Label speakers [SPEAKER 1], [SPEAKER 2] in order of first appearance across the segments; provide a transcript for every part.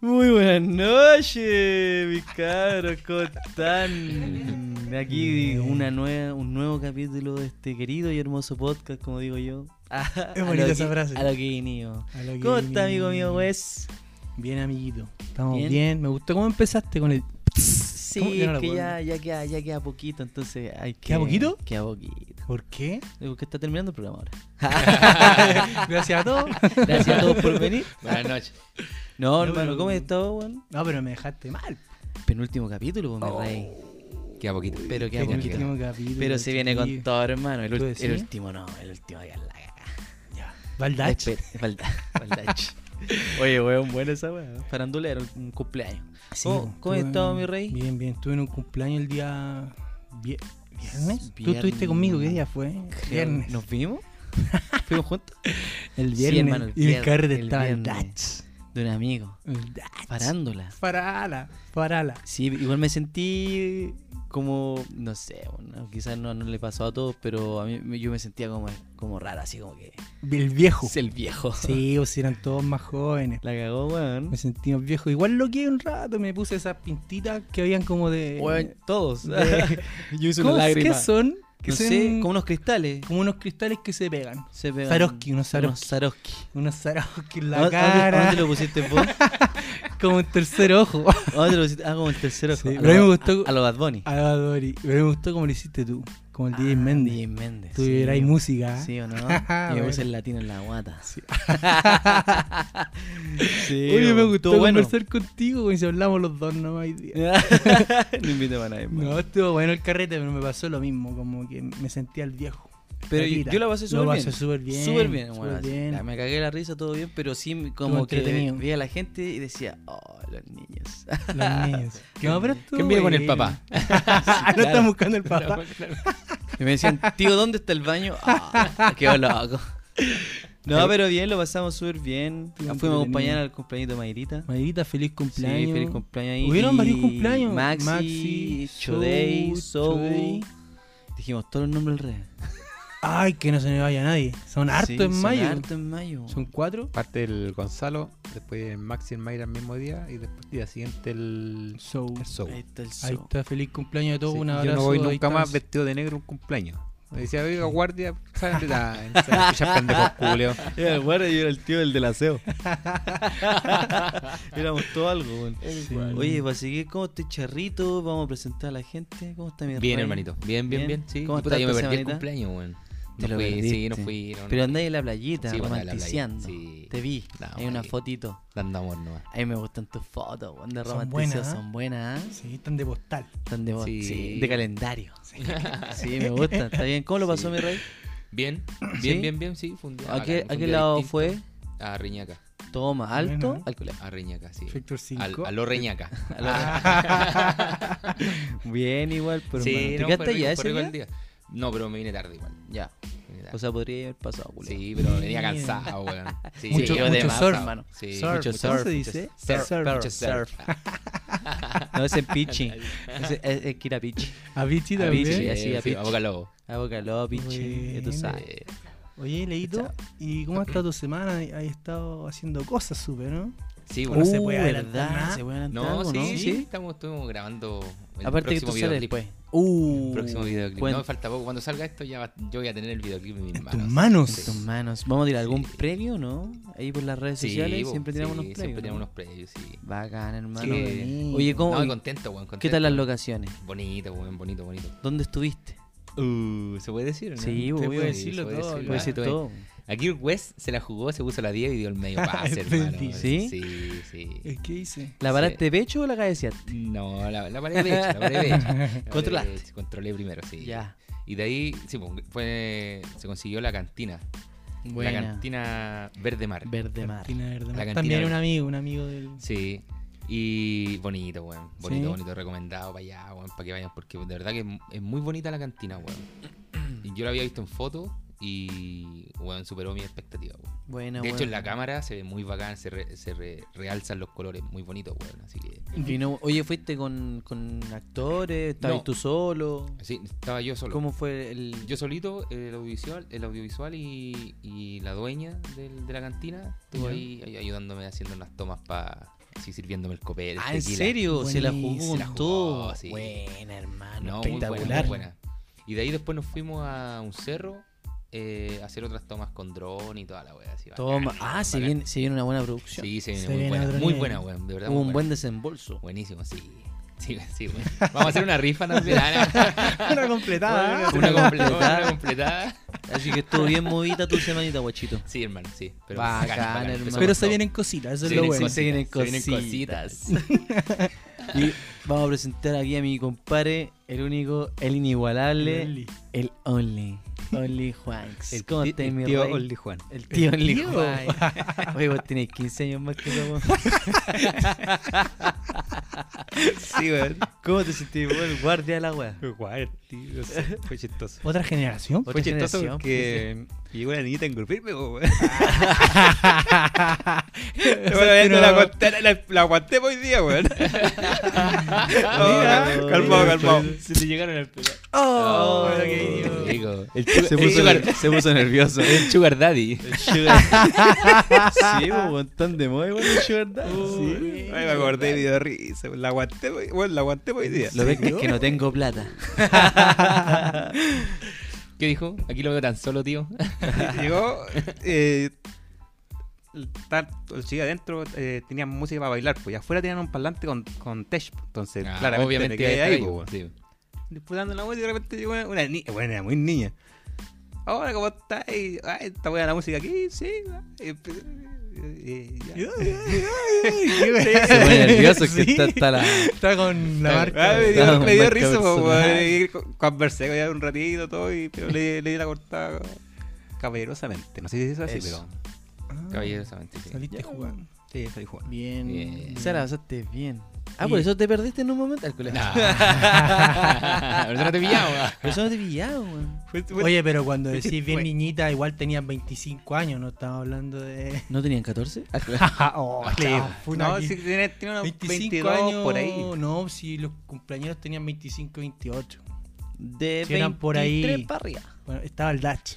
[SPEAKER 1] Muy buenas noches, mi caros, ¿cómo están? Aquí una nueva, un nuevo capítulo de este querido y hermoso podcast, como digo yo. Ah,
[SPEAKER 2] Es bonita esa frase.
[SPEAKER 1] A lo que niño.
[SPEAKER 2] A lo que
[SPEAKER 1] ¿Cómo está, amigo
[SPEAKER 2] viene.
[SPEAKER 1] mío, pues? Wes?
[SPEAKER 2] Bien, amiguito. Estamos
[SPEAKER 1] Bien.
[SPEAKER 2] bien. Me gustó cómo empezaste con el. ¿Cómo?
[SPEAKER 1] Sí,
[SPEAKER 2] Yo no
[SPEAKER 1] es
[SPEAKER 2] la
[SPEAKER 1] que
[SPEAKER 2] puedo
[SPEAKER 1] ya, ya, queda, ya queda poquito, entonces hay que...
[SPEAKER 2] ¿Queda poquito?
[SPEAKER 1] Queda poquito.
[SPEAKER 2] ¿Por qué?
[SPEAKER 1] Porque está terminando el programa ahora.
[SPEAKER 2] Gracias a todos.
[SPEAKER 1] Gracias a todos por venir.
[SPEAKER 3] Buenas noches.
[SPEAKER 1] No,
[SPEAKER 2] No,
[SPEAKER 1] hermano,
[SPEAKER 2] pero-
[SPEAKER 1] ¿cómo has estado, weón?
[SPEAKER 2] No, pero me dejaste mal.
[SPEAKER 1] Penúltimo capítulo, pues, mi rey.
[SPEAKER 3] Queda poquito.
[SPEAKER 1] Pero queda
[SPEAKER 2] El
[SPEAKER 1] poquito.
[SPEAKER 2] último capítulo,
[SPEAKER 1] Pero se viene con
[SPEAKER 2] chiquillo.
[SPEAKER 1] todo, hermano. El,
[SPEAKER 2] ¿Tú
[SPEAKER 1] ul- el
[SPEAKER 2] decís?
[SPEAKER 1] último no, el último ya la caga.
[SPEAKER 2] Ya. Valdach.
[SPEAKER 1] Espe- Valda- Valdach. Oye, weón, buena esa weón. Farandulero, un cumpleaños.
[SPEAKER 2] Sí,
[SPEAKER 1] ¿Cómo,
[SPEAKER 2] pues,
[SPEAKER 1] cómo has
[SPEAKER 2] estuve-
[SPEAKER 1] estado, mi rey?
[SPEAKER 2] Bien, bien. Estuve en un cumpleaños el día. vie- ¿Viernes? Tú
[SPEAKER 1] Viernes.
[SPEAKER 2] estuviste conmigo, ¿qué día fue? Viernes.
[SPEAKER 1] ¿Nos vimos? ¿Fuimos juntos?
[SPEAKER 2] El
[SPEAKER 1] Sí,
[SPEAKER 2] viernes.
[SPEAKER 1] hermano, el
[SPEAKER 2] y
[SPEAKER 1] vier-
[SPEAKER 2] el carrete
[SPEAKER 1] el
[SPEAKER 2] estaba el
[SPEAKER 1] viernes.
[SPEAKER 2] Dach.
[SPEAKER 1] De un amigo.
[SPEAKER 2] El Dach.
[SPEAKER 1] Farándula.
[SPEAKER 2] Parala. Parala.
[SPEAKER 1] Sí, igual me sentí como, no sé, bueno, quizás no, no le pasó a todos, pero a mí me- yo me sentía como, como rara, así como que
[SPEAKER 2] El viejo.
[SPEAKER 1] es el viejo.
[SPEAKER 2] Sí, o si eran todos más jóvenes.
[SPEAKER 1] La cagó, weón.
[SPEAKER 2] Me sentí más viejo. Igual lo que un rato me puse esas pintitas que habían como de.
[SPEAKER 1] Weón, todos.
[SPEAKER 2] de-
[SPEAKER 1] yo hice una
[SPEAKER 2] ¿Cómo es
[SPEAKER 1] lágrima.
[SPEAKER 2] que son? Que
[SPEAKER 1] No
[SPEAKER 2] son
[SPEAKER 1] sé, como unos cristales.
[SPEAKER 2] como unos cristales que se pegan.
[SPEAKER 1] Se pegan
[SPEAKER 2] Saroski, unos
[SPEAKER 1] Unos
[SPEAKER 2] Saroski.
[SPEAKER 1] Saroski.
[SPEAKER 2] Unos Saroski en
[SPEAKER 1] ¿A- a
[SPEAKER 2] la
[SPEAKER 1] dónde- ¿A
[SPEAKER 2] cara.
[SPEAKER 1] dónde lo pusiste vos?
[SPEAKER 2] Como un tercer ojo.
[SPEAKER 1] ¿A dónde lo pusiste? Ah, como el tercer ojo.
[SPEAKER 2] Sí,
[SPEAKER 1] a,
[SPEAKER 2] pero a mí
[SPEAKER 1] lo,
[SPEAKER 2] me gustó- Ah,
[SPEAKER 1] a, a lo Bad Bunny.
[SPEAKER 2] A la Dori. Pero me gustó como lo hiciste tú. Como el DJ
[SPEAKER 1] Ah,
[SPEAKER 2] Mendy.
[SPEAKER 1] DJ Méndez.
[SPEAKER 2] Tú
[SPEAKER 1] sí.
[SPEAKER 2] vierais música. ¿eh?
[SPEAKER 1] Sí o no. Y me
[SPEAKER 2] Bueno.
[SPEAKER 1] puse el latino en la guata.
[SPEAKER 2] Sí.
[SPEAKER 1] sí,
[SPEAKER 2] Oye, me
[SPEAKER 1] bueno,
[SPEAKER 2] gustó
[SPEAKER 1] estuvo bueno.
[SPEAKER 2] conversar contigo como si hablamos los dos nomás hoy día.
[SPEAKER 1] no invito a nadie. más.
[SPEAKER 2] No, estuvo bueno el carrete, pero me pasó lo mismo, como que me sentía el viejo.
[SPEAKER 1] Pero yo,
[SPEAKER 2] Ratita.
[SPEAKER 1] yo la pasé súper bien.
[SPEAKER 2] Lo pasé súper bien.
[SPEAKER 1] Súper bien, bueno,
[SPEAKER 2] súper
[SPEAKER 1] así,
[SPEAKER 2] bien.
[SPEAKER 1] la- Me cagué la risa, todo bien, pero sí como que
[SPEAKER 2] entretenido.
[SPEAKER 1] veía a la gente y decía, oh, los niños.
[SPEAKER 2] Los niños. No, pero estuvo
[SPEAKER 3] ¿Qué envidia con el
[SPEAKER 2] bueno.
[SPEAKER 3] papá?
[SPEAKER 2] Ah, no
[SPEAKER 1] claro.
[SPEAKER 2] están buscando el papá.
[SPEAKER 1] Y me decían, tío, ¿dónde está el baño? Ah, qué loco. No, pero bien, lo pasamos súper bien.
[SPEAKER 2] Estuvo
[SPEAKER 1] Fuimos a acompañar
[SPEAKER 2] entretenido.
[SPEAKER 1] al cumpleaños de Mayrita.
[SPEAKER 2] Mayrita, feliz cumpleaños.
[SPEAKER 1] Sí, feliz cumpleaños ahí.
[SPEAKER 2] Hubieron
[SPEAKER 1] Y
[SPEAKER 2] varios cumpleaños.
[SPEAKER 1] Maxi,
[SPEAKER 2] Maxi,
[SPEAKER 1] Chodei,
[SPEAKER 2] Show,
[SPEAKER 1] Sou.
[SPEAKER 2] Chodei.
[SPEAKER 1] Dijimos todos los nombres al revés.
[SPEAKER 2] Ay, que no se me vaya nadie. Son hartos
[SPEAKER 1] Sí,
[SPEAKER 2] en
[SPEAKER 1] son
[SPEAKER 2] mayo.
[SPEAKER 1] Harto en mayo.
[SPEAKER 2] Son cuatro.
[SPEAKER 3] Parte el Gonzalo, después el Maxi y el Mayra el mismo día y después el día siguiente el,
[SPEAKER 2] Show.
[SPEAKER 3] el Sou.
[SPEAKER 1] Ahí está el
[SPEAKER 2] Ahí
[SPEAKER 1] Sou.
[SPEAKER 2] está, feliz cumpleaños a todos.
[SPEAKER 3] Sí,
[SPEAKER 2] un
[SPEAKER 3] Yo
[SPEAKER 2] abrazo.
[SPEAKER 3] no voy
[SPEAKER 2] ahí
[SPEAKER 3] nunca
[SPEAKER 2] están.
[SPEAKER 3] más vestido de negro a un cumpleaños. Me decía, oiga, guardia, ¿sabes? Ya pendejo culeo.
[SPEAKER 1] Era el guardia y era el tío del del aseo. Éramos todo algo, weón.
[SPEAKER 2] Sí.
[SPEAKER 1] Oye, para seguir, ¿cómo estoy charrito? Vamos a presentar a la gente. ¿Cómo está mi
[SPEAKER 3] Bien,
[SPEAKER 1] rey?
[SPEAKER 3] hermanito. Bien, bien, bien. Sí.
[SPEAKER 1] ¿Cómo
[SPEAKER 3] Y puta,
[SPEAKER 1] estás
[SPEAKER 3] yo me
[SPEAKER 1] esta
[SPEAKER 3] perdí el
[SPEAKER 1] semanita?
[SPEAKER 3] cumpleaños, weón.
[SPEAKER 1] Te
[SPEAKER 3] No
[SPEAKER 1] lo
[SPEAKER 3] fui, sí, no
[SPEAKER 1] perdiste.
[SPEAKER 3] fui. no, no.
[SPEAKER 1] Pero andáis en la playita,
[SPEAKER 3] Sí, pues, andaba en la
[SPEAKER 1] romanticiando.
[SPEAKER 3] playa, sí.
[SPEAKER 1] Te vi.
[SPEAKER 3] No,
[SPEAKER 1] Hay una
[SPEAKER 3] ahí.
[SPEAKER 1] fotito.
[SPEAKER 3] Dando amor nomás.
[SPEAKER 1] A mí me gustan tus fotos, weón, de
[SPEAKER 2] Son
[SPEAKER 1] romanticismo.
[SPEAKER 2] buenas, ¿eh?
[SPEAKER 1] Son buenas, ¿eh?
[SPEAKER 2] Sí, están de postal.
[SPEAKER 1] Están de,
[SPEAKER 3] Sí.
[SPEAKER 1] sí, de calendario. Sí. me gusta, está bien. ¿Cómo lo pasó
[SPEAKER 3] Sí.
[SPEAKER 1] mi rey?
[SPEAKER 3] Bien, bien,
[SPEAKER 1] ¿Sí?
[SPEAKER 3] bien, bien, sí. Fue un día
[SPEAKER 1] ¿A qué,
[SPEAKER 3] bacán,
[SPEAKER 1] a
[SPEAKER 3] un
[SPEAKER 1] qué
[SPEAKER 3] día
[SPEAKER 1] lado
[SPEAKER 3] distinto.
[SPEAKER 1] fue?
[SPEAKER 3] A Riñaca.
[SPEAKER 1] Toma, alto,
[SPEAKER 2] Bueno.
[SPEAKER 1] al colegio.
[SPEAKER 3] A Riñaca, sí.
[SPEAKER 2] Factor
[SPEAKER 3] Al,
[SPEAKER 2] 5.
[SPEAKER 3] a lo Reñaca.
[SPEAKER 1] A la- Bien, igual, pero hermano. ¿te
[SPEAKER 3] no,
[SPEAKER 1] quedaste
[SPEAKER 3] fue rico,
[SPEAKER 1] allá
[SPEAKER 3] fue
[SPEAKER 1] ese
[SPEAKER 3] rico
[SPEAKER 1] día?
[SPEAKER 3] el día? No, pero me vine tarde igual.
[SPEAKER 1] Ya,
[SPEAKER 3] me vine tarde.
[SPEAKER 1] o sea, podría haber pasado, culero.
[SPEAKER 3] sí, pero venía
[SPEAKER 2] Bien.
[SPEAKER 3] cansado, weón. Sí,
[SPEAKER 2] Mucho-
[SPEAKER 3] yo de
[SPEAKER 2] mucho
[SPEAKER 3] más,
[SPEAKER 2] surf.
[SPEAKER 3] cansado. Sí,
[SPEAKER 2] Surf,
[SPEAKER 3] mucho
[SPEAKER 1] mucho
[SPEAKER 2] ¿Cómo
[SPEAKER 1] surf,
[SPEAKER 2] se dice?
[SPEAKER 3] surf,
[SPEAKER 1] surf,
[SPEAKER 3] mucho surf.
[SPEAKER 1] No, ese es pitching. Ese es, es que era pitching.
[SPEAKER 2] A Vichy
[SPEAKER 1] A Vichy,
[SPEAKER 2] también.
[SPEAKER 1] así, a pitch.
[SPEAKER 3] a boca lobo.
[SPEAKER 1] A boca loba, pitching. Ya tú
[SPEAKER 2] Bueno.
[SPEAKER 1] sabes.
[SPEAKER 3] Eh,
[SPEAKER 2] Oye, Leito, ¿y cómo ha estado tu semana? Has estado haciendo cosas súper, ¿no?
[SPEAKER 3] Sí,
[SPEAKER 2] Uh,
[SPEAKER 3] weón.
[SPEAKER 2] se puede adelantar
[SPEAKER 1] ¿verdad?
[SPEAKER 2] nada.
[SPEAKER 1] Se puede adelantar
[SPEAKER 3] No,
[SPEAKER 1] algo,
[SPEAKER 3] sí,
[SPEAKER 1] ¿no?
[SPEAKER 3] sí, estamos, estuvimos grabando el
[SPEAKER 1] Aparte que
[SPEAKER 3] próximo
[SPEAKER 1] tú sales
[SPEAKER 3] videoclip.
[SPEAKER 1] después.
[SPEAKER 2] Uh,
[SPEAKER 3] El próximo videoclip.
[SPEAKER 1] Cuen-
[SPEAKER 3] No, me falta poco. Cuando salga esto, ya va- yo voy a tener el videoclip en mis
[SPEAKER 2] en
[SPEAKER 3] manos.
[SPEAKER 2] tus manos.
[SPEAKER 1] Tus manos. Vamos a tirar algún previo, ¿no? Ahí por las redes
[SPEAKER 3] Sí,
[SPEAKER 1] sociales
[SPEAKER 3] bo,
[SPEAKER 1] siempre tiramos
[SPEAKER 3] sí,
[SPEAKER 1] unos previos.
[SPEAKER 3] Siempre tiramos
[SPEAKER 1] ¿no?
[SPEAKER 3] unos previos, sí.
[SPEAKER 1] Bacán, hermano.
[SPEAKER 3] Sí.
[SPEAKER 2] bonito.
[SPEAKER 1] Oye, ¿cómo,
[SPEAKER 3] No, contento, weón.
[SPEAKER 1] ¿qué
[SPEAKER 3] contento.
[SPEAKER 1] tal las locaciones?
[SPEAKER 3] Bonito, weón, bonito, bonito.
[SPEAKER 1] ¿Dónde estuviste?
[SPEAKER 3] Uh, ¿se puede decir? o no?
[SPEAKER 1] Sí, bo,
[SPEAKER 3] Se
[SPEAKER 1] obvio.
[SPEAKER 2] Sí, se puede
[SPEAKER 3] todo,
[SPEAKER 2] decir,
[SPEAKER 3] claro.
[SPEAKER 1] Puedes decir todo.
[SPEAKER 3] Aquí el West se la jugó, se puso la 10 y dio el medio pase, hermano.
[SPEAKER 2] Entendí.
[SPEAKER 1] ¿Sí?
[SPEAKER 3] Sí, sí.
[SPEAKER 2] ¿Qué hice?
[SPEAKER 1] ¿La
[SPEAKER 3] Sí.
[SPEAKER 1] paraste de pecho o la cabeceaste?
[SPEAKER 3] No, la, la paré derecha, la paré derecha. La paré
[SPEAKER 1] Controlaste.
[SPEAKER 3] derecha, Controlé primero, sí.
[SPEAKER 1] Ya.
[SPEAKER 3] Y de ahí, sí, pues, fue, se consiguió la cantina. La
[SPEAKER 1] Buena.
[SPEAKER 3] cantina Verde Mar.
[SPEAKER 1] Verde mar.
[SPEAKER 2] Cantina Verde Mar.
[SPEAKER 3] La cantina
[SPEAKER 2] También
[SPEAKER 3] Verde.
[SPEAKER 2] un amigo, un amigo del.
[SPEAKER 3] Sí. Y bonito, weón. Bonito,
[SPEAKER 2] Sí.
[SPEAKER 3] bonito, recomendado para allá, weón, para que vayan, porque de verdad que es- es muy bonita la cantina, weón. Y yo la había visto en foto y, weón, superó mi expectativa, weón.
[SPEAKER 1] Buena,
[SPEAKER 3] De hecho, en
[SPEAKER 1] buena.
[SPEAKER 3] la cámara se ve muy bacán, se, re- se re- realzan los colores, muy bonito, weón. Así que.
[SPEAKER 1] Vino- oye, ¿fuiste con, con actores? ¿Estabas
[SPEAKER 3] No.
[SPEAKER 1] tú solo?
[SPEAKER 3] Sí, estaba yo solo.
[SPEAKER 1] ¿Cómo fue el...?
[SPEAKER 3] Yo solito, el audiovisual, el audiovisual y, y la dueña del- de la cantina estuvo
[SPEAKER 2] Ya.
[SPEAKER 3] ahí, ahí ayudándome haciendo unas tomas para así sirviéndome el copete. el
[SPEAKER 1] Ah, ¿en
[SPEAKER 3] tequila.
[SPEAKER 1] serio? se la jugó
[SPEAKER 2] Buenísimo.
[SPEAKER 1] con
[SPEAKER 3] este Se la jugó,
[SPEAKER 1] todo.
[SPEAKER 3] sí.
[SPEAKER 1] Buena, hermano.
[SPEAKER 3] Ah, No, muy buena, muy
[SPEAKER 2] espectacular.
[SPEAKER 3] buena. Y de ahí después nos fuimos a un cerro eh, a hacer otras tomas con dron y toda la wea. Así,
[SPEAKER 1] Toma.
[SPEAKER 3] bacán,
[SPEAKER 1] Ah, se
[SPEAKER 3] bacán.
[SPEAKER 1] viene, se viene una buena producción.
[SPEAKER 3] Sí, se viene
[SPEAKER 2] Se
[SPEAKER 3] muy
[SPEAKER 2] viene
[SPEAKER 3] buena.
[SPEAKER 2] otro
[SPEAKER 3] Muy
[SPEAKER 2] nivel.
[SPEAKER 3] buena, weón. De verdad.
[SPEAKER 1] Hubo
[SPEAKER 3] muy
[SPEAKER 1] un buen
[SPEAKER 3] buena.
[SPEAKER 1] desembolso.
[SPEAKER 3] Buenísimo, sí. Sí, sí, weón. Vamos a hacer una rifa también. Ah,
[SPEAKER 2] Una completada.
[SPEAKER 3] no. una, completada. una completada.
[SPEAKER 1] Así que estuvo bien movida tu semanita, guachito.
[SPEAKER 3] Sí, hermano, sí. Pero
[SPEAKER 1] Bacán,
[SPEAKER 3] bacán, bacán.
[SPEAKER 1] hermano.
[SPEAKER 3] Empezó
[SPEAKER 2] Pero
[SPEAKER 3] con
[SPEAKER 2] se
[SPEAKER 3] todo.
[SPEAKER 2] vienen cositas, eso
[SPEAKER 3] Se
[SPEAKER 2] es lo
[SPEAKER 3] vienen
[SPEAKER 2] bueno.
[SPEAKER 3] cositas. se vienen
[SPEAKER 1] cositas. y vamos a presentar aquí a mi compadre, el único, el inigualable,
[SPEAKER 2] Loli.
[SPEAKER 1] el Only. Only Juanx.
[SPEAKER 4] El,
[SPEAKER 1] ¿Cómo
[SPEAKER 4] ti-
[SPEAKER 1] estás,
[SPEAKER 4] el
[SPEAKER 1] mi
[SPEAKER 4] tío
[SPEAKER 1] rey?
[SPEAKER 4] Only Juan.
[SPEAKER 1] El tío Only
[SPEAKER 2] tío.
[SPEAKER 1] Juanx. Oye, vos tenés 15 años más que somos.
[SPEAKER 4] Sí, weón.
[SPEAKER 1] ¿Cómo te sentís, vos, el guardia de la wea?
[SPEAKER 4] Guay, tío. sí, Fue chistoso.
[SPEAKER 2] Otra generación.
[SPEAKER 1] Otra
[SPEAKER 4] Fue chistoso
[SPEAKER 1] generación,
[SPEAKER 4] porque llegó la niñita a engruparme, po, weón.
[SPEAKER 2] Esa
[SPEAKER 4] Bueno, ya
[SPEAKER 2] es
[SPEAKER 4] no
[SPEAKER 2] una-
[SPEAKER 4] la aguanté, la, la aguanté hoy día, weón.
[SPEAKER 1] Mira.
[SPEAKER 4] Oh, calmado, calmado.
[SPEAKER 3] Se te llegaron al pelo.
[SPEAKER 2] Oh,
[SPEAKER 3] Oh,
[SPEAKER 2] lo que digo.
[SPEAKER 3] digo. El
[SPEAKER 4] Se puso, ner- se puso nervioso.
[SPEAKER 3] El Sugar Daddy.
[SPEAKER 1] Sí, vos, tan de moda, igual el sugar daddy. Sí.
[SPEAKER 4] Ay, me acordé y me dio risa. La aguanté, hoy- weón, la aguanté hoy día.
[SPEAKER 1] Lo ves que es que no tengo plata.
[SPEAKER 3] ¿Qué dijo? Aquí lo veo tan solo, tío.
[SPEAKER 4] Llegó. Eh, tanto, el chico adentro eh, tenía música para bailar, pues. Y afuera tenían un parlante con, con tech, pues. Entonces,
[SPEAKER 3] Ah,
[SPEAKER 4] claramente, te quedas
[SPEAKER 3] iba a
[SPEAKER 4] ahí,
[SPEAKER 3] estar
[SPEAKER 4] pues,
[SPEAKER 3] ahí,
[SPEAKER 4] weón.
[SPEAKER 3] sí.
[SPEAKER 4] disputando la música y de repente llegó una, niña. Bueno, era muy niña. Ahora, ¿cómo está? Ay, está buena la música aquí, sí. ay, empe- eh, eh, ya.
[SPEAKER 1] Se pone nervioso es que
[SPEAKER 2] Sí.
[SPEAKER 1] está hasta la.
[SPEAKER 2] Está con la marca.
[SPEAKER 4] Ay, me
[SPEAKER 1] Estaba
[SPEAKER 4] dio, me dio
[SPEAKER 1] marcado
[SPEAKER 4] risa, po,
[SPEAKER 1] personaje.
[SPEAKER 4] weón, y con- Conversé con ella un ratito, todo, y, pero le, le di la cortada caballerosamente. No sé si es así,
[SPEAKER 1] Eso.
[SPEAKER 4] pero.
[SPEAKER 2] Ah,
[SPEAKER 3] Caballerosamente, sí.
[SPEAKER 2] Saliste jugando.
[SPEAKER 4] Sí, salí jugando.
[SPEAKER 1] Bien.
[SPEAKER 3] Bien.
[SPEAKER 1] Se la pasaste bien. Ah,
[SPEAKER 2] Y-
[SPEAKER 1] por eso te perdiste en un momento al colegio.
[SPEAKER 3] Nah. Por eso no te pillaba.
[SPEAKER 1] Por eso no te pillaba, weón.
[SPEAKER 4] Fue- fue-
[SPEAKER 2] Oye, pero cuando decís bien
[SPEAKER 4] Fue-
[SPEAKER 2] niñita, igual tenían 25 años, no estamos hablando de.
[SPEAKER 1] ¿No tenían 14?
[SPEAKER 2] oh,
[SPEAKER 4] Sí,
[SPEAKER 2] chao, funa
[SPEAKER 4] no,
[SPEAKER 2] aquí.
[SPEAKER 4] sí, tiene, tiene unos
[SPEAKER 2] 25
[SPEAKER 4] 22
[SPEAKER 2] años
[SPEAKER 4] por ahí.
[SPEAKER 2] No, si los cumpleaños tenían 25, 28.
[SPEAKER 1] De
[SPEAKER 2] Si eran por ahí.
[SPEAKER 1] 23 para arriba.
[SPEAKER 2] Bueno, estaba el Dutch.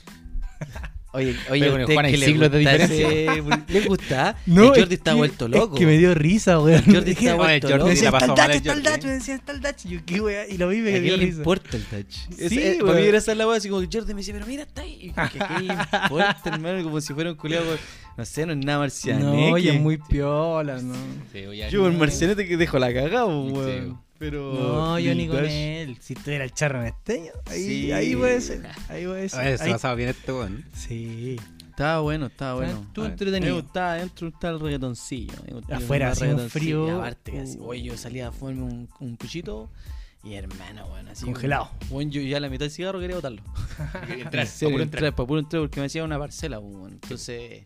[SPEAKER 1] Oye, oye,
[SPEAKER 3] Pero con el
[SPEAKER 1] usted
[SPEAKER 3] Juan hay
[SPEAKER 1] que le
[SPEAKER 3] siglos de
[SPEAKER 1] gusta
[SPEAKER 3] diferencia.
[SPEAKER 1] ese- ¿Le gusta? el Jordi está vuelto loco.
[SPEAKER 2] Es que me dio risa,
[SPEAKER 1] El
[SPEAKER 2] weón.
[SPEAKER 1] Jordi está
[SPEAKER 2] Dije,
[SPEAKER 1] vuelto
[SPEAKER 4] Jordi
[SPEAKER 1] loco.
[SPEAKER 2] Me
[SPEAKER 4] Sí,
[SPEAKER 2] decía,
[SPEAKER 4] la
[SPEAKER 2] está el
[SPEAKER 4] pasó
[SPEAKER 2] Dutch,
[SPEAKER 4] mal el
[SPEAKER 2] está el
[SPEAKER 4] Jordi,
[SPEAKER 2] Dutch, me decía, está el Dutch. Yo, qué weá. Y lo vi,
[SPEAKER 1] ¿A
[SPEAKER 2] me dio
[SPEAKER 1] quién le
[SPEAKER 2] risa.
[SPEAKER 1] importa el touch?
[SPEAKER 2] Sí,
[SPEAKER 1] Ese- eh, para
[SPEAKER 2] weón.
[SPEAKER 1] mí era esa la wea, así como que Jordi me dice, pero mira, está ahí. Y como que, ¿Qué le importa, hermano? Como si fuera un culiao, weón. No sé, no es nada marcianeque.
[SPEAKER 2] No, y es muy piola, no.
[SPEAKER 3] Sí, oye,
[SPEAKER 1] Yo, el
[SPEAKER 3] no.
[SPEAKER 1] marcianete que dejo la cagada,
[SPEAKER 3] Sí,
[SPEAKER 1] weón.
[SPEAKER 3] weón.
[SPEAKER 1] Pero.
[SPEAKER 2] No, yo
[SPEAKER 1] Lil
[SPEAKER 2] ni con
[SPEAKER 1] Dash-
[SPEAKER 2] él. Si tuviera el charro esteño, ahí,
[SPEAKER 1] Sí.
[SPEAKER 2] ahí puede ser. Ahí puede ser.
[SPEAKER 4] Oye, se
[SPEAKER 2] Ahí-
[SPEAKER 4] pasaba bien este, weón.
[SPEAKER 2] Sí.
[SPEAKER 1] Estaba bueno, estaba bueno.
[SPEAKER 2] Tú
[SPEAKER 4] A ver.
[SPEAKER 1] Me
[SPEAKER 2] entretenido.
[SPEAKER 1] gustaba adentro estaba el reggaetoncillo. me gustaba
[SPEAKER 2] Afuera
[SPEAKER 1] el
[SPEAKER 2] hacía un
[SPEAKER 1] reggaetoncillo,
[SPEAKER 2] frío.
[SPEAKER 1] Aparte, así, oye, yo salía a fumarme un, un puchito y hermano, bueno, así.
[SPEAKER 2] Congelado.
[SPEAKER 1] Bueno, yo ya a la mitad del cigarro quería botarlo.
[SPEAKER 3] Entrar,
[SPEAKER 1] En serio,
[SPEAKER 3] puro
[SPEAKER 1] entrar,
[SPEAKER 3] entrar.
[SPEAKER 1] para puro entrar, porque me hacía una parcela, pues, bueno. Entonces,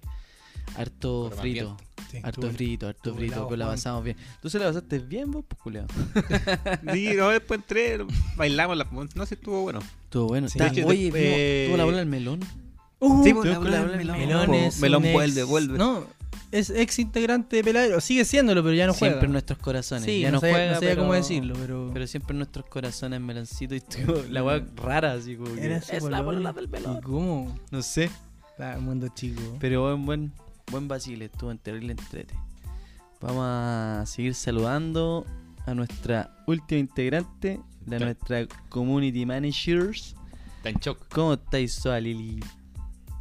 [SPEAKER 1] harto
[SPEAKER 3] Por
[SPEAKER 1] frito.
[SPEAKER 3] ambiente.
[SPEAKER 2] Sí,
[SPEAKER 1] Harto
[SPEAKER 2] tú-
[SPEAKER 1] frito, harto
[SPEAKER 2] estuvo
[SPEAKER 1] frito,
[SPEAKER 2] helado,
[SPEAKER 1] pues la
[SPEAKER 2] Juan.
[SPEAKER 1] pasamos bien. Entonces la pasaste bien vos, pues culiao.
[SPEAKER 4] Sí, no, después entré, bailamos, la, no sé si estuvo bueno.
[SPEAKER 1] Estuvo bueno.
[SPEAKER 2] Sí,
[SPEAKER 1] Está-
[SPEAKER 4] de hecho,
[SPEAKER 1] oye,
[SPEAKER 4] después-
[SPEAKER 1] vimos- tuvo la bola del melón.
[SPEAKER 2] Uh,
[SPEAKER 4] Sí, pues,
[SPEAKER 1] la bola del melón.
[SPEAKER 2] Melón es
[SPEAKER 4] Melón
[SPEAKER 2] un ex-
[SPEAKER 4] vuelve, vuelve.
[SPEAKER 2] No, es ex integrante de Peladero. Sigue siéndolo, pero ya no juega.
[SPEAKER 1] Siempre en nuestros corazones.
[SPEAKER 2] Sí,
[SPEAKER 1] ya
[SPEAKER 2] no,
[SPEAKER 1] no,
[SPEAKER 2] sabía,
[SPEAKER 1] juega,
[SPEAKER 2] no sabía
[SPEAKER 1] pero-
[SPEAKER 2] cómo decirlo, pero...
[SPEAKER 1] Pero siempre en nuestros corazones meloncito y estuvo la weá rara, así como que.
[SPEAKER 2] Era su
[SPEAKER 1] es la
[SPEAKER 2] polola.
[SPEAKER 1] bola del melón.
[SPEAKER 2] ¿Y cómo?
[SPEAKER 1] No sé.
[SPEAKER 2] Ah, mundo chico.
[SPEAKER 1] Pero buen, buen, buen Basile, estuvo en terrible entrete. Vamos a seguir saludando a nuestra última integrante, la
[SPEAKER 3] Ta-
[SPEAKER 1] nuestra community managers.
[SPEAKER 3] Está en shock.
[SPEAKER 1] ¿Cómo estáis, Soa Lili?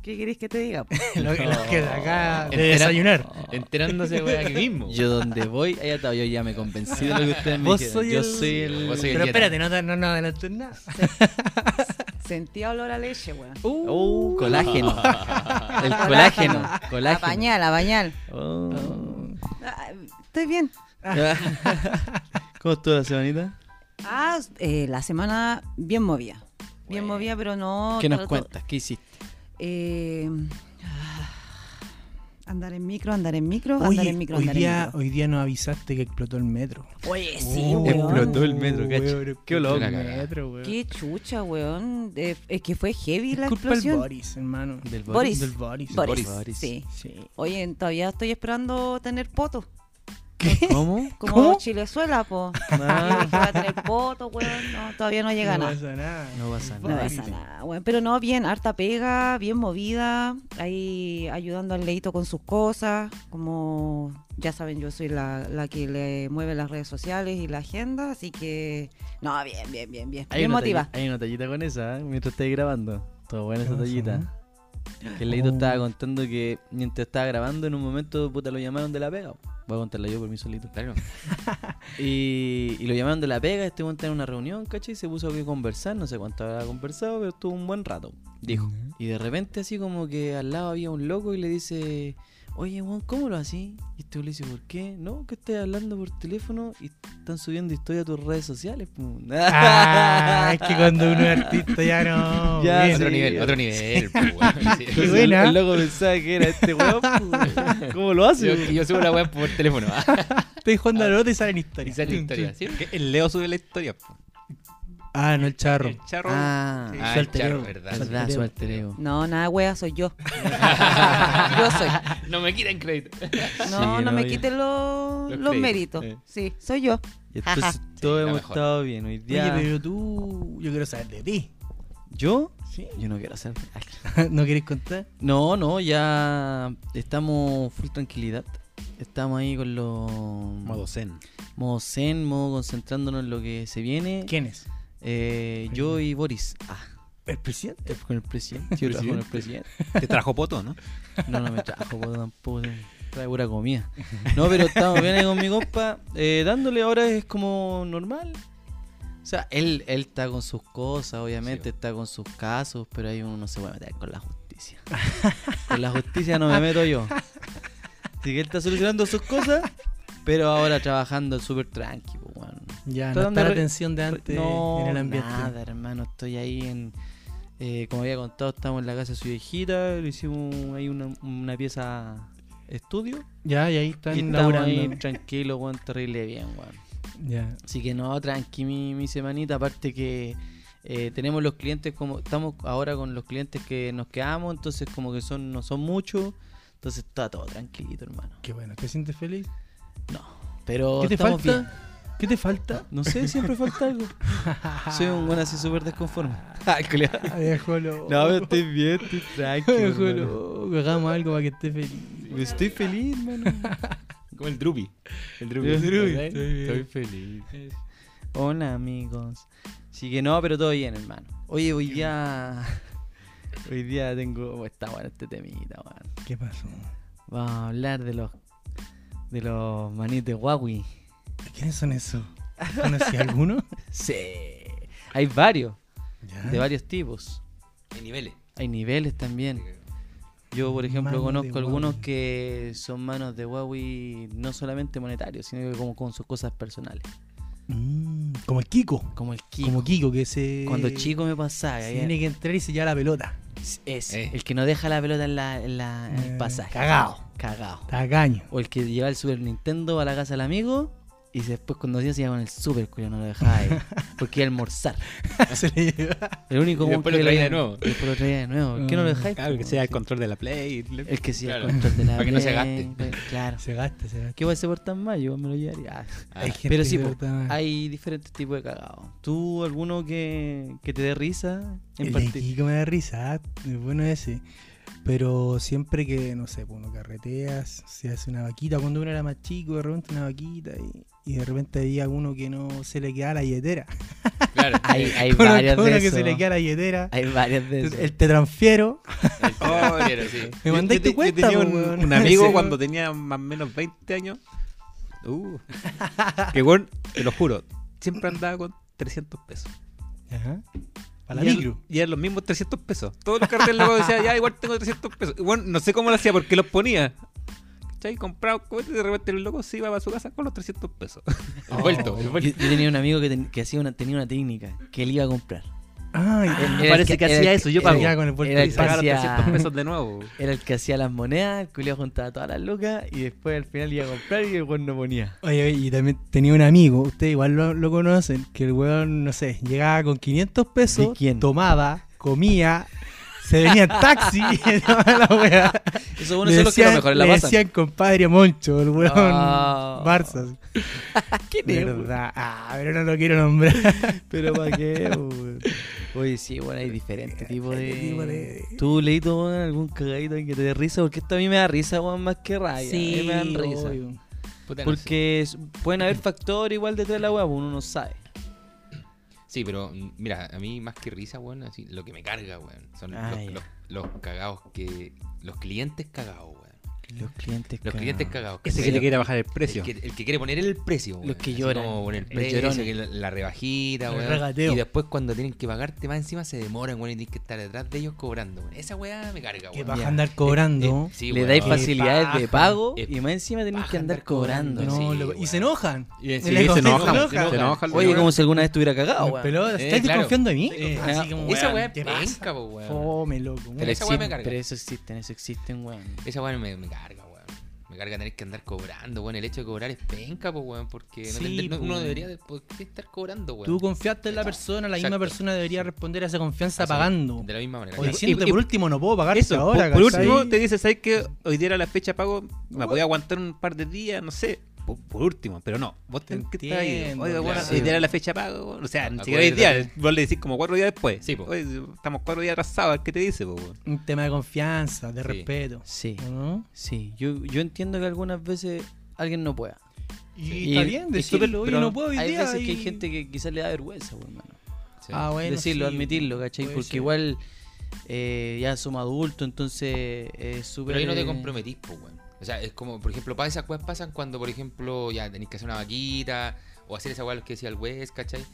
[SPEAKER 1] ¿Qué querés que te diga? po?
[SPEAKER 2] lo que nos queda acá de
[SPEAKER 3] Entera-
[SPEAKER 2] desayunar.
[SPEAKER 3] Enterándose, weón, aquí mismo.
[SPEAKER 1] Yo donde voy, ahí está, yo ya me convencí de lo que ustedes me
[SPEAKER 2] Vos
[SPEAKER 1] dijeron.
[SPEAKER 2] soy
[SPEAKER 1] Yo
[SPEAKER 2] el-
[SPEAKER 1] soy el...
[SPEAKER 3] Vos soy el
[SPEAKER 2] Pero
[SPEAKER 3] Jedi.
[SPEAKER 2] espérate, no, te- no, no adelantes nada.
[SPEAKER 5] Sentía olor a leche, weón.
[SPEAKER 1] Uh, colágeno. El colágeno.
[SPEAKER 5] A
[SPEAKER 1] colágeno.
[SPEAKER 5] bañal, a bañal.
[SPEAKER 1] Oh.
[SPEAKER 5] Ah, Estoy bien.
[SPEAKER 1] Ah. ¿Cómo estuvo la semanita?
[SPEAKER 5] Ah, eh, la semana bien movida. Bien movida, pero no.
[SPEAKER 1] ¿Qué nos
[SPEAKER 5] trato-
[SPEAKER 1] cuentas? ¿Qué hiciste?
[SPEAKER 5] Eh, ah, andar en micro, andar en micro, andar en micro,
[SPEAKER 2] hoy,
[SPEAKER 5] andar
[SPEAKER 2] día,
[SPEAKER 5] en
[SPEAKER 2] hoy día nos avisaste que explotó el metro.
[SPEAKER 5] micro. Oye, sí,
[SPEAKER 2] Oh,
[SPEAKER 5] weón.
[SPEAKER 1] Explotó el metro,
[SPEAKER 2] weón,
[SPEAKER 1] cacho.
[SPEAKER 2] explotó
[SPEAKER 1] Qué olor.
[SPEAKER 2] el
[SPEAKER 3] La cagada.
[SPEAKER 2] metro, weón.
[SPEAKER 5] Qué chucha, weón. Eh, es que fue heavy la
[SPEAKER 2] Culpa el
[SPEAKER 5] explosión.
[SPEAKER 2] Boris, hermano.
[SPEAKER 1] Del
[SPEAKER 5] Boris.
[SPEAKER 2] Del Boris.
[SPEAKER 5] Boris,
[SPEAKER 1] Boris.
[SPEAKER 5] Sí.
[SPEAKER 2] Sí.
[SPEAKER 5] Oye, todavía estoy esperando tener poto.
[SPEAKER 2] ¿Qué?
[SPEAKER 1] ¿Cómo?
[SPEAKER 5] Como
[SPEAKER 2] ¿Cómo?
[SPEAKER 5] Chilezuela, po. Y
[SPEAKER 1] Ah,
[SPEAKER 5] dije, va a tener poto, weón. No, todavía no llega
[SPEAKER 2] no
[SPEAKER 5] nada.
[SPEAKER 2] pasa nada.
[SPEAKER 1] no pasa
[SPEAKER 5] No
[SPEAKER 1] nada.
[SPEAKER 5] pasa nada, weón. Pero no, bien, harta pega, bien movida, ahí ayudando al leito con sus cosas. Como ya saben, yo soy la, la que le mueve las redes sociales y la agenda, así que. No, bien, bien, bien, bien.
[SPEAKER 1] Hay
[SPEAKER 5] bien
[SPEAKER 1] una,
[SPEAKER 5] motiva.
[SPEAKER 1] tallita, hay una tallita con esa, ¿eh? mientras estáis grabando. Todo buena esa
[SPEAKER 2] Qué
[SPEAKER 1] tallita.
[SPEAKER 2] razón,
[SPEAKER 1] Que el leito
[SPEAKER 2] Oh.
[SPEAKER 1] estaba contando que mientras estaba grabando, en un momento, puta, lo llamaron de la pega. Voy a contarla yo por mí solito.
[SPEAKER 3] Dale, no.
[SPEAKER 1] Y, y lo llamaron de la pega, este weón tenía una reunión, ¿cachai? Y se puso aquí a conversar, no sé cuánto habrá conversado, pero estuvo un buen rato, dijo. Y de repente así como que al lado había un loco y le dice, oye, weón, ¿cómo lo así? Y este weón le dice, ¿por qué? No, que estás hablando por teléfono y están subiendo historia a tus redes sociales. pum".
[SPEAKER 2] Ah, es que cuando uno es artista ya no.
[SPEAKER 1] Ya,
[SPEAKER 2] bien.
[SPEAKER 3] Otro
[SPEAKER 1] sí.
[SPEAKER 3] nivel, otro nivel. po, weón. Sí.
[SPEAKER 1] Entonces, el,
[SPEAKER 2] buena.
[SPEAKER 1] el loco pensaba que era este weón. pum. ¿Cómo lo hace?
[SPEAKER 3] Yo,
[SPEAKER 1] weón?
[SPEAKER 3] yo subo la web por teléfono. ah,
[SPEAKER 2] Estoy jugando a la pelota y salen historias.
[SPEAKER 3] Y sale historia. ¿sí?
[SPEAKER 4] Que El Leo sube la historia. pues. po.
[SPEAKER 2] Ah, no el charro.
[SPEAKER 4] El charro.
[SPEAKER 1] Ah,
[SPEAKER 4] Sí.
[SPEAKER 3] Ah,
[SPEAKER 2] Su
[SPEAKER 3] el
[SPEAKER 2] alter
[SPEAKER 3] charro,
[SPEAKER 2] ego.
[SPEAKER 3] verdad.
[SPEAKER 2] Su
[SPEAKER 1] verdad,
[SPEAKER 2] alter
[SPEAKER 1] su
[SPEAKER 2] ego.
[SPEAKER 1] alter ego.
[SPEAKER 5] No, nada, wea, soy yo. yo soy.
[SPEAKER 3] No me quitan crédito.
[SPEAKER 5] No,
[SPEAKER 1] Sí,
[SPEAKER 5] no
[SPEAKER 1] no,
[SPEAKER 5] me
[SPEAKER 1] bien.
[SPEAKER 5] quiten los,
[SPEAKER 3] Los
[SPEAKER 5] los
[SPEAKER 3] créditos,
[SPEAKER 5] méritos.
[SPEAKER 3] eh.
[SPEAKER 5] Sí, soy yo.
[SPEAKER 1] Y entonces todos
[SPEAKER 3] la
[SPEAKER 1] hemos
[SPEAKER 3] mejor.
[SPEAKER 1] estado bien hoy
[SPEAKER 2] Oye,
[SPEAKER 1] día.
[SPEAKER 2] pero tú. Yo quiero saber de ti.
[SPEAKER 1] ¿Yo?
[SPEAKER 2] ¿Sí?
[SPEAKER 1] Yo no quiero hacer...
[SPEAKER 2] ¿No querés contar?
[SPEAKER 1] No, no, ya estamos full tranquilidad. Estamos ahí con los...
[SPEAKER 4] Modo zen.
[SPEAKER 1] Modo zen, modo concentrándonos en lo que se viene.
[SPEAKER 2] ¿Quién es?
[SPEAKER 1] Eh, yo y Boris. Ah,
[SPEAKER 2] ¿El presidente?
[SPEAKER 1] es con el presidente. Yo trabajo con el presidente.
[SPEAKER 4] Te trajo poto, ¿no?
[SPEAKER 1] No, no me trajo po, tampoco. Trae pura comida. No, pero estamos bien ahí con mi compa. eh, dándole ahora es como normal. O sea, él, él está con sus cosas, obviamente, está con sus casos, pero ahí uno no se puede meter con la justicia. Con la justicia no me meto yo. Así que él está solucionando sus cosas, pero ahora trabajando súper tranqui, pues, weón.
[SPEAKER 2] Ya,
[SPEAKER 1] Estoy
[SPEAKER 2] no
[SPEAKER 1] dando
[SPEAKER 2] está la
[SPEAKER 1] re-
[SPEAKER 2] tensión de antes
[SPEAKER 1] No,
[SPEAKER 2] en el ambiente.
[SPEAKER 1] nada, hermano. Estoy ahí en. eh, como había contado, estamos en la casa de su viejita. Le hicimos ahí una, una pieza estudio.
[SPEAKER 2] Ya, y ahí están
[SPEAKER 1] y estamos ahí
[SPEAKER 2] laburando.
[SPEAKER 1] tranquilo, weón, terrible bien, weón.
[SPEAKER 2] Ya.
[SPEAKER 1] Así que no, tranqui mi, mi semanita. Aparte que eh, tenemos los clientes como. Estamos ahora con los clientes que nos quedamos, entonces como que son no son muchos. Entonces está todo tranquilito, hermano.
[SPEAKER 2] Qué bueno, ¿te sientes feliz?
[SPEAKER 1] Pero
[SPEAKER 2] ¿Qué te
[SPEAKER 1] Oh, estamos
[SPEAKER 2] falta?
[SPEAKER 1] bien.
[SPEAKER 2] ¿Qué te falta?
[SPEAKER 1] No sé, siempre falta algo. Soy un buen así súper desconforme.
[SPEAKER 2] Ah, Déjalo.
[SPEAKER 1] No, pero estoy bien, estoy tranquilo. hermano.
[SPEAKER 2] Déjalo. Hagamos algo para que estés feliz.
[SPEAKER 1] Estoy feliz, mano.
[SPEAKER 3] Como el Drupi. El Drupi.
[SPEAKER 1] El Drupi,
[SPEAKER 3] ¿verdad?
[SPEAKER 2] estoy bien.
[SPEAKER 3] Estoy feliz.
[SPEAKER 1] Hola, amigos. Sí que no, pero todo bien, hermano. Oye, hoy día. Hoy día tengo. oh, está bueno este temita, weón.
[SPEAKER 2] ¿Qué pasó?
[SPEAKER 1] Vamos a hablar de los. De los manis de Huawei.
[SPEAKER 2] ¿Quiénes son esos? ¿Conocí alguno?
[SPEAKER 1] Sí. Hay varios.
[SPEAKER 2] Ya.
[SPEAKER 1] De varios tipos.
[SPEAKER 3] De niveles.
[SPEAKER 1] Hay niveles también. Yo, por ejemplo,
[SPEAKER 2] Manos de
[SPEAKER 1] conozco algunos
[SPEAKER 2] Huawei.
[SPEAKER 1] que son manos de Huawei no solamente monetarios, sino que como con sus cosas personales.
[SPEAKER 2] Mm, como el Kiko.
[SPEAKER 1] Como el Kiko.
[SPEAKER 2] Como Kiko, que se.
[SPEAKER 1] Cuando chico me pasaba.
[SPEAKER 2] se
[SPEAKER 1] había-
[SPEAKER 2] tiene que entrar y sellar la pelota.
[SPEAKER 1] Es
[SPEAKER 3] Eh.
[SPEAKER 1] el que no deja la pelota en, la, en la- en el
[SPEAKER 2] Eh,
[SPEAKER 1] pasaje.
[SPEAKER 2] cagao.
[SPEAKER 1] Cagao.
[SPEAKER 2] Tacaño.
[SPEAKER 1] O el que lleva el Super Nintendo a la casa del amigo y después cuando se iba con el Super, cuyo no lo dejaba ahí. Porque iba a almorzar.
[SPEAKER 2] se le lleva.
[SPEAKER 1] El único
[SPEAKER 3] Y
[SPEAKER 1] weón
[SPEAKER 3] después lo
[SPEAKER 1] que
[SPEAKER 3] traía
[SPEAKER 1] le-
[SPEAKER 3] de nuevo.
[SPEAKER 1] y Después lo traía de nuevo. ¿Por qué no lo
[SPEAKER 2] Mm,
[SPEAKER 1] dejáis?
[SPEAKER 4] Claro, que
[SPEAKER 1] po?
[SPEAKER 4] sea el
[SPEAKER 1] Sí.
[SPEAKER 4] control de la Play.
[SPEAKER 1] El que sea
[SPEAKER 3] Claro.
[SPEAKER 1] el control de la
[SPEAKER 3] Para que no se
[SPEAKER 1] Play,
[SPEAKER 3] gaste.
[SPEAKER 1] pues, Claro.
[SPEAKER 2] Se gasta, se gasta.
[SPEAKER 1] ¿Qué voy a hacer por tan mal? Yo me lo llevaría. Ah.
[SPEAKER 3] Ah,
[SPEAKER 2] Hay gente
[SPEAKER 1] Pero
[SPEAKER 2] que
[SPEAKER 1] sí,
[SPEAKER 2] de
[SPEAKER 1] po,
[SPEAKER 2] verdad-
[SPEAKER 1] hay diferentes tipos de cagados. ¿Tú alguno que, que te dé risa? En
[SPEAKER 2] El de
[SPEAKER 1] parti-
[SPEAKER 2] Kiko me da risa, ah, es bueno ese. Pero siempre que, no sé, pues uno carretea, se hace una vaquita. Cuando uno era más chico, de repente una vaquita y, y de repente había uno que no se le queda la billetera.
[SPEAKER 3] Claro.
[SPEAKER 1] Hay,
[SPEAKER 3] Eh,
[SPEAKER 1] hay
[SPEAKER 2] Conozco
[SPEAKER 1] varios
[SPEAKER 2] uno
[SPEAKER 1] de
[SPEAKER 2] que
[SPEAKER 1] esos.
[SPEAKER 2] se le queda la billetera.
[SPEAKER 1] Hay varios de esos.
[SPEAKER 2] Entonces, el te transfiero.
[SPEAKER 3] el tablero, sí.
[SPEAKER 2] Me mandé
[SPEAKER 4] Ah, Yo te-
[SPEAKER 2] tu
[SPEAKER 4] yo
[SPEAKER 2] cuenta.
[SPEAKER 4] tenía
[SPEAKER 2] po,
[SPEAKER 4] un,
[SPEAKER 2] weón.
[SPEAKER 4] un amigo
[SPEAKER 2] Sí,
[SPEAKER 4] cuando tenía más o menos 20 años. Uh, que weón, te lo juro, siempre andaba con 300 pesos.
[SPEAKER 2] Ajá. Para
[SPEAKER 4] Y
[SPEAKER 2] la
[SPEAKER 4] era-
[SPEAKER 2] micro.
[SPEAKER 4] Y eran los mismos 300 pesos. Todos los carteles locos decían, ya igual tengo 300 pesos. Y bueno, no sé cómo lo hacía, porque los ponía. ¿Cachai? Compraba un cohete y de repente el loco se iba a su casa con los 300 pesos.
[SPEAKER 3] El vuelto, el
[SPEAKER 1] Yo,
[SPEAKER 3] vuelto.
[SPEAKER 1] yo tenía un amigo que, ten- que hacía una, tenía una técnica que él iba a comprar.
[SPEAKER 2] Ay,
[SPEAKER 1] el
[SPEAKER 4] parece que
[SPEAKER 1] era
[SPEAKER 4] hacía
[SPEAKER 1] el
[SPEAKER 4] eso, yo
[SPEAKER 1] era el-
[SPEAKER 2] pago. Con el vuelto
[SPEAKER 1] era
[SPEAKER 2] y
[SPEAKER 1] el, que
[SPEAKER 4] Pagaba los 300
[SPEAKER 1] hacía,
[SPEAKER 4] pesos de nuevo.
[SPEAKER 1] era el que hacía las monedas, el culiao juntaba todas las lucas y después al final iba a comprar y el weón no ponía.
[SPEAKER 2] Oye, oye, y también tenía un amigo, ustedes igual lo, lo conocen, que el weón, no sé, llegaba con 500 pesos,
[SPEAKER 1] ¿De quién?
[SPEAKER 2] tomaba, comía, se venía en taxi. y toda la wea.
[SPEAKER 1] Eso bueno,
[SPEAKER 2] Le
[SPEAKER 1] eso es lo que lo
[SPEAKER 2] decían-
[SPEAKER 1] mejor la
[SPEAKER 2] le
[SPEAKER 1] pasan.
[SPEAKER 2] decían compadre a Moncho, el weón
[SPEAKER 1] Ah.
[SPEAKER 2] Barça. así.
[SPEAKER 1] ¿Quién es, weón?
[SPEAKER 2] Verdad. Ah, pero no lo quiero nombrar.
[SPEAKER 1] Pero para qué, weón. Oye, sí, bueno, hay diferentes tipos de...
[SPEAKER 2] Diferentes tipos de-
[SPEAKER 1] ¿Tú, Leito, weón, algún cagadito que te dé risa? Porque esto a mí me da risa, weón, más que raya.
[SPEAKER 5] Sí,
[SPEAKER 1] A mí me dan risa.
[SPEAKER 2] Obvio.
[SPEAKER 3] Puta, no sé.
[SPEAKER 1] Porque es- pueden haber factores igual detrás de la weá, uno no sabe.
[SPEAKER 3] Sí, pero mm, mira, a mí más que risa, weón, así, lo que me carga, weón, son
[SPEAKER 1] Ah,
[SPEAKER 3] los,
[SPEAKER 1] ya.
[SPEAKER 3] los, los cagados que... Los clientes cagados, weón.
[SPEAKER 1] Los clientes
[SPEAKER 3] Los clientes cagados.
[SPEAKER 4] Ese
[SPEAKER 3] ¿cachai?
[SPEAKER 4] que le
[SPEAKER 3] Los-
[SPEAKER 4] quiere bajar el precio.
[SPEAKER 3] El que, el que quiere poner el precio, weón.
[SPEAKER 1] Los que
[SPEAKER 3] Así
[SPEAKER 1] lloran,
[SPEAKER 3] como poner el
[SPEAKER 1] los
[SPEAKER 3] precio,
[SPEAKER 1] llorones.
[SPEAKER 3] que la, la rebajita,
[SPEAKER 2] El
[SPEAKER 3] weón.
[SPEAKER 2] regateo.
[SPEAKER 3] Y después cuando tienen que pagarte más encima se demoran, weón, y tienes que estar detrás de ellos cobrando, weón. Esa weá me carga,
[SPEAKER 2] Que
[SPEAKER 3] weón.
[SPEAKER 2] vas
[SPEAKER 1] Ya.
[SPEAKER 2] a andar cobrando.
[SPEAKER 3] Eh,
[SPEAKER 1] Le
[SPEAKER 3] sí, weón.
[SPEAKER 1] dais
[SPEAKER 2] Qué
[SPEAKER 1] facilidades de
[SPEAKER 2] paja.
[SPEAKER 1] pago
[SPEAKER 3] Eh,
[SPEAKER 1] y más encima tenés que
[SPEAKER 3] paja
[SPEAKER 1] andar
[SPEAKER 3] andar cobrando,
[SPEAKER 1] cobrando.
[SPEAKER 2] No,
[SPEAKER 3] sí,
[SPEAKER 2] lo- y
[SPEAKER 3] weón.
[SPEAKER 2] se enojan.
[SPEAKER 4] Y- sí,
[SPEAKER 2] Le
[SPEAKER 4] se
[SPEAKER 2] conté-
[SPEAKER 4] enoja,
[SPEAKER 2] se
[SPEAKER 4] se
[SPEAKER 2] enoja.
[SPEAKER 4] enoja el
[SPEAKER 1] Oye,
[SPEAKER 4] weón.
[SPEAKER 1] como si alguna vez estuviera cagado,
[SPEAKER 2] Me
[SPEAKER 1] weón. Ah.
[SPEAKER 2] peló,
[SPEAKER 3] Eh,
[SPEAKER 2] ¿Estás
[SPEAKER 3] claro.
[SPEAKER 2] desconfiando de mí?
[SPEAKER 3] Ah, Sí,
[SPEAKER 2] Eh, Así como,
[SPEAKER 3] Esa weá
[SPEAKER 2] ¿qué
[SPEAKER 3] es
[SPEAKER 2] pasa?
[SPEAKER 3] penca, po, weón.
[SPEAKER 2] Fome, loco.
[SPEAKER 3] Pero
[SPEAKER 2] weón.
[SPEAKER 3] esa weá me
[SPEAKER 1] Siempre
[SPEAKER 3] carga.
[SPEAKER 1] eso existen, eso existen, weón.
[SPEAKER 3] Esa weá me, me carga, weón. Me carga tener que andar cobrando, weón. El hecho de cobrar es penca, po, weón, porque no
[SPEAKER 2] Sí,
[SPEAKER 3] tendría- no-
[SPEAKER 2] po,
[SPEAKER 3] uno
[SPEAKER 2] weón.
[SPEAKER 3] debería de- ¿por qué estar cobrando, weón.
[SPEAKER 2] Tú confiaste en la
[SPEAKER 3] Exacto.
[SPEAKER 2] persona, la misma
[SPEAKER 3] Exacto.
[SPEAKER 2] persona debería responder a esa confianza
[SPEAKER 3] Así,
[SPEAKER 2] pagando.
[SPEAKER 3] De la misma manera.
[SPEAKER 2] O
[SPEAKER 3] claro.
[SPEAKER 2] diciéndote
[SPEAKER 4] y-
[SPEAKER 2] por último, no puedo pagarte
[SPEAKER 4] Eso,
[SPEAKER 2] ahora.
[SPEAKER 4] por, por
[SPEAKER 2] ¿cachai?
[SPEAKER 4] último te dice, ¿sabes que Hoy día era la fecha de pago, me podía aguantar un par de días, no sé. Por, por último, pero no. Vos tenés que estar ahí.
[SPEAKER 2] entiendo,
[SPEAKER 4] Oiga, bueno,
[SPEAKER 3] claro.
[SPEAKER 4] hoy día era la fecha de pago. O sea,
[SPEAKER 3] A-
[SPEAKER 4] ni siquiera hoy día.
[SPEAKER 3] acuérdate.
[SPEAKER 4] Vos le decís como cuatro días después.
[SPEAKER 3] Sí, po.
[SPEAKER 4] Oye, estamos cuatro días atrasados. ¿Qué te dice, po? weón?
[SPEAKER 2] Un tema de confianza, de
[SPEAKER 3] Sí.
[SPEAKER 2] respeto.
[SPEAKER 1] Sí,
[SPEAKER 3] Mm.
[SPEAKER 2] ¿no?
[SPEAKER 1] sí. Yo, yo entiendo que algunas veces alguien no pueda.
[SPEAKER 2] Y
[SPEAKER 1] Sí.
[SPEAKER 2] está
[SPEAKER 1] Y-
[SPEAKER 2] bien
[SPEAKER 1] y sí,
[SPEAKER 2] decirlo, oye,
[SPEAKER 1] pero
[SPEAKER 2] no puedo hoy
[SPEAKER 1] Hay
[SPEAKER 2] día.
[SPEAKER 1] veces que hay
[SPEAKER 2] y-
[SPEAKER 1] gente que quizás le da vergüenza, weón, hermano.
[SPEAKER 3] Sí.
[SPEAKER 2] Ah, bueno,
[SPEAKER 1] Decirlo,
[SPEAKER 2] sí,
[SPEAKER 1] admitirlo, ¿cachai?
[SPEAKER 2] puede
[SPEAKER 1] Porque
[SPEAKER 2] ser.
[SPEAKER 1] igual eh, ya somos adultos, entonces es súper...
[SPEAKER 3] Pero ahí no te
[SPEAKER 1] eh,
[SPEAKER 3] comprometís, pues, weón. O sea, es como, por ejemplo, para esas weas pasan cuando, por ejemplo, ya tenéis que hacer una vaquita o hacer esa wea que decía el Wes, ¿cachai?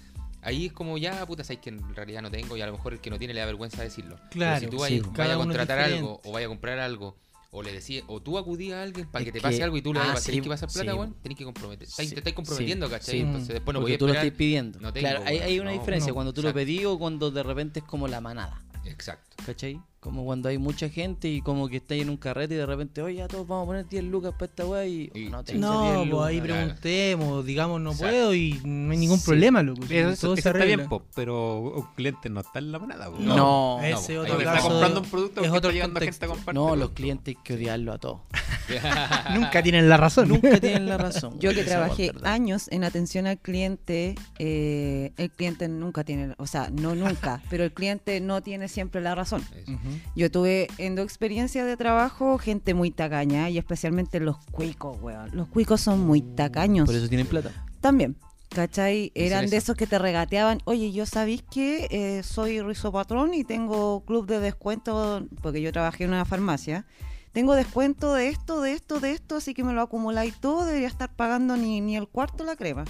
[SPEAKER 3] Ahí es como ya, puta, sabéis que en realidad no tengo y a lo mejor el que no tiene le da vergüenza decirlo. Pero
[SPEAKER 2] Claro,
[SPEAKER 3] si tú
[SPEAKER 2] sí,
[SPEAKER 3] vayas
[SPEAKER 2] cada
[SPEAKER 3] vayas a
[SPEAKER 2] uno es
[SPEAKER 3] contratar algo
[SPEAKER 2] diferente.
[SPEAKER 3] o vayas a comprar algo o le decís, o tú acudís a alguien para
[SPEAKER 1] Es
[SPEAKER 3] que te
[SPEAKER 1] que-
[SPEAKER 3] pase algo y tú le
[SPEAKER 1] ah,
[SPEAKER 3] vas a
[SPEAKER 1] sí,
[SPEAKER 3] tener que pasar plata,
[SPEAKER 1] sí.
[SPEAKER 3] weón, tenés que comprometer. Estáis-
[SPEAKER 1] Sí,
[SPEAKER 3] te estáis comprometiendo,
[SPEAKER 1] sí,
[SPEAKER 3] ¿cachai?
[SPEAKER 1] sí.
[SPEAKER 3] Entonces después no
[SPEAKER 1] porque
[SPEAKER 3] podías
[SPEAKER 1] tú lo
[SPEAKER 3] esperar.
[SPEAKER 1] estás pidiendo.
[SPEAKER 3] No tengo,
[SPEAKER 1] claro, hay,
[SPEAKER 3] weón,
[SPEAKER 1] hay una
[SPEAKER 3] no,
[SPEAKER 1] diferencia
[SPEAKER 2] no,
[SPEAKER 1] cuando tú lo
[SPEAKER 3] exacto.
[SPEAKER 1] pedís o cuando de repente es como la manada,
[SPEAKER 3] Exacto.
[SPEAKER 1] ¿cachai? Como cuando hay mucha gente y como que estáis en un carrete y de repente, oye, ya todos vamos a poner 10 lucas para esta weá y...
[SPEAKER 3] Y-
[SPEAKER 1] no, tengo 10
[SPEAKER 2] No, pues
[SPEAKER 1] lucas.
[SPEAKER 2] ahí preguntemos, digamos no
[SPEAKER 3] Exacto.
[SPEAKER 2] puedo y no hay ningún
[SPEAKER 1] Sí.
[SPEAKER 2] problema, loco.
[SPEAKER 4] Eso,
[SPEAKER 2] Todo se
[SPEAKER 4] eso está
[SPEAKER 2] arregla.
[SPEAKER 4] bien, po, pero un cliente no está en la manada. po.
[SPEAKER 1] No, no, pues,
[SPEAKER 2] Ese
[SPEAKER 3] no,
[SPEAKER 2] otro
[SPEAKER 3] ahí
[SPEAKER 4] Porque está
[SPEAKER 2] caso
[SPEAKER 4] comprando un producto
[SPEAKER 2] es
[SPEAKER 4] porque
[SPEAKER 2] otro
[SPEAKER 4] está llegando
[SPEAKER 2] contexto.
[SPEAKER 4] gente a comprarte.
[SPEAKER 1] No,
[SPEAKER 4] po.
[SPEAKER 1] los clientes hay que odiarlo a todos.
[SPEAKER 2] Nunca tienen la razón.
[SPEAKER 1] Nunca tienen la razón.
[SPEAKER 5] Yo que
[SPEAKER 1] weón, esa weá es
[SPEAKER 5] trabajé
[SPEAKER 1] verdad.
[SPEAKER 5] años en atención al cliente, eh, el cliente nunca tiene, o sea, no nunca, pero el cliente no tiene siempre la razón.
[SPEAKER 3] Eso.
[SPEAKER 1] Mm.
[SPEAKER 2] Ujú.
[SPEAKER 5] Yo tuve en dos experiencias de trabajo gente muy tacaña y especialmente los cuicos, weón. Los cuicos son muy tacaños.
[SPEAKER 1] Mm, Por eso tienen plata.
[SPEAKER 5] También, ¿cachai? Eran
[SPEAKER 3] eso.
[SPEAKER 5] de esos que te regateaban, oye, yo sabéis que eh, soy rizopatrón y tengo club de descuento, porque yo trabajé en una farmacia. Tengo descuento de esto, de esto, de esto, así que me lo acumuláis todo, debería estar pagando ni, ni el cuarto la crema.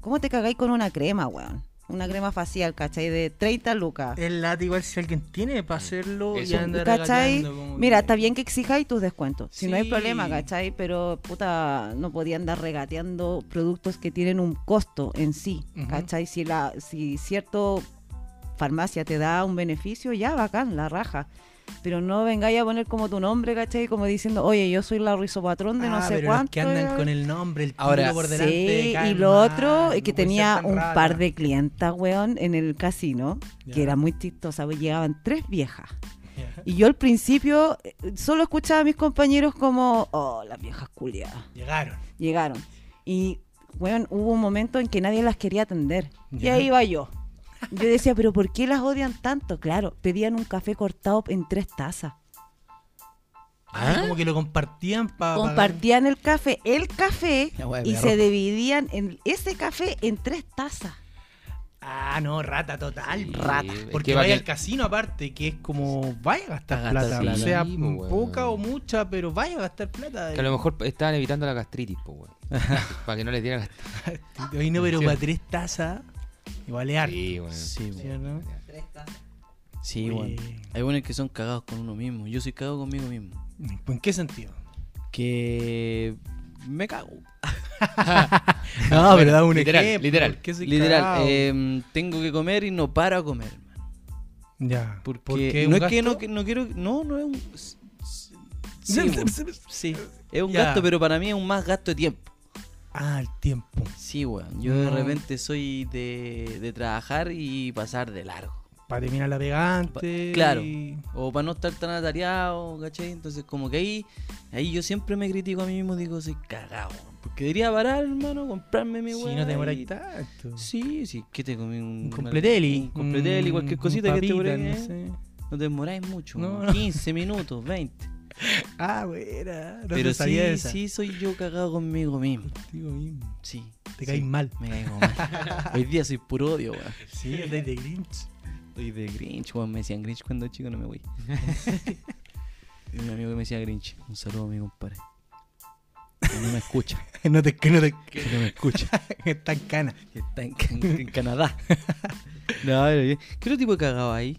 [SPEAKER 5] ¿Cómo te cagáis con una crema, weón? Una crema facial, ¿cachai? De 30 lucas.
[SPEAKER 2] El látigo igual si alguien tiene para hacerlo y
[SPEAKER 3] Eso.
[SPEAKER 2] anda
[SPEAKER 5] ¿Cachai?
[SPEAKER 2] regateando como
[SPEAKER 5] Mira,
[SPEAKER 2] que-
[SPEAKER 5] está bien que exijáis tus descuentos. Si no hay
[SPEAKER 2] Sí.
[SPEAKER 5] problema, ¿cachai? Pero, puta, no podía andar regateando productos que tienen un costo en sí,
[SPEAKER 2] Ujú.
[SPEAKER 5] ¿cachai? Si, la, si cierto farmacia te da un beneficio, ya, bacán, la raja. Pero no vengáis a poner como tu nombre, ¿cachai? Como diciendo, oye, yo soy la rizopatrón de no
[SPEAKER 2] Ah,
[SPEAKER 5] sé
[SPEAKER 2] pero los
[SPEAKER 5] cuánto.
[SPEAKER 2] que andan
[SPEAKER 5] eh.
[SPEAKER 2] con el nombre, el
[SPEAKER 1] Ahora,
[SPEAKER 2] título por delante.
[SPEAKER 5] sí, y
[SPEAKER 2] caen
[SPEAKER 5] lo
[SPEAKER 2] mal,
[SPEAKER 5] otro es que
[SPEAKER 2] no puede ser
[SPEAKER 5] tenía
[SPEAKER 2] tan
[SPEAKER 5] un
[SPEAKER 2] rata.
[SPEAKER 5] par de clientas, weón, en el casino,
[SPEAKER 2] Ya.
[SPEAKER 5] que era muy chistosa, pues, llegaban tres viejas.
[SPEAKER 2] Ya.
[SPEAKER 5] Y yo al principio eh, solo escuchaba a mis compañeros como, oh, las viejas culiadas.
[SPEAKER 2] Llegaron.
[SPEAKER 5] Llegaron. Y, bueno, hubo un momento en que nadie las quería atender. Y
[SPEAKER 2] Ya.
[SPEAKER 5] ahí iba yo. Yo decía, pero ¿por qué las odian tanto? Claro, pedían un café cortado en tres tazas.
[SPEAKER 2] Ah, Como que lo compartían Ah, para.
[SPEAKER 5] Compartían el café, el café,
[SPEAKER 1] La wea de
[SPEAKER 5] y
[SPEAKER 1] perro.
[SPEAKER 5] se dividían en ese café en tres tazas.
[SPEAKER 2] Ah, no, rata total.
[SPEAKER 3] Sí,
[SPEAKER 5] rata.
[SPEAKER 3] es
[SPEAKER 2] Porque
[SPEAKER 3] que va
[SPEAKER 2] vaya
[SPEAKER 3] que-
[SPEAKER 2] al casino aparte, que es como vaya a gastar
[SPEAKER 1] A gastar
[SPEAKER 2] plata.
[SPEAKER 1] plata.
[SPEAKER 2] O sea,
[SPEAKER 3] Sí, pues,
[SPEAKER 2] poca o
[SPEAKER 3] weón.
[SPEAKER 2] mucha, pero vaya a gastar plata.
[SPEAKER 3] Que a lo mejor estaban evitando la gastritis, pues, weón. para que no les diera gastritis.
[SPEAKER 2] Hoy no, pero
[SPEAKER 3] Sí.
[SPEAKER 2] para tres tazas, igual es harto.
[SPEAKER 3] Sí, weón.
[SPEAKER 1] Sí,
[SPEAKER 2] ¿sí
[SPEAKER 1] weón.
[SPEAKER 2] o no?
[SPEAKER 1] Sí, weón.
[SPEAKER 2] Oye.
[SPEAKER 1] Hay buenos que son cagados con uno mismo. Yo soy cagado conmigo mismo.
[SPEAKER 2] ¿En qué sentido?
[SPEAKER 1] Que me cago.
[SPEAKER 2] No, pero da un
[SPEAKER 3] literal,
[SPEAKER 2] ejemplo.
[SPEAKER 3] literal.
[SPEAKER 2] ¿por qué soy
[SPEAKER 1] Literal,
[SPEAKER 2] cagao?
[SPEAKER 1] em, tengo que comer y no paro a comer, hermano.
[SPEAKER 2] ya.
[SPEAKER 1] Porque
[SPEAKER 2] ¿Por qué
[SPEAKER 1] no
[SPEAKER 2] un
[SPEAKER 1] es que no,
[SPEAKER 2] gasto?
[SPEAKER 1] que no quiero. No, no es un. s- s- Sí, weón. Sí, es un
[SPEAKER 2] Ya.
[SPEAKER 1] gasto, pero para mí es un más gasto de tiempo.
[SPEAKER 2] Ah, el tiempo. Mm.
[SPEAKER 1] Sí, weón. Yo de
[SPEAKER 2] No.
[SPEAKER 1] repente soy de, de trabajar y pasar de largo.
[SPEAKER 2] para terminar la pegante.
[SPEAKER 1] Pa- claro.
[SPEAKER 2] y-
[SPEAKER 1] O para no estar tan atareado, ¿cachai? Entonces, como que ahí, ahí yo siempre me critico a mí mismo, digo, soy cagado. weón, Porque debería parar, hermano, comprarme mi
[SPEAKER 2] Si
[SPEAKER 1] weá
[SPEAKER 2] no te
[SPEAKER 1] y-
[SPEAKER 2] demoráis tanto.
[SPEAKER 1] Sí, sí, que te comí un.
[SPEAKER 2] Un completeli.
[SPEAKER 1] Un completeli, cualquier
[SPEAKER 2] un
[SPEAKER 1] cosita que te por
[SPEAKER 2] papita,
[SPEAKER 1] ahí,
[SPEAKER 2] no
[SPEAKER 1] ¿eh?
[SPEAKER 2] sé.
[SPEAKER 1] No te demoráis mucho,
[SPEAKER 2] No,
[SPEAKER 1] weón,
[SPEAKER 2] no.
[SPEAKER 1] 15 minutos, 20.
[SPEAKER 2] Ah, buena. No
[SPEAKER 1] Pero
[SPEAKER 2] te sabía
[SPEAKER 1] sí,
[SPEAKER 2] esa.
[SPEAKER 1] sí, soy yo cagado conmigo mismo.
[SPEAKER 2] Contigo mismo.
[SPEAKER 1] Sí.
[SPEAKER 2] Te
[SPEAKER 1] sí,
[SPEAKER 2] caes mal.
[SPEAKER 1] Me caigo mal. Hoy día soy puro odio, weón.
[SPEAKER 2] Sí, andáis de Grinch.
[SPEAKER 1] Soy de Grinch, weón. Me decían Grinch cuando chico, no me voy. Y un amigo que me decía Grinch. Un saludo a mi compadre. Que No me escucha,
[SPEAKER 2] No te, que no te,
[SPEAKER 1] que no me escucha.
[SPEAKER 2] estás cana.
[SPEAKER 1] que Está en, Can- en Canadá. No, pero bien. ¿Qué otro tipo de cagado hay?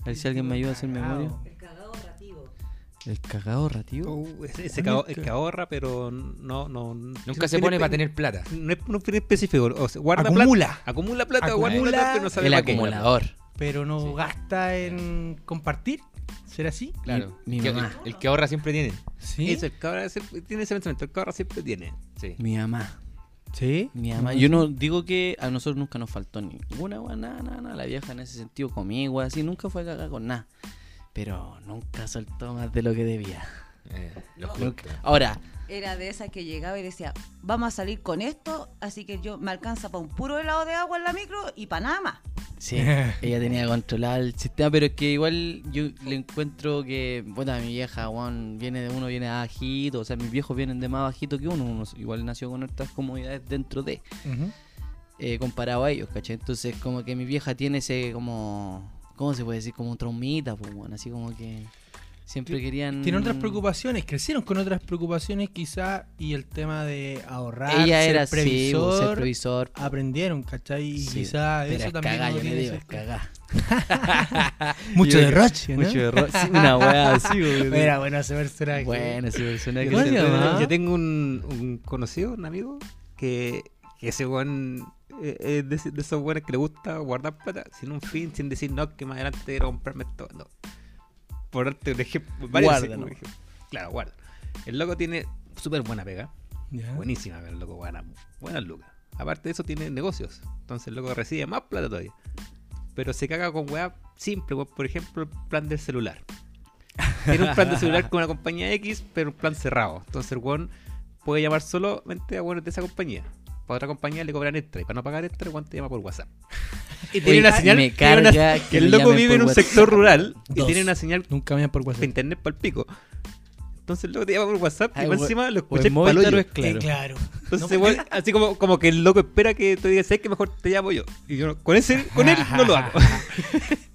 [SPEAKER 1] A ver si alguien me ayuda a hacer memoria.
[SPEAKER 5] El cagado rativo.
[SPEAKER 1] El cagado ratio.
[SPEAKER 4] Uh, ese
[SPEAKER 2] Ah,
[SPEAKER 4] ese que ahor- el que ahorra, pero no. no
[SPEAKER 3] Nunca se pone para tener plata.
[SPEAKER 4] No es no es específico. O sea, guarda
[SPEAKER 2] Acumula.
[SPEAKER 4] plata. Acumula plata.
[SPEAKER 2] Acumula.
[SPEAKER 4] Guarda plata, pero no sabe
[SPEAKER 1] el
[SPEAKER 4] para qué.
[SPEAKER 1] acumulador.
[SPEAKER 2] Pero no
[SPEAKER 3] Sí.
[SPEAKER 2] gasta en compartir. ¿Será así?
[SPEAKER 3] Claro.
[SPEAKER 1] Mi- mi
[SPEAKER 3] Que- el-
[SPEAKER 1] mamá.
[SPEAKER 3] El, que ahorra siempre tiene.
[SPEAKER 2] Sí.
[SPEAKER 4] Eso, el que ahorra siempre tiene ese pensamiento. El que ahorra siempre tiene.
[SPEAKER 3] Sí.
[SPEAKER 1] Mi mamá.
[SPEAKER 2] Sí.
[SPEAKER 1] Mi mamá. Yo no digo que a nosotros nunca nos faltó ninguna weá, nada, nada, nada. La vieja en ese sentido comía weá, así. Nunca fue a cagar con nada. Pero nunca soltó más de lo que debía.
[SPEAKER 3] Eh, lo
[SPEAKER 5] No.
[SPEAKER 3] justo.
[SPEAKER 1] Ahora,
[SPEAKER 5] Era de esas que llegaba y decía, vamos a salir con esto, así que yo me alcanza para un puro helado de agua en la micro y para nada más.
[SPEAKER 1] Sí, ella tenía controlado el sistema, pero es que igual yo le encuentro que, bueno, mi vieja, weón, viene de uno, viene bajito, o sea, mis viejos vienen de más bajito que uno, uno igual nació con otras comodidades dentro de,
[SPEAKER 2] Ujú.
[SPEAKER 1] eh, comparado a ellos, ¿cachai? Entonces, como que mi vieja tiene ese, como, ¿cómo se puede decir? Como un traumita, pues, weón, así como que siempre querían...
[SPEAKER 2] Tienen otras preocupaciones, crecieron con otras preocupaciones quizá y el tema de ahorrar,
[SPEAKER 1] Ella
[SPEAKER 2] ser
[SPEAKER 1] era así,
[SPEAKER 2] previsor,
[SPEAKER 1] pues, ser previsor.
[SPEAKER 2] aprendieron, ¿cachai? Y
[SPEAKER 1] Sí,
[SPEAKER 2] quizá
[SPEAKER 1] pero
[SPEAKER 2] eso
[SPEAKER 1] es
[SPEAKER 2] también
[SPEAKER 1] cagá,
[SPEAKER 2] no
[SPEAKER 1] yo le
[SPEAKER 2] tiene
[SPEAKER 1] digo, es
[SPEAKER 2] ese-
[SPEAKER 1] cagá.
[SPEAKER 2] mucho
[SPEAKER 1] Yo-
[SPEAKER 2] derroche, ¿no?
[SPEAKER 1] Mucho derroche, sí, una weá así, weón.
[SPEAKER 2] Era bueno saber será
[SPEAKER 1] Bueno, ese personaje.
[SPEAKER 4] Yo
[SPEAKER 1] ¿Cómo se
[SPEAKER 4] tengo-
[SPEAKER 1] llama?
[SPEAKER 4] Yo tengo un, un conocido, un amigo, que, que ese weón eh, es de, ese- de esos weones que le gusta guardar plata sin un fin, sin decir no, que más adelante quiero comprarme esto. No. Por darte un ejemplo. varios
[SPEAKER 1] Guarda,
[SPEAKER 4] ejemplos,
[SPEAKER 1] ¿no?
[SPEAKER 4] ejemplo. Claro, guarda. El loco tiene súper buena pega.
[SPEAKER 2] que ya.
[SPEAKER 4] Buenísima, el loco gana buenas lucas. Aparte de eso, tiene negocios. Entonces el loco recibe más plata todavía. Pero se caga con weá simple, weón. por ejemplo, el plan del celular. Tiene un plan de celular con una compañía X, pero un plan cerrado. Entonces el weón puede llamar solamente a weones de esa compañía. Para otra compañía le cobran extra. Y para no pagar extra, el weón te llama por WhatsApp. Y tiene
[SPEAKER 1] Oye,
[SPEAKER 4] una señal.
[SPEAKER 1] me
[SPEAKER 4] tiene una-
[SPEAKER 1] carga que
[SPEAKER 4] que el
[SPEAKER 1] me
[SPEAKER 4] loco
[SPEAKER 1] llamen
[SPEAKER 4] vive
[SPEAKER 1] por
[SPEAKER 4] en un
[SPEAKER 1] WhatsApp.
[SPEAKER 4] sector rural y
[SPEAKER 2] Dos.
[SPEAKER 4] tiene una señal
[SPEAKER 2] Nunca me dan por
[SPEAKER 4] de
[SPEAKER 2] WhatsApp.
[SPEAKER 4] internet para el pico. Entonces el loco te llama por WhatsApp
[SPEAKER 1] Ay,
[SPEAKER 4] y
[SPEAKER 1] we-
[SPEAKER 4] más encima lo
[SPEAKER 1] o el
[SPEAKER 4] escuchas
[SPEAKER 1] Movistar o es
[SPEAKER 2] Eh,
[SPEAKER 1] claro.
[SPEAKER 2] claro.
[SPEAKER 4] entonces, igual, así como, como que el loco espera que tú digas, ¿sabes que mejor te llamo yo? Y yo, no- con ese, con él no lo hago.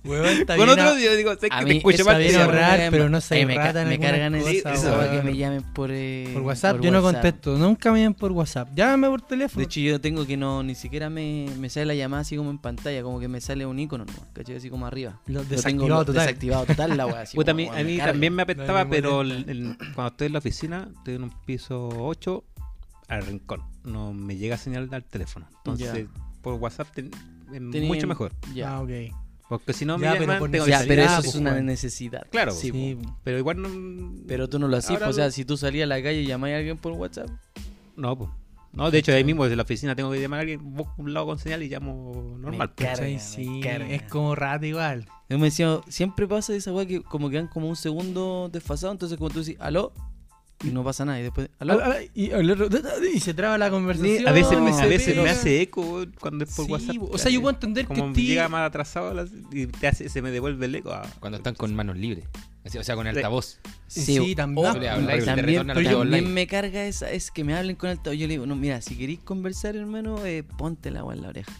[SPEAKER 2] Weón, está
[SPEAKER 4] con
[SPEAKER 2] bien a-
[SPEAKER 4] otro yo digo, ¿sabes
[SPEAKER 1] A
[SPEAKER 4] que
[SPEAKER 1] mí
[SPEAKER 4] te escucho
[SPEAKER 1] esa
[SPEAKER 4] más?
[SPEAKER 1] vez
[SPEAKER 2] te
[SPEAKER 1] me
[SPEAKER 2] llamo. ahorrar,
[SPEAKER 1] cargan-
[SPEAKER 2] pero no soy
[SPEAKER 1] eh, me, ca-
[SPEAKER 2] rata en
[SPEAKER 1] me
[SPEAKER 2] algunas
[SPEAKER 1] cargan ese
[SPEAKER 2] cosas,
[SPEAKER 1] esa weá
[SPEAKER 2] weón.
[SPEAKER 1] que me llamen por eh,
[SPEAKER 2] Por WhatsApp,
[SPEAKER 1] por
[SPEAKER 2] yo no
[SPEAKER 1] WhatsApp.
[SPEAKER 2] contesto, nunca me dan por WhatsApp. Llámame por teléfono.
[SPEAKER 1] De hecho, yo tengo que no, ni siquiera me, me sale la llamada así como en pantalla, como que me sale un icono, ¿no? ¿cachai? Así como arriba.
[SPEAKER 2] Lo
[SPEAKER 1] Lo
[SPEAKER 2] desactivado
[SPEAKER 1] tengo lo-
[SPEAKER 2] total.
[SPEAKER 1] Desactivado total la weá. así
[SPEAKER 4] Puta, a
[SPEAKER 1] como,
[SPEAKER 4] mí,
[SPEAKER 1] weón,
[SPEAKER 4] a
[SPEAKER 1] me
[SPEAKER 4] mí
[SPEAKER 1] carga.
[SPEAKER 4] también me
[SPEAKER 2] No hay
[SPEAKER 4] apestaba,
[SPEAKER 2] ningún
[SPEAKER 4] pero el- el- cuando estoy en la oficina, estoy en un piso 8, al rincón. No me llega señal al teléfono. Entonces, por WhatsApp ten- es
[SPEAKER 1] Tenía-
[SPEAKER 4] mucho mejor.
[SPEAKER 1] Ya,
[SPEAKER 2] Ah, ok.
[SPEAKER 4] Porque si no me
[SPEAKER 2] Ya, pero
[SPEAKER 4] llaman,
[SPEAKER 2] por
[SPEAKER 4] tengo que
[SPEAKER 1] Ya,
[SPEAKER 4] salir.
[SPEAKER 1] pero eso
[SPEAKER 2] pues,
[SPEAKER 1] es una
[SPEAKER 2] weón.
[SPEAKER 1] necesidad.
[SPEAKER 4] Claro,
[SPEAKER 1] Sí,
[SPEAKER 2] Sí,
[SPEAKER 1] po.
[SPEAKER 4] Pero igual no...
[SPEAKER 1] Pero tú no lo hacías,
[SPEAKER 4] Ahora
[SPEAKER 1] po, o sea,
[SPEAKER 4] lo-
[SPEAKER 1] si tú salías a la calle y llamabas a alguien por WhatsApp.
[SPEAKER 4] No, pues. No, de hecho, ahí mismo desde la oficina tengo que llamar a alguien, busco un lado con señal y llamo normal.
[SPEAKER 1] carga,
[SPEAKER 2] ¿cachai?
[SPEAKER 1] me
[SPEAKER 2] Sí,
[SPEAKER 1] carga.
[SPEAKER 2] es como rata igual.
[SPEAKER 1] Yo me decía, siempre pasa esa weá que como quedan como un segundo desfasados, entonces como tú dices, aló, y no pasa nada, y después, aló.
[SPEAKER 2] Ah, ah, Y, el otro- y se traba la
[SPEAKER 4] Sí,
[SPEAKER 2] conversación.
[SPEAKER 4] a veces, me, a
[SPEAKER 2] se
[SPEAKER 4] veces me
[SPEAKER 2] pega.
[SPEAKER 4] hace eco weón, cuando es por
[SPEAKER 2] Sí,
[SPEAKER 4] WhatsApp.
[SPEAKER 2] o sea, yo puedo entender que
[SPEAKER 4] como
[SPEAKER 2] a ti-
[SPEAKER 4] llega más atrasado las- y te hace, se me devuelve el eco. ah.
[SPEAKER 3] Cuando están con manos libres. Así, o sea, con
[SPEAKER 4] Sí.
[SPEAKER 3] altavoz.
[SPEAKER 2] Sí, también.
[SPEAKER 1] o-
[SPEAKER 2] Tú le
[SPEAKER 3] hablas y te
[SPEAKER 1] también,
[SPEAKER 3] retorna la
[SPEAKER 1] pero yo-
[SPEAKER 3] online.
[SPEAKER 1] también me carga esa, es que me hablen con el Yo le digo, no, mira, si queréis conversar, hermano, eh, ponte la agua en la oreja.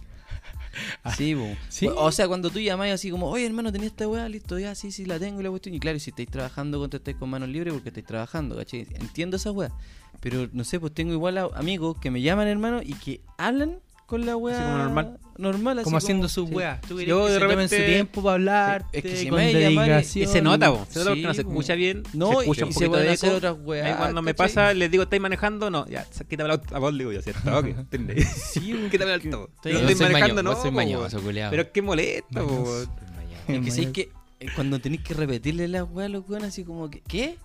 [SPEAKER 1] Sí, po.
[SPEAKER 2] ¿sí?
[SPEAKER 1] O sea, cuando tú llamás así como, oye, hermano, tenía esta weá, listo, ya, sí, sí, la tengo y la cuestión. Y claro, y si estáis trabajando, contestáis con manos libres porque estáis trabajando, ¿cachai? Entiendo esa weá. Pero no sé, pues tengo igual a amigos que me llaman, hermano, y que hablan con la weá.
[SPEAKER 4] Así como normal.
[SPEAKER 1] Normal, así
[SPEAKER 2] como haciendo sus
[SPEAKER 1] sí.
[SPEAKER 2] weas. Tú querés
[SPEAKER 4] Yo
[SPEAKER 2] que
[SPEAKER 4] de
[SPEAKER 2] se tomen
[SPEAKER 4] repente-
[SPEAKER 2] su tiempo para hablar.
[SPEAKER 1] Es que si
[SPEAKER 2] con
[SPEAKER 1] me voy a llamar y-
[SPEAKER 2] dedicación.
[SPEAKER 4] Y se nota, po, se
[SPEAKER 1] Sí,
[SPEAKER 4] nota porque no se
[SPEAKER 1] po.
[SPEAKER 4] escucha bien.
[SPEAKER 1] No,
[SPEAKER 4] se
[SPEAKER 1] y-
[SPEAKER 4] escucha
[SPEAKER 1] y
[SPEAKER 4] un
[SPEAKER 1] se
[SPEAKER 4] poquito
[SPEAKER 1] pueden
[SPEAKER 4] de
[SPEAKER 1] hacer
[SPEAKER 4] eco.
[SPEAKER 1] otras weas,
[SPEAKER 4] Ahí cuando me
[SPEAKER 1] ¿cachai?
[SPEAKER 4] pasa, les digo, ¿estáis manejando? No, ya, sa- quítame el altavoz, le digo yo, ¿cierto? Ok, entendí.
[SPEAKER 1] Sí, po,
[SPEAKER 4] quítame el
[SPEAKER 1] porque-
[SPEAKER 4] altavoz.
[SPEAKER 1] Estoy-
[SPEAKER 4] No
[SPEAKER 1] Yo
[SPEAKER 4] estoy
[SPEAKER 1] soy
[SPEAKER 4] manejando, no.
[SPEAKER 3] soy
[SPEAKER 4] po,
[SPEAKER 3] mañoso, culiao.
[SPEAKER 4] Pero es que molesta, po.
[SPEAKER 2] Mañoso.
[SPEAKER 1] Es que
[SPEAKER 2] Mayor.
[SPEAKER 1] sé que eh, cuando tenéis que repetirle las weas a los weones, así como que, ¿qué?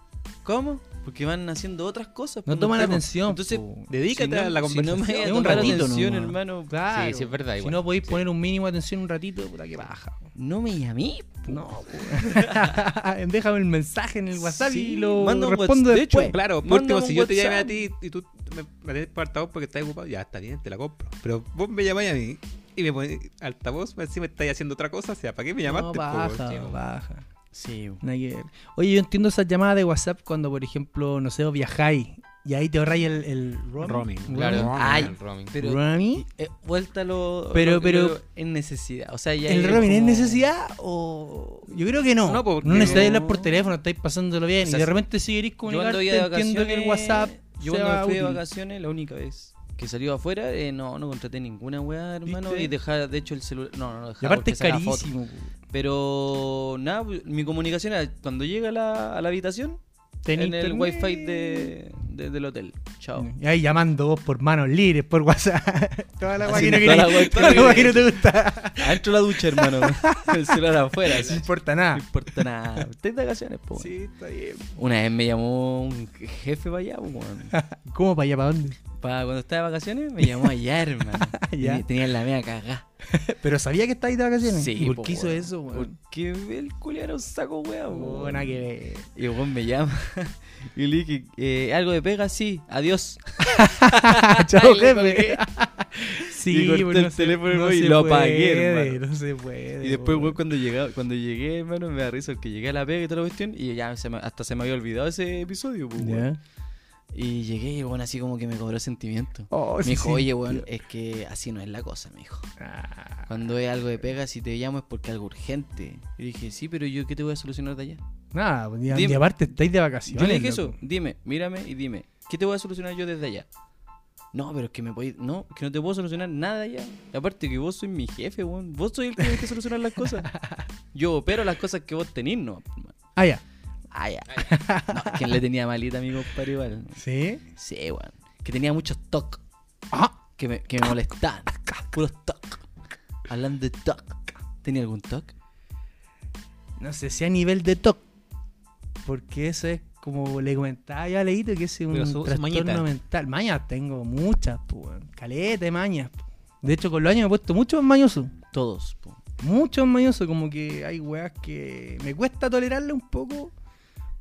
[SPEAKER 1] ¿Cómo? Porque van haciendo otras cosas.
[SPEAKER 2] No
[SPEAKER 1] pues,
[SPEAKER 2] toman
[SPEAKER 1] estamos-
[SPEAKER 2] atención.
[SPEAKER 1] Entonces,
[SPEAKER 2] po.
[SPEAKER 4] Dedícate
[SPEAKER 1] si no-
[SPEAKER 4] a la conversación.
[SPEAKER 1] Si no me
[SPEAKER 2] Es
[SPEAKER 1] voy a
[SPEAKER 2] un
[SPEAKER 1] tomar
[SPEAKER 2] ratito
[SPEAKER 1] atención,
[SPEAKER 2] nomás.
[SPEAKER 1] hermano, claro.
[SPEAKER 3] Sí, sí, es verdad.
[SPEAKER 2] si
[SPEAKER 3] Igual.
[SPEAKER 2] no podéis poner un mínimo de atención un ratito, puta que baja.
[SPEAKER 1] No me llamé.
[SPEAKER 2] No, po. déjame el mensaje en el WhatsApp
[SPEAKER 1] Sí,
[SPEAKER 2] y lo
[SPEAKER 1] manda un
[SPEAKER 2] respondo
[SPEAKER 1] WhatsApp. De
[SPEAKER 2] después.
[SPEAKER 1] hecho,
[SPEAKER 4] Claro, por
[SPEAKER 1] Mándame
[SPEAKER 4] último,
[SPEAKER 1] un
[SPEAKER 4] si yo te llamé a
[SPEAKER 1] WhatsApp.
[SPEAKER 4] ti y tú me me tenés por altavoz porque estás ocupado, ya está bien, te la compro. Pero vos me llamáis a mí y me pones altavoz, más encima estáis haciendo otra cosa, o sea, ¿para qué me
[SPEAKER 2] no,
[SPEAKER 4] llamaste? po,
[SPEAKER 2] baja,
[SPEAKER 4] weón?
[SPEAKER 2] baja.
[SPEAKER 1] Sí.
[SPEAKER 2] Nada que ver. Oye, yo entiendo esas llamadas de WhatsApp cuando, por ejemplo, no sé, vos viajáis y ahí te ahorráis el, el roaming.
[SPEAKER 4] Roaming,
[SPEAKER 3] Claro,
[SPEAKER 1] Ay,
[SPEAKER 3] el roaming.
[SPEAKER 1] Pero,
[SPEAKER 2] Roaming.
[SPEAKER 1] eh, vuelta lo.
[SPEAKER 2] Pero-
[SPEAKER 1] lo-
[SPEAKER 2] pero-
[SPEAKER 1] lo- En necesidad. O sea, ya.
[SPEAKER 2] ¿El
[SPEAKER 1] es
[SPEAKER 2] roaming es
[SPEAKER 1] como-
[SPEAKER 2] necesidad o.? Yo creo que no.
[SPEAKER 4] No, porque-
[SPEAKER 2] no necesitáis hablar
[SPEAKER 1] No.
[SPEAKER 2] por teléfono, estáis pasándolo bien.
[SPEAKER 1] O sea,
[SPEAKER 2] y de repente, si queréis
[SPEAKER 1] Yo cuando
[SPEAKER 2] comunicarte,
[SPEAKER 1] iba de
[SPEAKER 2] entiendo
[SPEAKER 1] vacaciones.
[SPEAKER 2] que el WhatsApp.
[SPEAKER 1] Yo
[SPEAKER 2] sea
[SPEAKER 1] cuando me fui de
[SPEAKER 2] útil.
[SPEAKER 1] vacaciones, la única vez que salí afuera, eh, no, no contraté ninguna weá, hermano.
[SPEAKER 2] ¿Viste?
[SPEAKER 1] Y dejaba, de hecho, el celular. No, no, no
[SPEAKER 2] Y
[SPEAKER 1] dejaba. porque
[SPEAKER 2] aparte es
[SPEAKER 1] sacaba fotos.
[SPEAKER 2] carísimo. po.
[SPEAKER 1] Pero nada, pues, mi comunicación era cuando llega a la, a la habitación,
[SPEAKER 2] Tenés
[SPEAKER 1] en el
[SPEAKER 2] internet.
[SPEAKER 1] wifi de, de- del hotel. Chao.
[SPEAKER 2] Y ahí llamando vos por manos libres, por WhatsApp. Toda la guay que no
[SPEAKER 1] Haciendo toda la
[SPEAKER 2] querés-
[SPEAKER 1] guay que
[SPEAKER 2] toda la
[SPEAKER 1] no
[SPEAKER 2] guay que no
[SPEAKER 1] querés.
[SPEAKER 2] te gusta.
[SPEAKER 1] Adentro de la ducha, hermano. el celular afuera.
[SPEAKER 2] No
[SPEAKER 1] así,
[SPEAKER 2] importa
[SPEAKER 1] No
[SPEAKER 2] nada.
[SPEAKER 1] importa nada. Tres vacaciones, po.
[SPEAKER 4] pues,
[SPEAKER 1] weón.
[SPEAKER 2] Sí, está bien.
[SPEAKER 1] Una vez me llamó un jefe para allá, po, weón.
[SPEAKER 2] ¿Cómo para allá? ¿Para dónde?
[SPEAKER 1] Pa' cuando estaba de vacaciones, me llamó allá, hermano.
[SPEAKER 2] Ya.
[SPEAKER 1] Tenía- Tenía la mega cagá.
[SPEAKER 2] Pero sabía que estabas de vacaciones. ¿Y por
[SPEAKER 1] po,
[SPEAKER 2] qué hizo
[SPEAKER 1] weón.
[SPEAKER 2] eso, weón?
[SPEAKER 1] Porque el culiao era un saco, weón.
[SPEAKER 2] Oh,
[SPEAKER 1] weón.
[SPEAKER 2] nada que ver.
[SPEAKER 1] Y el weón me llama. Y le dije, eh, algo de pega, sí, adiós.
[SPEAKER 2] Chao,
[SPEAKER 1] Le
[SPEAKER 2] jefe.
[SPEAKER 1] Y corté
[SPEAKER 2] pues, no
[SPEAKER 1] el
[SPEAKER 2] se-
[SPEAKER 1] teléfono
[SPEAKER 2] no
[SPEAKER 1] y
[SPEAKER 2] se
[SPEAKER 1] lo apagué,
[SPEAKER 2] puede,
[SPEAKER 1] hermano.
[SPEAKER 2] No se puede.
[SPEAKER 1] Y después,
[SPEAKER 2] po,
[SPEAKER 1] weón, cuando llegué, cuando llegué, hermano, me da risa que llegué a la pega y toda la cuestión. Y ya se me- hasta se me había olvidado ese episodio, pues, weón.
[SPEAKER 2] Ya.
[SPEAKER 1] Y llegué y el weón así como que me cobró sentimiento.
[SPEAKER 2] Oh,
[SPEAKER 1] me
[SPEAKER 2] sí,
[SPEAKER 1] dijo,
[SPEAKER 2] sí.
[SPEAKER 1] oye, weón, es que así no es la cosa, me dijo.
[SPEAKER 2] Ah,
[SPEAKER 1] Cuando es algo de pega, si te llamo es porque algo urgente. Y dije, sí, pero yo, ¿qué te voy a solucionar de allá?
[SPEAKER 2] Nada, pues, y- y
[SPEAKER 1] Dime.
[SPEAKER 2] aparte estáis de vacaciones.
[SPEAKER 1] Yo le dije eso,
[SPEAKER 2] loco.
[SPEAKER 1] dime, mírame y dime, ¿qué te voy a solucionar yo desde allá? No, pero es que me voy, no, que no te puedo solucionar nada allá. Aparte que vos sois mi jefe, weón. Vos sois el que tiene que solucionar las cosas. Yo opero las cosas que vos tenís, no. hermano.
[SPEAKER 2] Ah, ya.
[SPEAKER 1] Ah, ya. No, ¿quién le tenía malita, amigo, para igual?
[SPEAKER 2] ¿Sí?
[SPEAKER 1] Sí, weón. Que tenía muchos toc
[SPEAKER 2] Ah,
[SPEAKER 1] que me, que me molestaban. Puros toc. Hablando de toc. ¿Tenía algún toc?
[SPEAKER 2] no sé si a nivel de TOC. Porque eso es como le comentaba yo a Leito, que es un
[SPEAKER 4] Pero su- su
[SPEAKER 2] trastorno
[SPEAKER 4] mañita.
[SPEAKER 2] mental. Mañas tengo muchas, pues, weón. caleta de mañas. po. De hecho, con los años me he puesto mucho más mañoso.
[SPEAKER 1] Todos. po.
[SPEAKER 2] Mucho más mañoso. Como que hay weas que me cuesta tolerarla un poco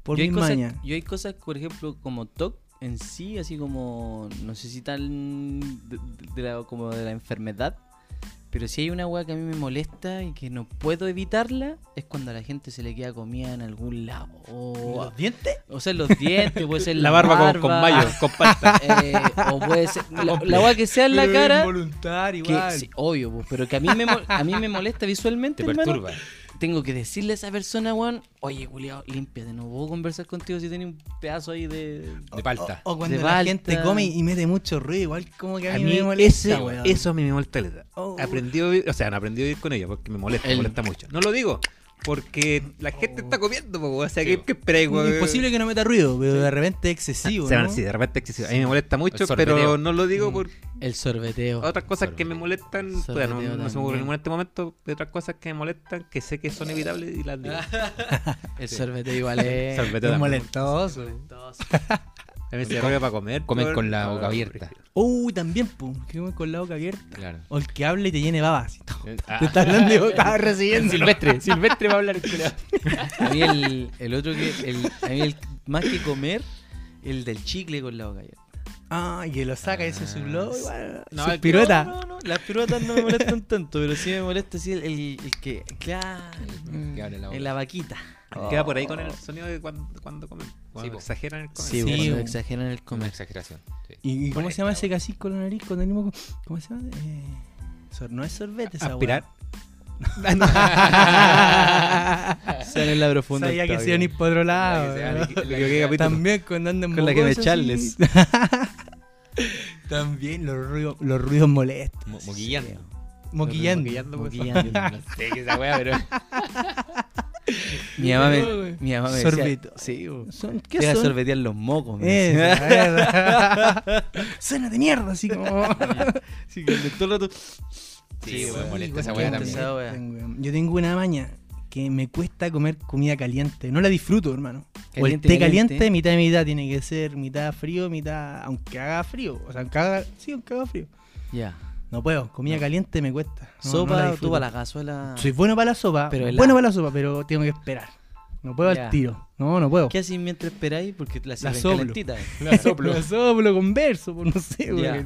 [SPEAKER 2] por
[SPEAKER 1] yo, hay
[SPEAKER 2] mis
[SPEAKER 1] cosas,
[SPEAKER 2] mañas.
[SPEAKER 1] yo hay cosas, por ejemplo, como TOC en sí, así como, no sé si tan de, de la, como de la enfermedad, pero si hay una weá que a mí me molesta y que no puedo evitarla, es cuando a la gente se le queda comida en algún lado. O,
[SPEAKER 2] ¿Los dientes?
[SPEAKER 1] o sea, en los dientes, puede ser en
[SPEAKER 4] La barba con, con mayo, con pasta.
[SPEAKER 1] eh, o puede ser la, la weá que sea en la
[SPEAKER 2] Pero
[SPEAKER 1] cara.
[SPEAKER 2] Involuntario,
[SPEAKER 1] Que,
[SPEAKER 2] igual.
[SPEAKER 1] sí, obvio, po, pero que a mí me, mol- a mí me molesta visualmente.
[SPEAKER 4] Te
[SPEAKER 1] hermano,
[SPEAKER 4] perturba.
[SPEAKER 1] tengo que decirle a esa persona, weón, oye, culiao, límpiate, no puedo conversar contigo si tenés un pedazo ahí de...
[SPEAKER 3] De palta.
[SPEAKER 2] O cuando
[SPEAKER 1] de
[SPEAKER 2] la
[SPEAKER 1] palta.
[SPEAKER 2] gente come y mete mucho ruido, igual como que a
[SPEAKER 4] A
[SPEAKER 2] mí,
[SPEAKER 4] mí
[SPEAKER 2] me molesta,
[SPEAKER 4] ese-
[SPEAKER 2] weón.
[SPEAKER 4] eso a mí me molesta. caleta.
[SPEAKER 2] Oh.
[SPEAKER 4] Aprendió, a vivir- o sea, no aprendió a vivir con ella porque me molesta, me
[SPEAKER 1] El-
[SPEAKER 4] molesta mucho. No lo digo porque la gente está comiendo, po, o sea,
[SPEAKER 3] Sí,
[SPEAKER 4] ¿qué,
[SPEAKER 3] po.
[SPEAKER 4] qué esperáis, weón?
[SPEAKER 2] Imposible que no meta ruido, pero de repente es excesivo,
[SPEAKER 4] Se van
[SPEAKER 2] ¿no? Mm.
[SPEAKER 4] así, de repente excesivo. A mí me molesta mucho,
[SPEAKER 3] El sorbeteo.
[SPEAKER 4] pero no lo digo por
[SPEAKER 1] El sorbeteo.
[SPEAKER 4] otras cosas que me
[SPEAKER 3] Sorbeteo.
[SPEAKER 4] molestan. puta,
[SPEAKER 1] Sorbeteo
[SPEAKER 4] no, no se me ocurre
[SPEAKER 1] también.
[SPEAKER 4] ninguna en este momento. Pero otras cosas que me molestan que sé que son evitables y las digo.
[SPEAKER 1] El sorbeteo igual es...
[SPEAKER 4] Sorbeteo
[SPEAKER 2] Eh, Es
[SPEAKER 4] también.
[SPEAKER 2] molestoso.
[SPEAKER 4] También se arregla para comer.
[SPEAKER 3] Comer
[SPEAKER 4] weón.
[SPEAKER 3] con la
[SPEAKER 4] No,
[SPEAKER 3] boca abierta.
[SPEAKER 2] Uy, también, pum, que come con la boca abierta.
[SPEAKER 3] Claro.
[SPEAKER 2] O el que habla y te llene babas.
[SPEAKER 3] Ah.
[SPEAKER 2] Te está hablando y vos estás recibiendo.
[SPEAKER 3] Silvestre, Silvestre va a hablar.
[SPEAKER 1] A mí el, el otro que... El, a mí el más que comer, el del chicle con la boca abierta.
[SPEAKER 2] Ah, y que lo saca ese es su globo, igual.
[SPEAKER 4] No,
[SPEAKER 2] Sus
[SPEAKER 4] el-
[SPEAKER 2] piruetas.
[SPEAKER 1] No, no, no, las piruetas no me molestan tanto, pero sí me molesta así el, el- el que... Claro,
[SPEAKER 3] Que abre la boca.
[SPEAKER 1] en la Oh, vaquita.
[SPEAKER 4] Queda por ahí con el sonido de cuando, cuando comen. Cuando
[SPEAKER 3] Oh. po.
[SPEAKER 4] exageran el comer.
[SPEAKER 1] Sí,
[SPEAKER 2] Sí,
[SPEAKER 1] cuando
[SPEAKER 2] bo.
[SPEAKER 1] exageran el
[SPEAKER 3] Una
[SPEAKER 1] comer.
[SPEAKER 3] exageración. sí.
[SPEAKER 2] ¿Y, y cómo se
[SPEAKER 4] Molesta,
[SPEAKER 2] llama ese casi con la nariz? Con el mismo... ¿Cómo se llama? Eh, sor- no es sorbete esa
[SPEAKER 4] Aspirar.
[SPEAKER 2] weá.
[SPEAKER 1] Sale en la profunda.
[SPEAKER 2] Sabía que
[SPEAKER 1] octava.
[SPEAKER 2] se iban a ir por otro lado.
[SPEAKER 3] Sabía que se iban a ir-
[SPEAKER 2] ¿no?
[SPEAKER 4] Lo que queda capítulo.
[SPEAKER 2] También cuando andan
[SPEAKER 1] Con la que me
[SPEAKER 2] mocosos,
[SPEAKER 1] charles.
[SPEAKER 2] sí. También los ruidos, los ruidos molestos.
[SPEAKER 3] Mo- Moquillando.
[SPEAKER 2] Moquillando.
[SPEAKER 4] Moquillando, pues.
[SPEAKER 1] Moquillando.
[SPEAKER 3] Sí, que esa weá, pero.
[SPEAKER 1] Mi mamá me, mi mamá me decía-
[SPEAKER 2] Sorbeto.
[SPEAKER 1] Sí, bo.
[SPEAKER 2] Son- ¿Qué
[SPEAKER 1] Te vas a
[SPEAKER 2] son?
[SPEAKER 1] sorbetear los mocos. me decía.
[SPEAKER 2] Esa, esa. Suena de mierda, así como.
[SPEAKER 1] Sí, que todo el rato.
[SPEAKER 3] Sí,
[SPEAKER 4] Sí,
[SPEAKER 3] weón, molesta esa
[SPEAKER 1] igual
[SPEAKER 3] weá
[SPEAKER 1] que
[SPEAKER 3] también.
[SPEAKER 1] esa-
[SPEAKER 2] Yo tengo una maña que me cuesta comer comida caliente. No la disfruto, hermano. O el té caliente, mitad y mitad tiene que ser, mitad frío, mitad. Aunque haga frío. O sea, aunque haga. Sí, aunque haga frío.
[SPEAKER 1] Ya.
[SPEAKER 2] No puedo, comida caliente me cuesta. No, no
[SPEAKER 1] Sopa,
[SPEAKER 2] la
[SPEAKER 1] tú
[SPEAKER 2] disfruto.
[SPEAKER 1] para la cazuela.
[SPEAKER 2] Soy bueno para la sopa,
[SPEAKER 1] Ah. Pero helada.
[SPEAKER 2] bueno para la sopa, pero tengo que esperar. No puedo
[SPEAKER 1] Ya.
[SPEAKER 2] al tiro. No, no puedo.
[SPEAKER 1] ¿Qué haces mientras esperáis? Porque la sirven
[SPEAKER 2] soplo.
[SPEAKER 1] calentita.
[SPEAKER 3] La soplo.
[SPEAKER 2] Lo soplo, converso, pues, no sé, güey.
[SPEAKER 1] Ya.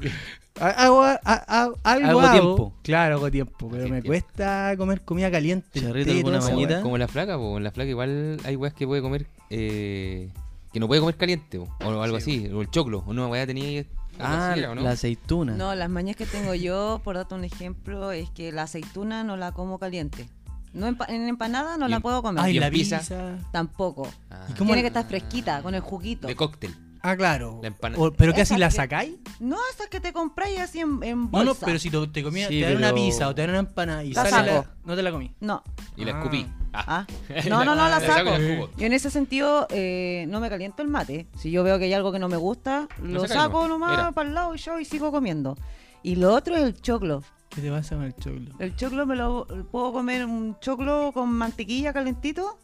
[SPEAKER 2] Ha- Hago, ha- ha- algo
[SPEAKER 1] Algo
[SPEAKER 2] hago.
[SPEAKER 1] tiempo.
[SPEAKER 2] Claro, hago tiempo, pero
[SPEAKER 3] Hace
[SPEAKER 2] me
[SPEAKER 3] tiempo.
[SPEAKER 2] cuesta comer comida caliente.
[SPEAKER 1] Charrito,
[SPEAKER 2] té,
[SPEAKER 1] alguna
[SPEAKER 2] todo eso,
[SPEAKER 1] mañita.
[SPEAKER 2] güey.
[SPEAKER 3] Como la flaca, po. En la flaca igual hay weas que puede comer. eh, que no puede comer caliente, po. O algo así. O el choclo. O no, wea tenía. ahí- algo
[SPEAKER 1] Ah,
[SPEAKER 3] así era, ¿o no?
[SPEAKER 1] la aceituna.
[SPEAKER 5] No, las mañas que tengo yo, por darte un ejemplo, es que la aceituna no la como caliente. No empa- en empanada no
[SPEAKER 3] Y
[SPEAKER 5] la
[SPEAKER 3] en-
[SPEAKER 5] puedo comer.
[SPEAKER 2] Ay,
[SPEAKER 3] ¿Y
[SPEAKER 2] la
[SPEAKER 3] en pizza?
[SPEAKER 2] pizza.
[SPEAKER 5] Tampoco.
[SPEAKER 3] Ah.
[SPEAKER 2] ¿Y cómo
[SPEAKER 5] Tiene que estar fresquita, con el juguito.
[SPEAKER 3] De cóctel.
[SPEAKER 2] Ah, claro.
[SPEAKER 3] La empana-
[SPEAKER 2] O- pero ¿qué
[SPEAKER 5] Esas
[SPEAKER 2] haces? ¿La
[SPEAKER 5] que-
[SPEAKER 2] sacáis?
[SPEAKER 5] No, esas que te compráis así en, en
[SPEAKER 2] No,
[SPEAKER 5] bolsa.
[SPEAKER 2] no, pero si te, te comías,
[SPEAKER 1] Sí,
[SPEAKER 2] te dan una
[SPEAKER 1] pero-
[SPEAKER 2] pizza o te dan una empanada y
[SPEAKER 5] La
[SPEAKER 2] sale la-
[SPEAKER 5] saco.
[SPEAKER 2] No te la comí.
[SPEAKER 5] No.
[SPEAKER 3] Y la
[SPEAKER 2] Ah.
[SPEAKER 3] escupí. Ah.
[SPEAKER 5] Ah. No, no, no, la saco.
[SPEAKER 3] y la escupo.
[SPEAKER 5] Yo en ese sentido eh, no me caliento el mate. Si yo veo que hay algo que no me gusta, lo,
[SPEAKER 3] sacas
[SPEAKER 5] saco
[SPEAKER 3] nomás.
[SPEAKER 5] nomás
[SPEAKER 3] Era.
[SPEAKER 5] para el lado y yo y sigo comiendo. Y lo otro es el choclo.
[SPEAKER 2] ¿Qué te pasa con el choclo?
[SPEAKER 5] El choclo me lo puedo comer un choclo con mantequilla calentito,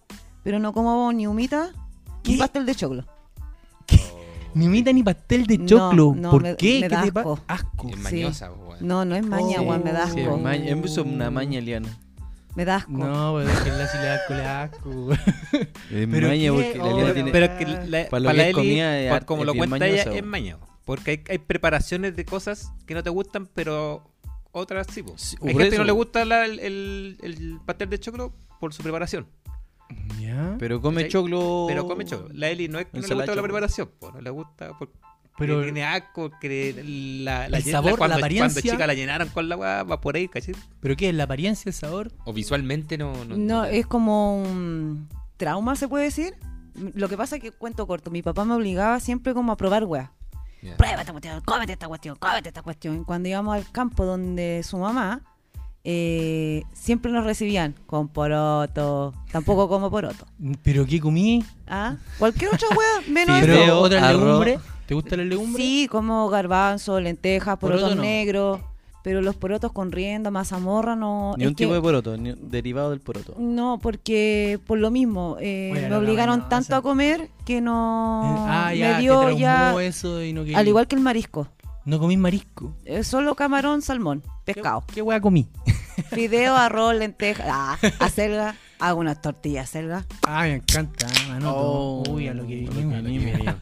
[SPEAKER 5] pero no como ni humita
[SPEAKER 2] ¿Qué?
[SPEAKER 5] ni pastel de choclo.
[SPEAKER 2] Ni mita ni pastel de
[SPEAKER 5] No,
[SPEAKER 2] choclo.
[SPEAKER 5] no,
[SPEAKER 2] ¿Por
[SPEAKER 5] me-
[SPEAKER 2] qué?
[SPEAKER 5] me
[SPEAKER 2] ¿Qué
[SPEAKER 5] da
[SPEAKER 2] te pa-
[SPEAKER 5] asco.
[SPEAKER 2] Asco.
[SPEAKER 3] Es
[SPEAKER 5] Sí.
[SPEAKER 3] mañosa, po, weón.
[SPEAKER 5] No, no es maña,
[SPEAKER 2] Oh.
[SPEAKER 5] weón, me da asco.
[SPEAKER 1] Sí, es maña- es una maña liana.
[SPEAKER 5] Me da asco.
[SPEAKER 2] No, pero es que la si le da asco, le da asco.
[SPEAKER 1] Es
[SPEAKER 2] Pero
[SPEAKER 1] maña
[SPEAKER 2] qué
[SPEAKER 1] porque la
[SPEAKER 2] hora.
[SPEAKER 1] liana tiene.
[SPEAKER 4] Pero es que la,
[SPEAKER 1] Para
[SPEAKER 4] para
[SPEAKER 1] lo
[SPEAKER 4] la
[SPEAKER 1] que es
[SPEAKER 4] Eli,
[SPEAKER 1] comida es
[SPEAKER 4] pa-
[SPEAKER 1] ar-
[SPEAKER 4] como
[SPEAKER 1] es
[SPEAKER 4] lo
[SPEAKER 1] bien
[SPEAKER 4] cuenta
[SPEAKER 1] mañosa,
[SPEAKER 4] ella, es
[SPEAKER 1] po.
[SPEAKER 4] maño. Porque hay, hay preparaciones de cosas que no te gustan, pero otras sí. po.
[SPEAKER 1] Sí,
[SPEAKER 4] hay
[SPEAKER 1] por
[SPEAKER 4] gente que
[SPEAKER 1] eso.
[SPEAKER 4] no le gusta la- el, el- el pastel de choclo por su preparación.
[SPEAKER 2] ¿Ya?
[SPEAKER 1] Pero come
[SPEAKER 4] ¿Cachai?
[SPEAKER 1] choclo.
[SPEAKER 4] Pero come choclo. La Eli no es que no le
[SPEAKER 1] Ensalada
[SPEAKER 4] gusta
[SPEAKER 1] de
[SPEAKER 4] la
[SPEAKER 1] choclo.
[SPEAKER 4] preparación, po, no le gusta porque
[SPEAKER 2] Pero-
[SPEAKER 4] tiene asco, que la, la
[SPEAKER 2] El
[SPEAKER 4] llen-
[SPEAKER 2] sabor, la
[SPEAKER 4] cuando,
[SPEAKER 2] apariencia.
[SPEAKER 4] Cuando chica la llenaron con la agua, va por ahí, ¿cachai?
[SPEAKER 2] ¿Pero qué es? ¿La apariencia, el sabor?
[SPEAKER 3] O visualmente no.
[SPEAKER 5] No, es como un trauma, se puede decir. Lo que pasa es que cuento corto, mi papá me obligaba siempre como a probar weas.
[SPEAKER 3] Ya.
[SPEAKER 5] prueba esta cuestión, cómete esta cuestión, cómete esta cuestión. Cuando íbamos al campo donde su mamá, eh, siempre nos recibían con poroto, tampoco como poroto.
[SPEAKER 2] ¿Pero qué comí?
[SPEAKER 5] ¿Ah? Cualquier otra hueá, menos
[SPEAKER 1] Fideo,
[SPEAKER 5] eso.
[SPEAKER 2] ¿Pero otras
[SPEAKER 1] arroz.
[SPEAKER 2] legumbres? ¿Te gustan las legumbres?
[SPEAKER 5] Sí, como garbanzo, lentejas, porotos
[SPEAKER 2] Poroto no.
[SPEAKER 5] negros, pero los porotos con rienda, mazamorra, no.
[SPEAKER 1] Ni
[SPEAKER 5] es
[SPEAKER 1] un tipo
[SPEAKER 5] que-
[SPEAKER 1] de poroto, ni un derivado del poroto.
[SPEAKER 5] No, porque por lo mismo, eh,
[SPEAKER 2] Bueno,
[SPEAKER 5] me
[SPEAKER 2] no,
[SPEAKER 5] obligaron
[SPEAKER 2] no,
[SPEAKER 5] tanto
[SPEAKER 2] esa-
[SPEAKER 5] a comer que no
[SPEAKER 2] ah, ya,
[SPEAKER 5] me dio
[SPEAKER 2] te
[SPEAKER 5] ya,
[SPEAKER 2] traumó eso y no que-
[SPEAKER 5] al igual que el marisco,
[SPEAKER 2] No comí marisco.
[SPEAKER 5] eh, solo camarón, salmón,
[SPEAKER 2] ¿Qué-
[SPEAKER 5] pescado.
[SPEAKER 2] ¿Qué, hueá comí?
[SPEAKER 5] Fideo, arroz, lentejas, ah, acelga. Hago unas tortillas, acelga.
[SPEAKER 2] Ah, me encanta, Manolo.
[SPEAKER 1] Oh,
[SPEAKER 2] Uy, a Oh, lo que vinimos.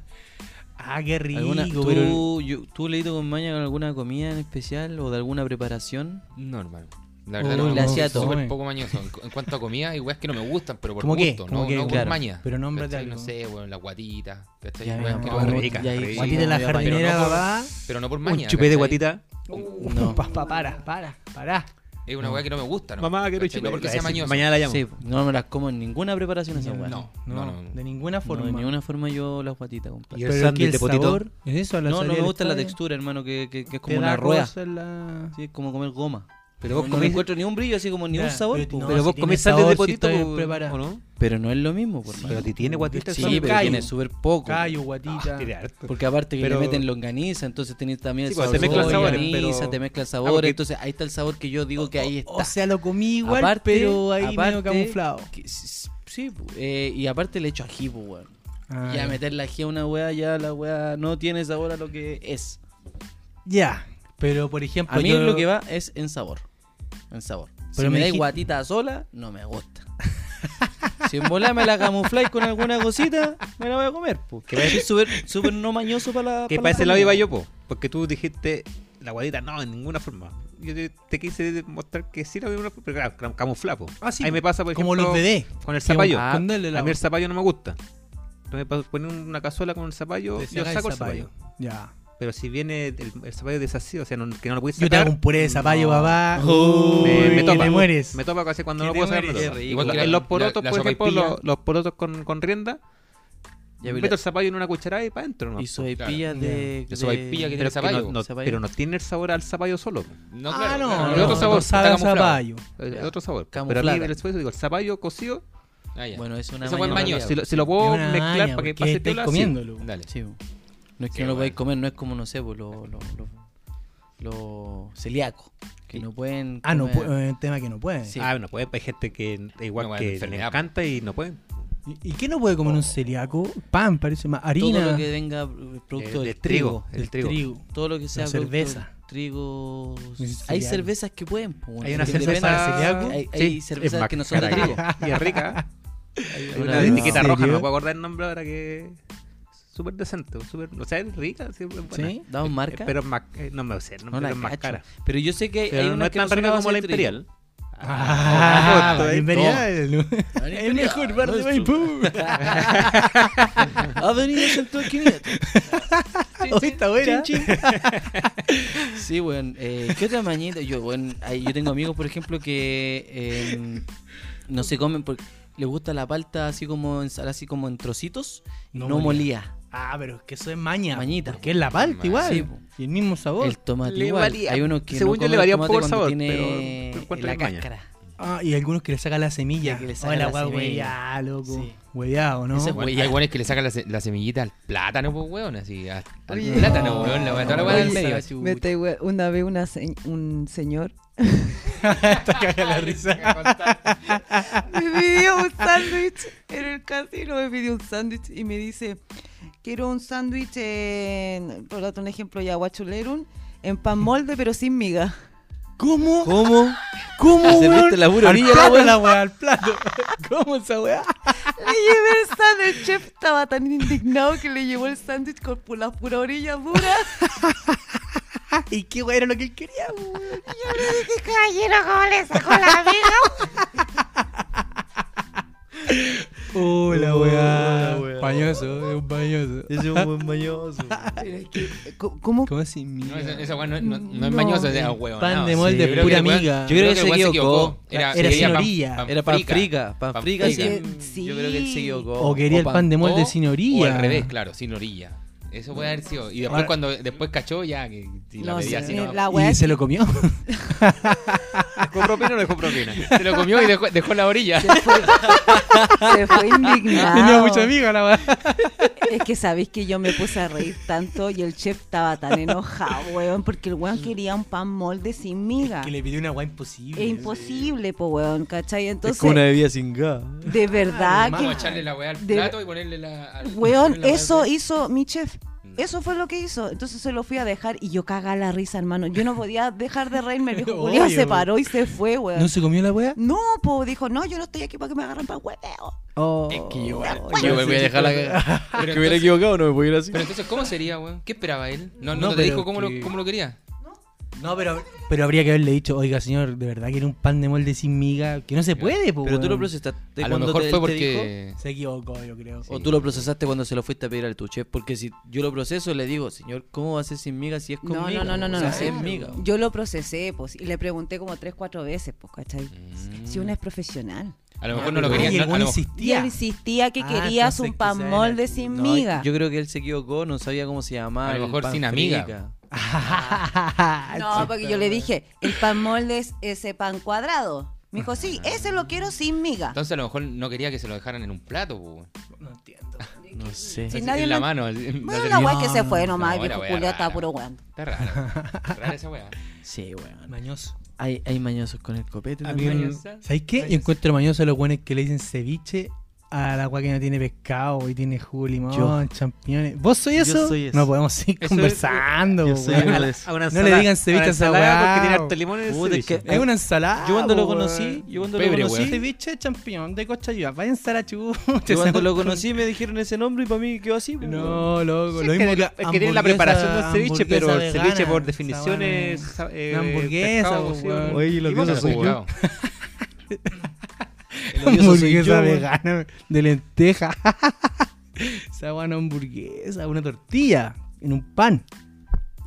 [SPEAKER 2] Ah, qué rico,
[SPEAKER 1] ¿Alguna, tú,
[SPEAKER 2] pero...
[SPEAKER 1] yo- ¿Tú leído con maña con alguna comida en especial o de alguna preparación?
[SPEAKER 3] No, hermano. La verdad,
[SPEAKER 2] Uy,
[SPEAKER 3] no,
[SPEAKER 1] le
[SPEAKER 3] no,
[SPEAKER 1] hacía
[SPEAKER 3] soy
[SPEAKER 1] todo.
[SPEAKER 3] súper poco mañoso. En, cu- en cuanto a comida, hay weas que no me gustan, pero por
[SPEAKER 2] ¿Cómo qué?
[SPEAKER 3] gusto,
[SPEAKER 2] ¿Cómo
[SPEAKER 3] no,
[SPEAKER 2] qué?
[SPEAKER 3] no
[SPEAKER 1] Claro.
[SPEAKER 3] por maña.
[SPEAKER 2] Pero nómbrate
[SPEAKER 3] ¿Cachai?
[SPEAKER 2] algo.
[SPEAKER 3] No sé, weón, la guatita. ¿cachai?
[SPEAKER 1] Ya,
[SPEAKER 3] Weas
[SPEAKER 1] mi
[SPEAKER 3] que
[SPEAKER 1] amor,
[SPEAKER 3] no-
[SPEAKER 1] ya
[SPEAKER 4] rica,
[SPEAKER 1] ahí-
[SPEAKER 4] rica.
[SPEAKER 2] Guatita de la
[SPEAKER 1] no, ya,
[SPEAKER 2] jardinera,
[SPEAKER 1] pero no,
[SPEAKER 2] papá.
[SPEAKER 3] Pero no por
[SPEAKER 4] Un
[SPEAKER 3] maña.
[SPEAKER 4] chupé de
[SPEAKER 3] ¿cachai?
[SPEAKER 4] guatita.
[SPEAKER 2] No. Papá, para, para, para.
[SPEAKER 3] Es una wea que no me gusta, ¿no?
[SPEAKER 4] Mamá, quiero
[SPEAKER 3] ¿cachai?
[SPEAKER 4] chupé.
[SPEAKER 3] No porque sea mañoso.
[SPEAKER 4] Mañana la llamo.
[SPEAKER 1] Sí, no me las como en ninguna preparación esa
[SPEAKER 2] No,
[SPEAKER 1] hueá.
[SPEAKER 3] No,
[SPEAKER 2] No,
[SPEAKER 3] no, no.
[SPEAKER 2] de ninguna
[SPEAKER 1] No,
[SPEAKER 2] forma.
[SPEAKER 1] de ninguna forma yo las guatitas,
[SPEAKER 4] Y
[SPEAKER 1] compadre.
[SPEAKER 4] el
[SPEAKER 2] Pero
[SPEAKER 4] sándwich
[SPEAKER 2] que el
[SPEAKER 4] de potito.
[SPEAKER 2] sabor, ¿es eso?
[SPEAKER 1] No, no me gusta la textura, hermano, que, que- que es como una rueda. Sí, es como comer goma. Pero
[SPEAKER 4] vos
[SPEAKER 1] no le
[SPEAKER 4] comés-
[SPEAKER 1] encuentro ni un brillo, así como ni
[SPEAKER 2] Ya,
[SPEAKER 1] un sabor.
[SPEAKER 2] pero
[SPEAKER 1] po. Pero,
[SPEAKER 2] no,
[SPEAKER 4] Pero
[SPEAKER 2] si
[SPEAKER 4] vos
[SPEAKER 2] tiene
[SPEAKER 4] comés sándwich
[SPEAKER 2] sabor,
[SPEAKER 4] de
[SPEAKER 2] si
[SPEAKER 4] potito,
[SPEAKER 2] estoy
[SPEAKER 4] po,
[SPEAKER 2] preparado.
[SPEAKER 4] ¿o no?
[SPEAKER 1] pero no es lo mismo, por
[SPEAKER 4] Pero ti tiene guatita.
[SPEAKER 1] Sí,
[SPEAKER 2] son
[SPEAKER 1] pero
[SPEAKER 2] callos.
[SPEAKER 1] tiene súper poco.
[SPEAKER 4] Ah,
[SPEAKER 2] Callo, guatita.
[SPEAKER 1] Porque aparte que
[SPEAKER 4] Pero-
[SPEAKER 1] le meten longaniza, entonces tenés también el
[SPEAKER 4] Sí, pues,
[SPEAKER 1] sabor. de
[SPEAKER 4] se mezclan sabores,
[SPEAKER 1] longaniza,
[SPEAKER 4] pero-
[SPEAKER 1] te
[SPEAKER 2] Ah,
[SPEAKER 1] mezclan
[SPEAKER 4] porque-
[SPEAKER 1] sabor, entonces ahí está el sabor que yo digo que ahí está.
[SPEAKER 2] O sea, lo comí Oh, igual,
[SPEAKER 1] Aparte-
[SPEAKER 2] pero ahí medio
[SPEAKER 1] aparte
[SPEAKER 2] camuflado.
[SPEAKER 1] que s- s- sí, po, eh, y aparte le echo ají, po, weón.
[SPEAKER 4] Ah,
[SPEAKER 1] Ya meterle ají a una weá, ya la weá no tiene sabor a lo que es.
[SPEAKER 2] Ya, pero por ejemplo...
[SPEAKER 1] A
[SPEAKER 4] Pues
[SPEAKER 1] mí
[SPEAKER 2] yo-
[SPEAKER 1] lo que va es en sabor. En sabor. si
[SPEAKER 2] Pero
[SPEAKER 1] me,
[SPEAKER 2] me
[SPEAKER 1] dais
[SPEAKER 2] dijiste-
[SPEAKER 1] guatita sola, no me gusta. si en volá me la camufláis con alguna cosita, me la voy a comer, po. Que es súper súper no mañoso para la.
[SPEAKER 4] Que
[SPEAKER 1] pa'
[SPEAKER 4] para ese lado
[SPEAKER 1] comida.
[SPEAKER 4] iba yo, po. Porque tú dijiste la guadita, no, en ninguna forma. Yo te, te quise mostrar que sí la ninguna forma, pero claro, cam- camuflado. po.
[SPEAKER 2] Ah, sí,
[SPEAKER 4] Ahí
[SPEAKER 2] po.
[SPEAKER 4] me pasa, por
[SPEAKER 2] Como
[SPEAKER 4] ejemplo,
[SPEAKER 2] los bebés.
[SPEAKER 4] con el zapallo.
[SPEAKER 2] Ah, esconderle la
[SPEAKER 4] a mí el
[SPEAKER 2] boca.
[SPEAKER 4] zapallo no me gusta. Entonces pa- poner una cazuela con el zapallo,
[SPEAKER 2] Te
[SPEAKER 4] yo
[SPEAKER 2] sacas
[SPEAKER 4] saco el zapallo.
[SPEAKER 2] Ya.
[SPEAKER 4] Pero si viene el, el zapallo desasido, o sea, no- que no lo puedes
[SPEAKER 2] Yo te
[SPEAKER 4] sacar,
[SPEAKER 2] hago un puré de zapallo,
[SPEAKER 1] No.
[SPEAKER 2] papá.
[SPEAKER 1] Uy,
[SPEAKER 2] Uy,
[SPEAKER 1] me
[SPEAKER 2] que
[SPEAKER 4] topa.
[SPEAKER 2] te mueres.
[SPEAKER 4] me topa casi cuando
[SPEAKER 2] Que
[SPEAKER 4] no lo
[SPEAKER 2] te
[SPEAKER 4] puedo sacar.
[SPEAKER 2] mueres.
[SPEAKER 4] no lo
[SPEAKER 1] Qué
[SPEAKER 4] saco.
[SPEAKER 1] rico.
[SPEAKER 4] Igual que
[SPEAKER 3] La-
[SPEAKER 4] en los
[SPEAKER 3] la-
[SPEAKER 4] porotos,
[SPEAKER 3] la
[SPEAKER 4] por ejemplo,
[SPEAKER 3] sopaipilla.
[SPEAKER 4] los, los porotos con, con rienda,
[SPEAKER 1] Ya, pero
[SPEAKER 4] meto el zapallo en una cucharada y para adentro.
[SPEAKER 1] Y sopaipillas
[SPEAKER 2] Claro.
[SPEAKER 1] de.
[SPEAKER 3] Ya. Sopaipilla que
[SPEAKER 1] de-
[SPEAKER 3] tiene
[SPEAKER 4] pero, es que no-
[SPEAKER 3] zapallo.
[SPEAKER 4] no-
[SPEAKER 1] Zapallo.
[SPEAKER 4] pero no tiene el sabor al zapallo solo. po.
[SPEAKER 3] No,
[SPEAKER 2] ah,
[SPEAKER 3] claro.
[SPEAKER 2] no,
[SPEAKER 1] no,
[SPEAKER 2] no,
[SPEAKER 4] otro sabor,
[SPEAKER 2] no sabe a
[SPEAKER 3] está camuflado.
[SPEAKER 2] zapallo.
[SPEAKER 4] El
[SPEAKER 1] Ya.
[SPEAKER 4] otro sabor. Pero a mí
[SPEAKER 1] Camuflada.
[SPEAKER 4] el zapallo, digo, el zapallo cocido,
[SPEAKER 3] Ah, ya.
[SPEAKER 1] Bueno, es una
[SPEAKER 3] Ese buen
[SPEAKER 1] maña
[SPEAKER 3] maño,
[SPEAKER 1] no
[SPEAKER 4] si
[SPEAKER 1] la-
[SPEAKER 4] lo, si lo
[SPEAKER 2] Es
[SPEAKER 4] puedo
[SPEAKER 2] una
[SPEAKER 4] mezclar
[SPEAKER 2] maña,
[SPEAKER 4] para que
[SPEAKER 2] porque
[SPEAKER 4] pase
[SPEAKER 2] estáis
[SPEAKER 4] piola, sí.
[SPEAKER 2] comiéndolo.
[SPEAKER 3] Dale.
[SPEAKER 1] Sí, po. No es que
[SPEAKER 3] Sí,
[SPEAKER 1] no lo
[SPEAKER 3] bueno.
[SPEAKER 1] podáis comer, no es como, no sé, po, lo, lo, lo, lo celíaco. Que
[SPEAKER 4] Sí.
[SPEAKER 1] no pueden.
[SPEAKER 2] Ah, no,
[SPEAKER 4] pues,
[SPEAKER 1] comer.
[SPEAKER 2] puede- eh, tema que no puede.
[SPEAKER 1] Sí.
[SPEAKER 4] Ah, bueno, pues hay gente que igual
[SPEAKER 3] No, bueno,
[SPEAKER 4] que le
[SPEAKER 3] enfermedad,
[SPEAKER 4] encanta y no pueden.
[SPEAKER 2] ¿Y- ¿Y qué no puede comer un celíaco? Pan, parece más. Harina.
[SPEAKER 1] Todo lo que venga eh, producto
[SPEAKER 4] Eh,
[SPEAKER 1] del
[SPEAKER 4] del
[SPEAKER 1] trigo.
[SPEAKER 4] trigo.
[SPEAKER 2] del
[SPEAKER 4] el trigo.
[SPEAKER 1] Todo lo que sea
[SPEAKER 2] La
[SPEAKER 1] producto
[SPEAKER 2] cerveza.
[SPEAKER 1] del Trigo.
[SPEAKER 2] Es
[SPEAKER 1] Hay
[SPEAKER 2] cereal.
[SPEAKER 1] cervezas que pueden. po, bueno,
[SPEAKER 4] Hay una
[SPEAKER 1] que
[SPEAKER 4] cerveza
[SPEAKER 1] dependen- Hay, hay
[SPEAKER 4] Sí,
[SPEAKER 1] cervezas
[SPEAKER 4] es
[SPEAKER 1] que no son de
[SPEAKER 4] más
[SPEAKER 1] trigo.
[SPEAKER 4] cara Y es rica.
[SPEAKER 1] Hay
[SPEAKER 4] Hay
[SPEAKER 1] una-
[SPEAKER 4] una
[SPEAKER 2] ¿En
[SPEAKER 4] etiqueta roja,
[SPEAKER 2] serio?
[SPEAKER 4] no me puedo acordar el nombre ahora que. Súper decente, súper. O sea, es rica, sí, es buena.
[SPEAKER 2] ¿Sí?
[SPEAKER 1] ¿Damos
[SPEAKER 4] Eh,
[SPEAKER 1] marca?
[SPEAKER 4] Pero es más, eh, no me lo sé, no,
[SPEAKER 1] no
[SPEAKER 4] pero
[SPEAKER 1] la
[SPEAKER 4] es más
[SPEAKER 1] cacho.
[SPEAKER 4] cara.
[SPEAKER 1] Pero yo sé que hay- hay
[SPEAKER 4] Pero no
[SPEAKER 1] unas
[SPEAKER 4] es
[SPEAKER 1] que
[SPEAKER 4] tan
[SPEAKER 1] son a
[SPEAKER 4] rica
[SPEAKER 1] base
[SPEAKER 4] como la
[SPEAKER 1] de trigo.
[SPEAKER 4] Imperial.
[SPEAKER 2] Ah,
[SPEAKER 4] justo,
[SPEAKER 2] la
[SPEAKER 4] eh.
[SPEAKER 2] imperial.
[SPEAKER 1] La
[SPEAKER 2] El
[SPEAKER 1] Imperial,
[SPEAKER 2] mejor bar de
[SPEAKER 1] nuestro.
[SPEAKER 2] Maipú.
[SPEAKER 1] Avenida Central 500.
[SPEAKER 2] Oh, está buena.
[SPEAKER 1] Chin, chin. Sí, weón. Eh, ¿Qué otra mañita? Yo, weón, hay- yo tengo amigos, por ejemplo, que eh, no se comen porque les gusta la palta así como en, sal- así como en trocitos y
[SPEAKER 2] No
[SPEAKER 1] no,
[SPEAKER 2] molida.
[SPEAKER 1] molía.
[SPEAKER 2] Ah, pero es que eso es maña.
[SPEAKER 1] Mañita.
[SPEAKER 2] Que es la palta
[SPEAKER 3] Sí,
[SPEAKER 2] igual.
[SPEAKER 1] po.
[SPEAKER 2] y el mismo sabor.
[SPEAKER 1] El tomate
[SPEAKER 4] Le
[SPEAKER 1] igual.
[SPEAKER 4] varía.
[SPEAKER 1] Hay uno que
[SPEAKER 4] Según
[SPEAKER 1] no
[SPEAKER 4] yo,
[SPEAKER 1] come
[SPEAKER 4] le varía
[SPEAKER 1] el
[SPEAKER 4] un
[SPEAKER 1] tomate
[SPEAKER 4] poco el
[SPEAKER 1] cuando
[SPEAKER 4] sabor,
[SPEAKER 1] tiene
[SPEAKER 4] pero- pero encuentro
[SPEAKER 1] la
[SPEAKER 4] que es maña.
[SPEAKER 1] cáscara.
[SPEAKER 2] Ah, y algunos que le sacan la semilla.
[SPEAKER 1] Ya que le sacan
[SPEAKER 2] Hola,
[SPEAKER 1] la
[SPEAKER 2] guau,
[SPEAKER 1] semilla.
[SPEAKER 2] hueá, loco.
[SPEAKER 1] Sí.
[SPEAKER 2] Hueveado, ¿no?
[SPEAKER 1] Ese es
[SPEAKER 3] Bueno,
[SPEAKER 1] Huella.
[SPEAKER 3] Este hay buenos que le sacan la, se- la semillita al plátano, pues, weón, así. a- Al
[SPEAKER 5] Oye,
[SPEAKER 3] plátano,
[SPEAKER 1] no.
[SPEAKER 3] weón, la weá, toda la weá
[SPEAKER 5] Oye,
[SPEAKER 3] del medio.
[SPEAKER 1] Sachu.
[SPEAKER 5] Me te- we- una vez una se- un señor
[SPEAKER 2] Está caga la risa.
[SPEAKER 5] me pidió un sándwich en el casino, me pidió un sándwich y me dice, quiero un sándwich, en, por darte un ejemplo ya, guachulerun, en pan molde pero sin miga.
[SPEAKER 2] ¿Cómo?
[SPEAKER 1] ¿Cómo?
[SPEAKER 2] ¿Cómo,
[SPEAKER 1] Se
[SPEAKER 2] weón?
[SPEAKER 1] mete la pura
[SPEAKER 2] al
[SPEAKER 1] orilla, la
[SPEAKER 2] plato,
[SPEAKER 1] weá.
[SPEAKER 2] la weá, al plato. ¿Cómo esa weá?
[SPEAKER 5] Le llevé el sándwich, el chef estaba tan indignado que le llevó el sándwich con pu- la pura orilla dura.
[SPEAKER 2] ¿Y qué weá era lo que él quería,
[SPEAKER 5] ¿Qué caballero cómo le sacó la miga?
[SPEAKER 2] Hola,
[SPEAKER 1] weá.
[SPEAKER 2] weá. Pañoso, es un pañoso.
[SPEAKER 1] Es un buen mañoso.
[SPEAKER 5] ¿Cómo?
[SPEAKER 2] ¿Cómo sin
[SPEAKER 3] No,
[SPEAKER 2] miga?
[SPEAKER 3] esa, esa weá no, no- no es
[SPEAKER 5] No.
[SPEAKER 3] mañoso, es weón.
[SPEAKER 2] Pan de molde, pura amiga.
[SPEAKER 1] Yo creo que se equivocó.
[SPEAKER 2] Era sin orilla.
[SPEAKER 1] Era pan frica. Pan frica.
[SPEAKER 5] frica.
[SPEAKER 1] sí.
[SPEAKER 5] Sí.
[SPEAKER 1] Yo creo que él se equivocó.
[SPEAKER 2] O quería el pan de molde sin
[SPEAKER 3] O
[SPEAKER 2] orilla.
[SPEAKER 3] al revés, claro, sin orilla. Eso puede haber sido. Y después,
[SPEAKER 2] Ahora-
[SPEAKER 3] cuando después cachó, ya, que si la
[SPEAKER 5] No
[SPEAKER 3] medía
[SPEAKER 5] sé,
[SPEAKER 3] así, no.
[SPEAKER 5] la weá
[SPEAKER 2] ¿Y se lo comió?
[SPEAKER 4] ¿Dejó propina o no dejó propina?
[SPEAKER 3] Se lo comió y dejó, dejó la orilla.
[SPEAKER 5] se fue, se fue indignado.
[SPEAKER 2] Tenía mucha miga la weá.
[SPEAKER 5] Es que sabéis que yo me puse a reír tanto y el chef estaba tan enojado, weón, porque el weón quería un pan molde sin miga.
[SPEAKER 2] le pidió una weá imposible.
[SPEAKER 5] Es imposible, po, weón, ¿cachai? Entonces,
[SPEAKER 1] bebida sin gas.
[SPEAKER 5] de verdad
[SPEAKER 3] Vamos a
[SPEAKER 5] que...
[SPEAKER 3] echarle la weá al
[SPEAKER 5] de-
[SPEAKER 3] plato y ponerle la. al-
[SPEAKER 5] Weón,
[SPEAKER 3] ponerle la Mm. weá
[SPEAKER 5] eso
[SPEAKER 3] al-
[SPEAKER 5] hizo mi chef. Eso fue lo que hizo. Entonces se lo fui a dejar y yo caga la risa, hermano. Yo no podía dejar de reírme. El viejo
[SPEAKER 2] Obvio,
[SPEAKER 5] culiao se
[SPEAKER 2] weón.
[SPEAKER 5] paró y se fue, weón.
[SPEAKER 2] ¿No se comió la weá?
[SPEAKER 5] No, po, dijo, no, yo no estoy aquí para que me agarren para hueveo.
[SPEAKER 2] Es que
[SPEAKER 1] Yo me voy a dejar la
[SPEAKER 3] Pero
[SPEAKER 1] Que hubiera
[SPEAKER 3] entonces-
[SPEAKER 1] equivocado, no me pudiera así.
[SPEAKER 3] Pero entonces, ¿cómo sería, weón? ¿Qué esperaba él? No,
[SPEAKER 2] No,
[SPEAKER 3] no, te
[SPEAKER 2] pero
[SPEAKER 3] dijo cómo,
[SPEAKER 2] que-
[SPEAKER 3] lo, cómo lo quería.
[SPEAKER 2] No, pero, pero habría que haberle dicho, oiga señor, de verdad quiere un pan de molde sin miga, que no se puede, po,
[SPEAKER 1] Pero tú lo
[SPEAKER 2] weón".
[SPEAKER 1] procesaste
[SPEAKER 3] A lo
[SPEAKER 1] cuando
[SPEAKER 3] mejor
[SPEAKER 1] te- él
[SPEAKER 3] fue
[SPEAKER 1] te dijo,
[SPEAKER 3] porque.
[SPEAKER 2] Se equivocó, yo creo.
[SPEAKER 1] O tú lo procesaste cuando se lo fuiste a pedir al tu chef. Porque si yo lo proceso, le digo, señor, ¿cómo va a ser sin miga si es con
[SPEAKER 5] No,
[SPEAKER 1] miga?
[SPEAKER 5] no, no, no,
[SPEAKER 1] O
[SPEAKER 5] no,
[SPEAKER 1] sea,
[SPEAKER 5] no.
[SPEAKER 1] si es miga.
[SPEAKER 5] Yo lo procesé, pues, y le pregunté como tres, cuatro veces, pues, ¿cachai?
[SPEAKER 3] Mm.
[SPEAKER 5] Si uno es profesional.
[SPEAKER 3] A lo mejor no lo
[SPEAKER 2] Ah,
[SPEAKER 3] quería.
[SPEAKER 2] y el
[SPEAKER 3] no- a
[SPEAKER 2] weón
[SPEAKER 3] lo-
[SPEAKER 5] Y él
[SPEAKER 2] insistía.
[SPEAKER 5] insistía que
[SPEAKER 2] Ah,
[SPEAKER 5] querías
[SPEAKER 2] entonces
[SPEAKER 5] un pan
[SPEAKER 2] quizá
[SPEAKER 5] molde
[SPEAKER 2] era-
[SPEAKER 5] sin
[SPEAKER 1] No,
[SPEAKER 5] miga.
[SPEAKER 1] Yo creo que él se equivocó, no sabía cómo se llamaba.
[SPEAKER 3] A lo
[SPEAKER 1] el
[SPEAKER 3] mejor
[SPEAKER 1] pan
[SPEAKER 3] sin amiga.
[SPEAKER 1] frica.
[SPEAKER 2] Ah,
[SPEAKER 3] Ah,
[SPEAKER 5] No, porque yo le dije, el pan molde es ese pan cuadrado. Me dijo, sí,
[SPEAKER 3] Ah.
[SPEAKER 5] ese lo quiero sin miga.
[SPEAKER 3] Entonces, a lo mejor no quería que se lo dejaran en un plato, pues, weón.
[SPEAKER 2] No entiendo.
[SPEAKER 1] No sé.
[SPEAKER 5] Sí.
[SPEAKER 3] Así,
[SPEAKER 5] nadie
[SPEAKER 3] en la
[SPEAKER 5] lo-
[SPEAKER 3] mano. así, no
[SPEAKER 5] Bueno,
[SPEAKER 3] sé.
[SPEAKER 5] la weá que se fue nomás,
[SPEAKER 3] No,
[SPEAKER 5] el
[SPEAKER 3] era
[SPEAKER 5] viejo
[SPEAKER 3] weá
[SPEAKER 5] culiao estaba
[SPEAKER 3] rara.
[SPEAKER 5] puro weando.
[SPEAKER 3] Está rara. Rara esa weá.
[SPEAKER 1] Sí, weón.
[SPEAKER 2] Mañoso.
[SPEAKER 1] Hay, hay mañosos con el copete
[SPEAKER 4] A mí
[SPEAKER 1] también.
[SPEAKER 4] un-
[SPEAKER 2] ¿Sabes qué? Yo encuentro mañoso a los buenos que le dicen ceviche al agua que no tiene pescado y tiene jugo de limón,
[SPEAKER 1] Yo.
[SPEAKER 2] champiñones. ¿Vos soy eso?
[SPEAKER 1] soy eso.
[SPEAKER 2] No podemos seguir
[SPEAKER 4] Eso
[SPEAKER 2] conversando.
[SPEAKER 1] yo
[SPEAKER 2] po,
[SPEAKER 1] soy
[SPEAKER 2] weón.
[SPEAKER 1] uno
[SPEAKER 4] A la-
[SPEAKER 1] de esos.
[SPEAKER 4] a una
[SPEAKER 2] No le
[SPEAKER 4] ensalada-
[SPEAKER 2] digan ceviche
[SPEAKER 4] a una
[SPEAKER 2] a esa
[SPEAKER 4] ensalada
[SPEAKER 2] weá,
[SPEAKER 4] porque tiene
[SPEAKER 2] weón.
[SPEAKER 4] harto limón en el
[SPEAKER 1] Puta, es
[SPEAKER 4] ceviche.
[SPEAKER 1] que-
[SPEAKER 2] Es una ensalada.
[SPEAKER 1] Yo cuando lo
[SPEAKER 2] po,
[SPEAKER 1] conocí,
[SPEAKER 2] weón.
[SPEAKER 1] yo cuando
[SPEAKER 3] Pebre,
[SPEAKER 1] lo
[SPEAKER 3] weón.
[SPEAKER 1] conocí,
[SPEAKER 2] ceviche este champiñón de cochayuya. Váyanse a la chucha.
[SPEAKER 1] yo cuando lo conocí me dijeron ese nombre y para mí quedó así. weón.
[SPEAKER 2] No, loco,
[SPEAKER 4] Sí,
[SPEAKER 2] lo
[SPEAKER 4] es
[SPEAKER 2] mismo
[SPEAKER 4] que, es que tiene la preparación del ceviche, pero el
[SPEAKER 2] hamburguesa
[SPEAKER 4] ceviche por
[SPEAKER 2] vegana,
[SPEAKER 4] definición es. sa- eh,
[SPEAKER 2] Una hamburguesa,
[SPEAKER 4] pescado,
[SPEAKER 2] pues,
[SPEAKER 4] sí,
[SPEAKER 2] weón.
[SPEAKER 1] Oye, lo
[SPEAKER 4] limón,
[SPEAKER 1] que
[SPEAKER 4] pues,
[SPEAKER 1] soy yo.
[SPEAKER 3] Jugado.
[SPEAKER 1] El odioso soy
[SPEAKER 2] hamburguesa
[SPEAKER 1] yo, weón.
[SPEAKER 2] vegana de lenteja. Esa buena hamburguesa, una tortilla en un pan.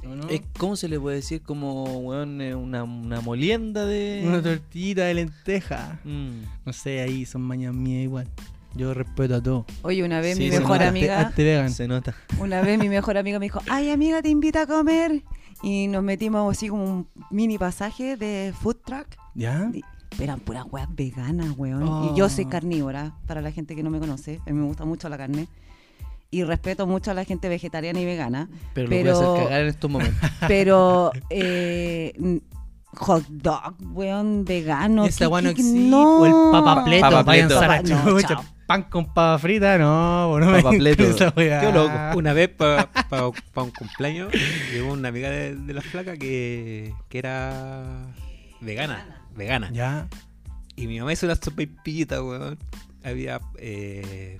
[SPEAKER 2] ¿O no?
[SPEAKER 1] Eh, ¿Cómo se le puede decir? Como, weón, eh, una, una molienda de...
[SPEAKER 2] Una tortillita de lenteja.
[SPEAKER 1] Mm.
[SPEAKER 2] No sé, ahí son mañas mías igual. Yo respeto a todo.
[SPEAKER 5] Oye, una vez
[SPEAKER 1] Sí,
[SPEAKER 5] mi
[SPEAKER 1] se
[SPEAKER 5] mejor
[SPEAKER 1] nota.
[SPEAKER 5] amiga...
[SPEAKER 2] Hazte vegan.
[SPEAKER 1] Se nota.
[SPEAKER 5] Una vez mi mejor amiga me dijo, ay amiga, te invita a comer. Y nos metimos así como un mini pasaje de food truck.
[SPEAKER 2] ¿Ya?
[SPEAKER 5] Y- pero Eran puras weas veganas, weón.
[SPEAKER 2] Oh.
[SPEAKER 5] Y yo soy carnívora, para la gente que no me conoce. A mí me gusta mucho la carne. Y respeto mucho a la gente vegetariana y vegana.
[SPEAKER 1] Pero,
[SPEAKER 5] Pero-
[SPEAKER 1] lo voy a hacer cagar en estos momentos.
[SPEAKER 5] Pero eh, n- hot dog, weón, vegano.
[SPEAKER 2] Esa
[SPEAKER 5] ¿qué-
[SPEAKER 2] weá no
[SPEAKER 5] qué-
[SPEAKER 2] existe.
[SPEAKER 5] no.
[SPEAKER 2] O el papapleto.
[SPEAKER 1] Papapleto.
[SPEAKER 2] Vayan a la
[SPEAKER 5] Papa- no,
[SPEAKER 2] chucha.
[SPEAKER 5] chao.
[SPEAKER 2] Pan con papa frita, no, bo, no me
[SPEAKER 1] Papapleto.
[SPEAKER 2] entra esa weá.
[SPEAKER 1] Qué loco.
[SPEAKER 4] Una vez para un cumpleaños llegó una amiga de, de la flaca que, que era vegana. Vegana.
[SPEAKER 2] Ya.
[SPEAKER 4] Y mi mamá hizo una sopa y pillita, weón. Había eh,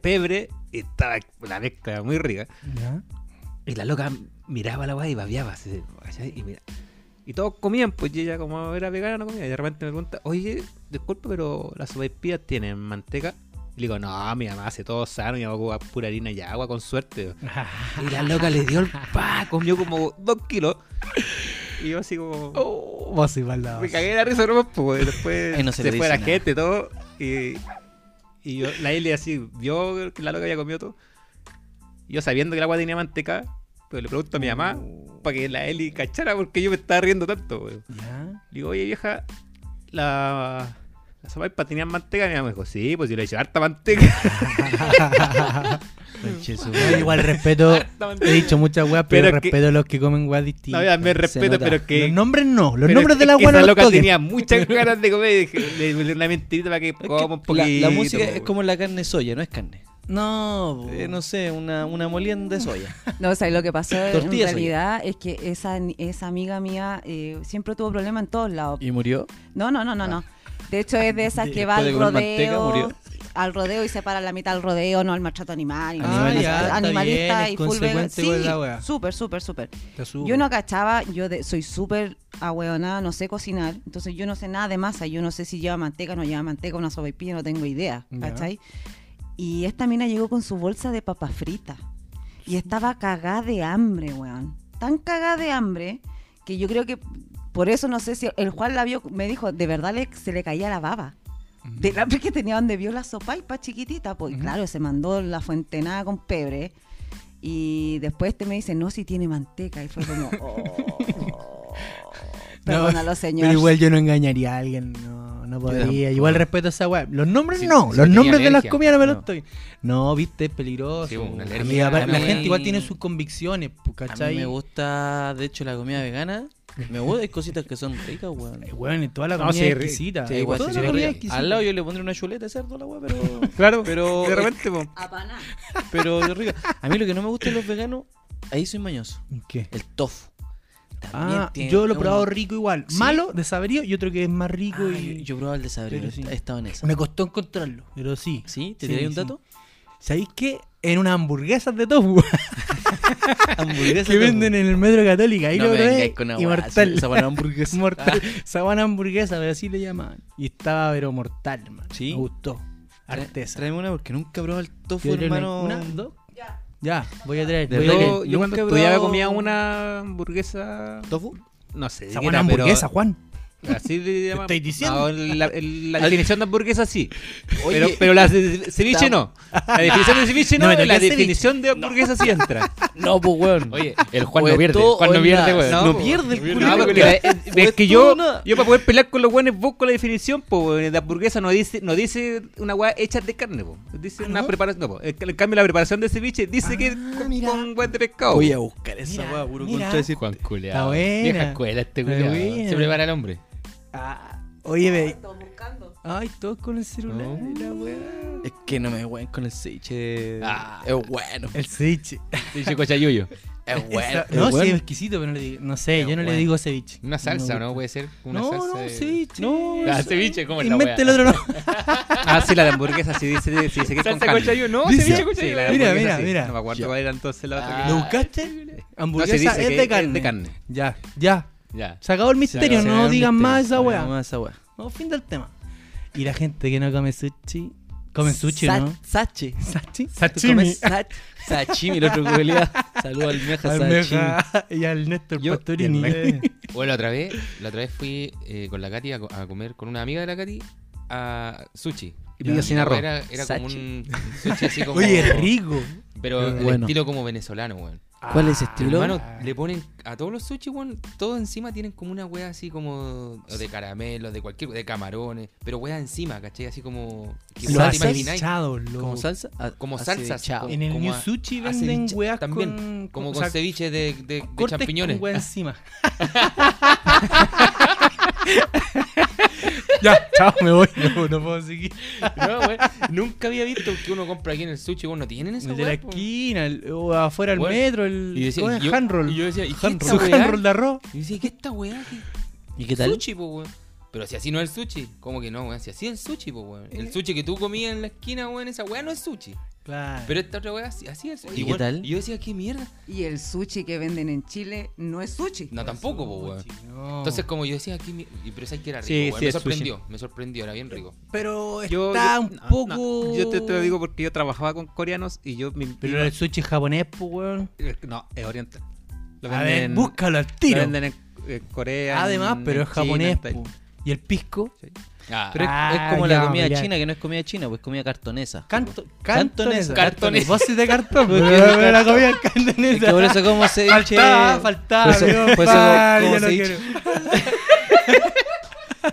[SPEAKER 4] pebre y estaba la mezcla muy rica.
[SPEAKER 2] Ya.
[SPEAKER 4] Y la loca miraba la weá y babeaba. así, ¿cachai? y, mira. y todos comían, pues y ella como era vegana no comía. Y de repente me pregunta, oye, disculpa, pero las sopaipillas tienen manteca. Y le digo, no, mi mamá hace todo sano, mi mamá ocupa pura harina y agua, con suerte. Y la loca le dio el pa, comió como dos kilos. Y yo así como...
[SPEAKER 2] Oh, vos igual la
[SPEAKER 4] Me cagué de la risa nomás, pues, y después
[SPEAKER 1] Ahí no se
[SPEAKER 4] se
[SPEAKER 1] le
[SPEAKER 4] fue
[SPEAKER 1] dice
[SPEAKER 4] la
[SPEAKER 1] nada.
[SPEAKER 4] gente todo. Y, y yo, la Eli así, vio que la loca había comido todo. Yo sabiendo que el agua tenía manteca, pero le pregunto a mi mamá para que la Eli cachara porque yo me estaba riendo tanto, weón.
[SPEAKER 2] Ya.
[SPEAKER 4] Le digo, oye vieja, la. La sopa tenía manteca, y mi mamá me dijo, sí, pues yo le eché harta manteca.
[SPEAKER 1] Conche su
[SPEAKER 2] Yo
[SPEAKER 1] madre.
[SPEAKER 2] Igual respeto.
[SPEAKER 4] harta manteca.
[SPEAKER 2] He dicho muchas weas, pero,
[SPEAKER 4] Pero que-
[SPEAKER 2] respeto a los que comen weas
[SPEAKER 4] No,
[SPEAKER 2] distintas.
[SPEAKER 4] ya, me respeto,
[SPEAKER 1] nota.
[SPEAKER 4] pero que.
[SPEAKER 2] Los nombres no, los
[SPEAKER 4] pero
[SPEAKER 2] nombres de
[SPEAKER 4] es
[SPEAKER 2] la
[SPEAKER 4] que
[SPEAKER 2] wea no
[SPEAKER 4] Esa
[SPEAKER 2] los
[SPEAKER 4] loca
[SPEAKER 2] toquen.
[SPEAKER 4] tenía muchas ganas de comer y dije, le le- una mentirita para que
[SPEAKER 1] Es que
[SPEAKER 4] coma un
[SPEAKER 1] la-
[SPEAKER 4] poquito. pues,
[SPEAKER 1] la, música
[SPEAKER 4] po,
[SPEAKER 1] es como la carne soya, no es carne.
[SPEAKER 2] No, bo.
[SPEAKER 1] Eh, no sé, una, una molienda de soya.
[SPEAKER 5] No, o sea, lo que pasó en
[SPEAKER 1] Tortillas, oye.
[SPEAKER 5] realidad es que esa, esa amiga mía eh, siempre tuvo problemas en todos lados.
[SPEAKER 1] ¿Y murió?
[SPEAKER 5] No, no, no, no, no. De hecho, es de esas que va
[SPEAKER 1] Después de comer manteca,
[SPEAKER 5] al rodeo.
[SPEAKER 1] murió.
[SPEAKER 5] Al rodeo y se para la mitad al rodeo, no al maltrato animal. y no
[SPEAKER 2] Ah,
[SPEAKER 5] sé,
[SPEAKER 2] ya, está
[SPEAKER 5] animalista
[SPEAKER 2] bien, es
[SPEAKER 5] y full vegan.
[SPEAKER 2] consecuente con la wea.
[SPEAKER 5] Sí, súper, súper, súper.
[SPEAKER 2] Te subo.
[SPEAKER 5] Yo no cachaba, yo de- soy súper ahueonada, no sé cocinar, entonces yo no sé nada de masa, yo no sé si lleva manteca, no lleva manteca, una sopaipilla, no tengo idea,
[SPEAKER 2] Ya.
[SPEAKER 5] ¿cachai? Y esta mina llegó con su bolsa de papas fritas y estaba cagada de hambre, weón. Tan cagada de hambre que yo creo que por eso no sé si el Juan la vio, me dijo, de verdad le- se le caía la baba. De la que tenía donde vio la sopaipa chiquitita, pues claro, se mandó la fuentenada con pebre. Y después te me dice, no, si tiene manteca. Y fue como, oh, perdónalo, señor.
[SPEAKER 2] Pero igual yo no engañaría a alguien, no, no podría.
[SPEAKER 1] tampoco.
[SPEAKER 2] igual respeto a esa weá. Los nombres
[SPEAKER 3] Sí,
[SPEAKER 2] no,
[SPEAKER 3] sí,
[SPEAKER 2] los
[SPEAKER 3] tenía
[SPEAKER 2] nombres de las
[SPEAKER 3] alergia.
[SPEAKER 2] comidas no me los
[SPEAKER 1] No.
[SPEAKER 2] estoy. No, viste, es peligroso.
[SPEAKER 3] Sí, una alergia,
[SPEAKER 2] Amiga, pa- la
[SPEAKER 3] una
[SPEAKER 2] gente
[SPEAKER 3] weá.
[SPEAKER 2] igual tiene sus convicciones, pu, ¿cachai?
[SPEAKER 1] A mí me gusta, de hecho, la comida vegana. Me gusta, hay cositas que son ricas, weón.
[SPEAKER 2] Eh, weón, y toda la
[SPEAKER 4] No,
[SPEAKER 2] comida
[SPEAKER 4] sí,
[SPEAKER 2] es exquisita.
[SPEAKER 1] Sí,
[SPEAKER 2] eh,
[SPEAKER 1] igual,
[SPEAKER 2] toda
[SPEAKER 1] sí,
[SPEAKER 2] la
[SPEAKER 1] sí,
[SPEAKER 2] comida
[SPEAKER 1] rica.
[SPEAKER 2] es exquisita.
[SPEAKER 1] Al lado yo le pondría una chuleta de cerdo a la weá, pero.
[SPEAKER 4] Claro,
[SPEAKER 1] Pero-
[SPEAKER 4] de repente, pues. po.
[SPEAKER 5] Apaná.
[SPEAKER 1] Pero es rica. A mí lo que no me gusta de los veganos, ahí soy mañoso.
[SPEAKER 2] ¿Qué?
[SPEAKER 1] El tofu. También
[SPEAKER 2] Ah,
[SPEAKER 1] tiene-
[SPEAKER 2] yo lo he
[SPEAKER 1] es
[SPEAKER 2] probado
[SPEAKER 1] una-
[SPEAKER 2] rico igual.
[SPEAKER 1] Sí.
[SPEAKER 2] Malo, desabrido y otro que es más rico
[SPEAKER 1] Ah,
[SPEAKER 2] y.
[SPEAKER 1] Yo, yo he probado el desabrido,
[SPEAKER 2] Pero sí.
[SPEAKER 1] he estado en esa.
[SPEAKER 2] Me costó encontrarlo, pero sí.
[SPEAKER 1] ¿Sí? ¿Te
[SPEAKER 2] Sí,
[SPEAKER 1] tiré un
[SPEAKER 2] sí.
[SPEAKER 1] dato?
[SPEAKER 2] ¿Sabéis qué? En unas hamburguesas de tofu
[SPEAKER 1] Hamburguesas
[SPEAKER 2] que venden en el Metro Católica. Ahí
[SPEAKER 1] No
[SPEAKER 2] lo
[SPEAKER 1] me
[SPEAKER 2] probé.
[SPEAKER 1] vengáis con una weá así,
[SPEAKER 2] Inmortal.
[SPEAKER 1] esa buena hamburguesa.
[SPEAKER 2] Mortal. Sabana hamburguesa, pero así le llaman. Y estaba pero mortal, hermano.
[SPEAKER 1] Sí.
[SPEAKER 2] Me gustó. Artesa.
[SPEAKER 1] Tráeme una porque nunca he probado el tofu,
[SPEAKER 2] Yo creo que no hay-
[SPEAKER 1] hermano.
[SPEAKER 2] Una, dos. Ya, voy a traer.
[SPEAKER 1] De
[SPEAKER 2] voy a
[SPEAKER 1] verdad
[SPEAKER 2] traer.
[SPEAKER 4] Yo, yo cuando
[SPEAKER 1] Nunca he
[SPEAKER 4] estudiaba
[SPEAKER 1] probado-
[SPEAKER 4] comía una hamburguesa.
[SPEAKER 1] ¿Tofu?
[SPEAKER 4] No sé. de
[SPEAKER 2] Esa
[SPEAKER 4] qué
[SPEAKER 2] buena
[SPEAKER 4] era, pero
[SPEAKER 2] hamburguesa, Juan.
[SPEAKER 4] Así le llaman.
[SPEAKER 2] estoy diciendo.
[SPEAKER 4] No, la, el- la definición de hamburguesa sí.
[SPEAKER 1] Oye,
[SPEAKER 4] pero, pero la de- de- ceviche no. La definición de ceviche
[SPEAKER 2] No
[SPEAKER 4] no.
[SPEAKER 2] me toques
[SPEAKER 4] la
[SPEAKER 2] ceviche.
[SPEAKER 4] definición de hamburguesa sí entra.
[SPEAKER 1] No, pues, weón.
[SPEAKER 3] Oye, el Juan
[SPEAKER 1] O
[SPEAKER 3] no
[SPEAKER 1] esto
[SPEAKER 3] pierde.
[SPEAKER 1] o
[SPEAKER 3] Juan no
[SPEAKER 1] la-
[SPEAKER 3] pierde, weón.
[SPEAKER 1] No,
[SPEAKER 4] po.
[SPEAKER 1] pierde el
[SPEAKER 3] No,
[SPEAKER 1] culo. Pues
[SPEAKER 4] porque la- es,
[SPEAKER 2] pues,
[SPEAKER 4] es
[SPEAKER 1] esto
[SPEAKER 4] que yo,
[SPEAKER 1] o nada.
[SPEAKER 4] yo para poder pelear con los buenos busco la definición, pues la hamburguesa no dice, no dice una hueá hecha de carne, po. dice
[SPEAKER 2] Ah,
[SPEAKER 4] una
[SPEAKER 2] ¿no? Ah,
[SPEAKER 4] preparación, no, po. En en cambio la preparación de ceviche dice que es con,
[SPEAKER 2] mira.
[SPEAKER 4] con hueá de pescado.
[SPEAKER 1] Voy
[SPEAKER 4] po.
[SPEAKER 1] a buscar esa
[SPEAKER 2] Mira,
[SPEAKER 1] weá, puro
[SPEAKER 2] mira.
[SPEAKER 1] contra decir.
[SPEAKER 3] Juan culeado.
[SPEAKER 2] Está buena.
[SPEAKER 3] Vieja escuela este
[SPEAKER 2] Está
[SPEAKER 3] culeado.
[SPEAKER 2] buena.
[SPEAKER 3] Se prepara el hombre.
[SPEAKER 2] Ah, oye, ve.
[SPEAKER 5] buscando.
[SPEAKER 2] Ay, todos con el celular.
[SPEAKER 3] No.
[SPEAKER 2] y la weá.
[SPEAKER 1] Es que no me weón con el ceviche.
[SPEAKER 3] Ah.
[SPEAKER 1] Es bueno.
[SPEAKER 2] El ceviche.
[SPEAKER 3] Dice cochayuyo.
[SPEAKER 1] Es bueno.
[SPEAKER 2] Esa-
[SPEAKER 1] es
[SPEAKER 2] No, sí,
[SPEAKER 1] bueno.
[SPEAKER 2] es exquisito, pero no le digo. No sé, yo no le
[SPEAKER 3] bueno.
[SPEAKER 2] digo ceviche.
[SPEAKER 3] Una salsa, ¿no?
[SPEAKER 2] me gusta.
[SPEAKER 3] Puede ser una
[SPEAKER 2] No,
[SPEAKER 3] salsa.
[SPEAKER 2] no,
[SPEAKER 3] de-
[SPEAKER 2] ceviche.
[SPEAKER 1] No,
[SPEAKER 3] Ah,
[SPEAKER 2] eso-
[SPEAKER 3] ceviche, ¿cómo es la
[SPEAKER 2] Inventa el
[SPEAKER 3] weá?
[SPEAKER 2] otro nombre.
[SPEAKER 4] Ah, sí, la de hamburguesa sí dice, dice, dice que es con
[SPEAKER 3] Salsa
[SPEAKER 4] carne.
[SPEAKER 3] cochayuyo, no,
[SPEAKER 2] Dice-
[SPEAKER 3] ceviche
[SPEAKER 4] Sí,
[SPEAKER 3] cochayuyo.
[SPEAKER 4] la de
[SPEAKER 2] Mira,
[SPEAKER 4] hamburguesa
[SPEAKER 2] mira,
[SPEAKER 4] sí.
[SPEAKER 2] mira.
[SPEAKER 4] No me acuerdo
[SPEAKER 1] Ya.
[SPEAKER 4] cuál era entonces la otra.
[SPEAKER 3] Ah.
[SPEAKER 4] que-
[SPEAKER 2] ¿Lo buscaste?
[SPEAKER 4] No, se
[SPEAKER 2] Hamburguesa
[SPEAKER 4] dice
[SPEAKER 2] es
[SPEAKER 4] que
[SPEAKER 2] de carne.
[SPEAKER 4] de carne.
[SPEAKER 2] Ya, ya.
[SPEAKER 3] Ya.
[SPEAKER 2] Se acabó el misterio,
[SPEAKER 1] Se
[SPEAKER 2] no
[SPEAKER 1] acabó el
[SPEAKER 2] digan
[SPEAKER 1] misterio,
[SPEAKER 2] más esa
[SPEAKER 1] no
[SPEAKER 2] weá.
[SPEAKER 1] digan más esa weá.
[SPEAKER 2] No, fin del tema. Y la gente que no come sushi, come sushi,
[SPEAKER 1] Sa-
[SPEAKER 2] ¿no?
[SPEAKER 1] Sachi.
[SPEAKER 2] Sachi.
[SPEAKER 1] Comes sa- Sashimi, el otro culiao. Saludos al Meja Sashimi.
[SPEAKER 2] Almeja y al Néstor
[SPEAKER 4] Yo-
[SPEAKER 2] Pastorini.
[SPEAKER 4] y el
[SPEAKER 3] Bueno, la otra vez, la otra vez fui eh, con la Katy a, co- a comer con una amiga de la Katy a sushi.
[SPEAKER 4] Y pidió sin
[SPEAKER 3] Era-
[SPEAKER 4] arroz.
[SPEAKER 3] Era, era como
[SPEAKER 1] Sachi.
[SPEAKER 3] un sushi así como.
[SPEAKER 2] Oye, rico.
[SPEAKER 3] Pero
[SPEAKER 1] Qué
[SPEAKER 3] el
[SPEAKER 1] Eh, bueno.
[SPEAKER 3] estilo como venezolano, weón.
[SPEAKER 1] ¿Cuál es este blog?
[SPEAKER 3] Hermano, le ponen a todos los sushi, weón, todos encima tienen como una wea así como o de caramelos, de cualquier de camarones, pero wea encima, ¿cachai? Así como que
[SPEAKER 1] Lo
[SPEAKER 3] weá te
[SPEAKER 1] hacen
[SPEAKER 3] imagináis,
[SPEAKER 2] Chao,
[SPEAKER 1] ¿Como salsa? Ah,
[SPEAKER 3] como
[SPEAKER 1] así,
[SPEAKER 3] salsas,
[SPEAKER 1] chao.
[SPEAKER 3] como-
[SPEAKER 2] En el
[SPEAKER 3] como
[SPEAKER 2] New
[SPEAKER 3] a-
[SPEAKER 2] Sushi
[SPEAKER 3] a
[SPEAKER 2] venden
[SPEAKER 3] ceviche
[SPEAKER 2] weas
[SPEAKER 3] también,
[SPEAKER 2] con-
[SPEAKER 3] como
[SPEAKER 2] o
[SPEAKER 3] con
[SPEAKER 2] sea,
[SPEAKER 3] ceviche de, de, de
[SPEAKER 2] cortes
[SPEAKER 3] champiñones.
[SPEAKER 2] con wea encima. ya, chao, me voy. No, no puedo seguir.
[SPEAKER 3] No, weón, nunca había visto que uno compra aquí en el sushi, weón, no tienen esa
[SPEAKER 2] El de
[SPEAKER 3] wea.
[SPEAKER 2] la
[SPEAKER 3] po.
[SPEAKER 2] esquina, el- o afuera del
[SPEAKER 3] Bueno,
[SPEAKER 2] metro, el,
[SPEAKER 3] y decía,
[SPEAKER 2] o
[SPEAKER 3] y
[SPEAKER 2] el
[SPEAKER 3] yo-
[SPEAKER 2] handroll.
[SPEAKER 3] y yo decía, ¿y qué
[SPEAKER 2] Handroll.
[SPEAKER 3] esta
[SPEAKER 2] Su
[SPEAKER 3] weá?
[SPEAKER 2] handroll de arroz.
[SPEAKER 3] Y dice, ¿qué esta weá? ¿Qué-
[SPEAKER 1] ¿Y qué tal?
[SPEAKER 3] Sushi, po, weón. Pero si así no es el sushi, ¿cómo que no, weón? Si así es el sushi, po, weón. El sushi que tú comías en la esquina, weón, esa weá no es sushi.
[SPEAKER 2] Claro.
[SPEAKER 3] Pero esta otra weá, así, así es.
[SPEAKER 1] ¿Y qué
[SPEAKER 3] weón,
[SPEAKER 1] tal?
[SPEAKER 3] Y yo decía, ¿qué mierda?
[SPEAKER 5] Y el sushi que venden en Chile no es sushi.
[SPEAKER 3] No, tampoco, po, weón.
[SPEAKER 2] No.
[SPEAKER 3] Entonces, como yo decía, aquí mi- y- pero sabes que era rico,
[SPEAKER 4] Sí,
[SPEAKER 3] weón.
[SPEAKER 4] sí,
[SPEAKER 3] me
[SPEAKER 4] es sushi.
[SPEAKER 3] sorprendió, me sorprendió, era bien rico.
[SPEAKER 2] pero está
[SPEAKER 4] Yo, yo-
[SPEAKER 2] un
[SPEAKER 4] no, no,
[SPEAKER 2] poco.
[SPEAKER 4] yo te, te lo digo porque yo trabajaba con coreanos y yo me.
[SPEAKER 2] Pero
[SPEAKER 4] iba-
[SPEAKER 2] era el sushi japonés, pues, weón.
[SPEAKER 4] No, es oriental. Lo
[SPEAKER 2] A ver,
[SPEAKER 4] venden-
[SPEAKER 2] búscalo al
[SPEAKER 4] Lo
[SPEAKER 2] tiro.
[SPEAKER 4] venden en eh, Corea.
[SPEAKER 2] Además,
[SPEAKER 4] en-
[SPEAKER 2] pero
[SPEAKER 4] en
[SPEAKER 2] es
[SPEAKER 4] China,
[SPEAKER 2] japonés,
[SPEAKER 4] en Tai-
[SPEAKER 2] po. Y el pisco.
[SPEAKER 3] Ah,
[SPEAKER 1] Pero es,
[SPEAKER 2] Ah,
[SPEAKER 1] es como
[SPEAKER 2] ya,
[SPEAKER 1] la comida
[SPEAKER 2] mira.
[SPEAKER 1] china, que no es comida china, pues es comida cartonesa.
[SPEAKER 4] pues.
[SPEAKER 2] Canto,
[SPEAKER 1] Cantonesa.
[SPEAKER 2] cantonesa.
[SPEAKER 3] Cartonesa.
[SPEAKER 2] Vos sí de cartón,
[SPEAKER 1] Porque
[SPEAKER 2] pero
[SPEAKER 1] es de
[SPEAKER 2] me la
[SPEAKER 1] cartón.
[SPEAKER 2] comía
[SPEAKER 1] Es que por
[SPEAKER 2] cantonesa.
[SPEAKER 1] eso como se
[SPEAKER 2] Faltaba, faltaba,
[SPEAKER 1] Por eso-
[SPEAKER 2] amigo,
[SPEAKER 1] por eso
[SPEAKER 2] faltaba,
[SPEAKER 1] como
[SPEAKER 2] ya no
[SPEAKER 1] ceviche.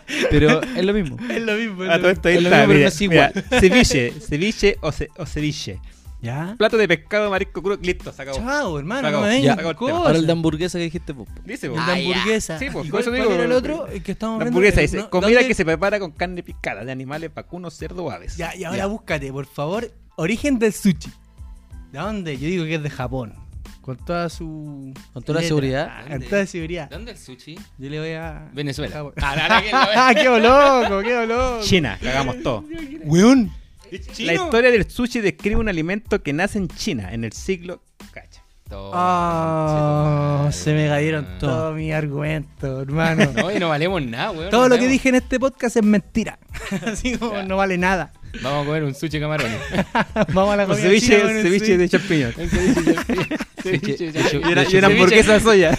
[SPEAKER 2] quiero.
[SPEAKER 1] Pero es lo mismo.
[SPEAKER 2] Es lo mismo. es
[SPEAKER 4] Ah,
[SPEAKER 2] lo mismo.
[SPEAKER 4] todo esto ahí
[SPEAKER 1] Es lo
[SPEAKER 4] está,
[SPEAKER 1] mismo, pero
[SPEAKER 4] mira,
[SPEAKER 1] no es igual.
[SPEAKER 4] mira, ceviche, ceviche o, ce- o ceviche.
[SPEAKER 2] Ya.
[SPEAKER 4] Plato de pescado, marisco crudo, listo, se acabó.
[SPEAKER 2] Chao, hermano.
[SPEAKER 4] Sacó,
[SPEAKER 2] no me
[SPEAKER 4] ya,
[SPEAKER 2] vengas
[SPEAKER 4] sacó el
[SPEAKER 2] con
[SPEAKER 4] tema.
[SPEAKER 1] Ahora
[SPEAKER 2] cosas.
[SPEAKER 1] el de hamburguesa que dijiste, pues,
[SPEAKER 4] Dice, po.
[SPEAKER 2] El de
[SPEAKER 3] Ah, ya.
[SPEAKER 2] hamburguesa.
[SPEAKER 4] Sí, pues,
[SPEAKER 2] ¿Y
[SPEAKER 4] por eso
[SPEAKER 2] cuál
[SPEAKER 4] digo,
[SPEAKER 2] era el
[SPEAKER 4] eh,
[SPEAKER 2] otro? El que estamos
[SPEAKER 4] La
[SPEAKER 2] hablando.
[SPEAKER 4] hamburguesa dice,
[SPEAKER 2] No,
[SPEAKER 4] comida
[SPEAKER 2] ¿dónde-
[SPEAKER 4] que se prepara con carne picada de animales vacunos, cerdo o aves.
[SPEAKER 2] Ya, y ahora búscate, por favor, origen del sushi. ¿De dónde? Yo digo que es de Japón. Con toda su.
[SPEAKER 1] Con toda la seguridad.
[SPEAKER 2] Ah, Con
[SPEAKER 3] ¿Dónde?
[SPEAKER 2] toda seguridad.
[SPEAKER 3] ¿Dónde el sushi?
[SPEAKER 2] Yo le voy a.
[SPEAKER 3] Venezuela.
[SPEAKER 2] Japón.
[SPEAKER 3] Ah, la- la que- la-
[SPEAKER 2] ¡Ah, quedó loco! ¡Quedó loco!
[SPEAKER 4] China, cagamos todo.
[SPEAKER 2] ¡Weón!
[SPEAKER 4] La historia del sushi describe un alimento que nace en China en el siglo... Cacha.
[SPEAKER 3] Todo,
[SPEAKER 2] Ah,
[SPEAKER 3] conchetumare,
[SPEAKER 2] se me
[SPEAKER 3] Oh, weón.
[SPEAKER 2] cayeron todos mis argumentos, hermano.
[SPEAKER 3] No, y no valemos nada, weón.
[SPEAKER 2] Todo
[SPEAKER 3] no
[SPEAKER 2] lo que
[SPEAKER 3] sabemos.
[SPEAKER 2] dije en este podcast es mentira. Así como
[SPEAKER 3] Ya.
[SPEAKER 2] no vale nada.
[SPEAKER 3] Vamos a comer un sushi camarón.
[SPEAKER 2] Vamos a la
[SPEAKER 4] Un
[SPEAKER 2] comida
[SPEAKER 4] ceviche,
[SPEAKER 2] china con el
[SPEAKER 4] ceviche
[SPEAKER 2] sushi.
[SPEAKER 4] de champiñón.
[SPEAKER 3] ceviche,
[SPEAKER 1] Ceviche-
[SPEAKER 3] ceviche-
[SPEAKER 4] Y una, y
[SPEAKER 3] ceviche-
[SPEAKER 4] una hamburguesa de soya.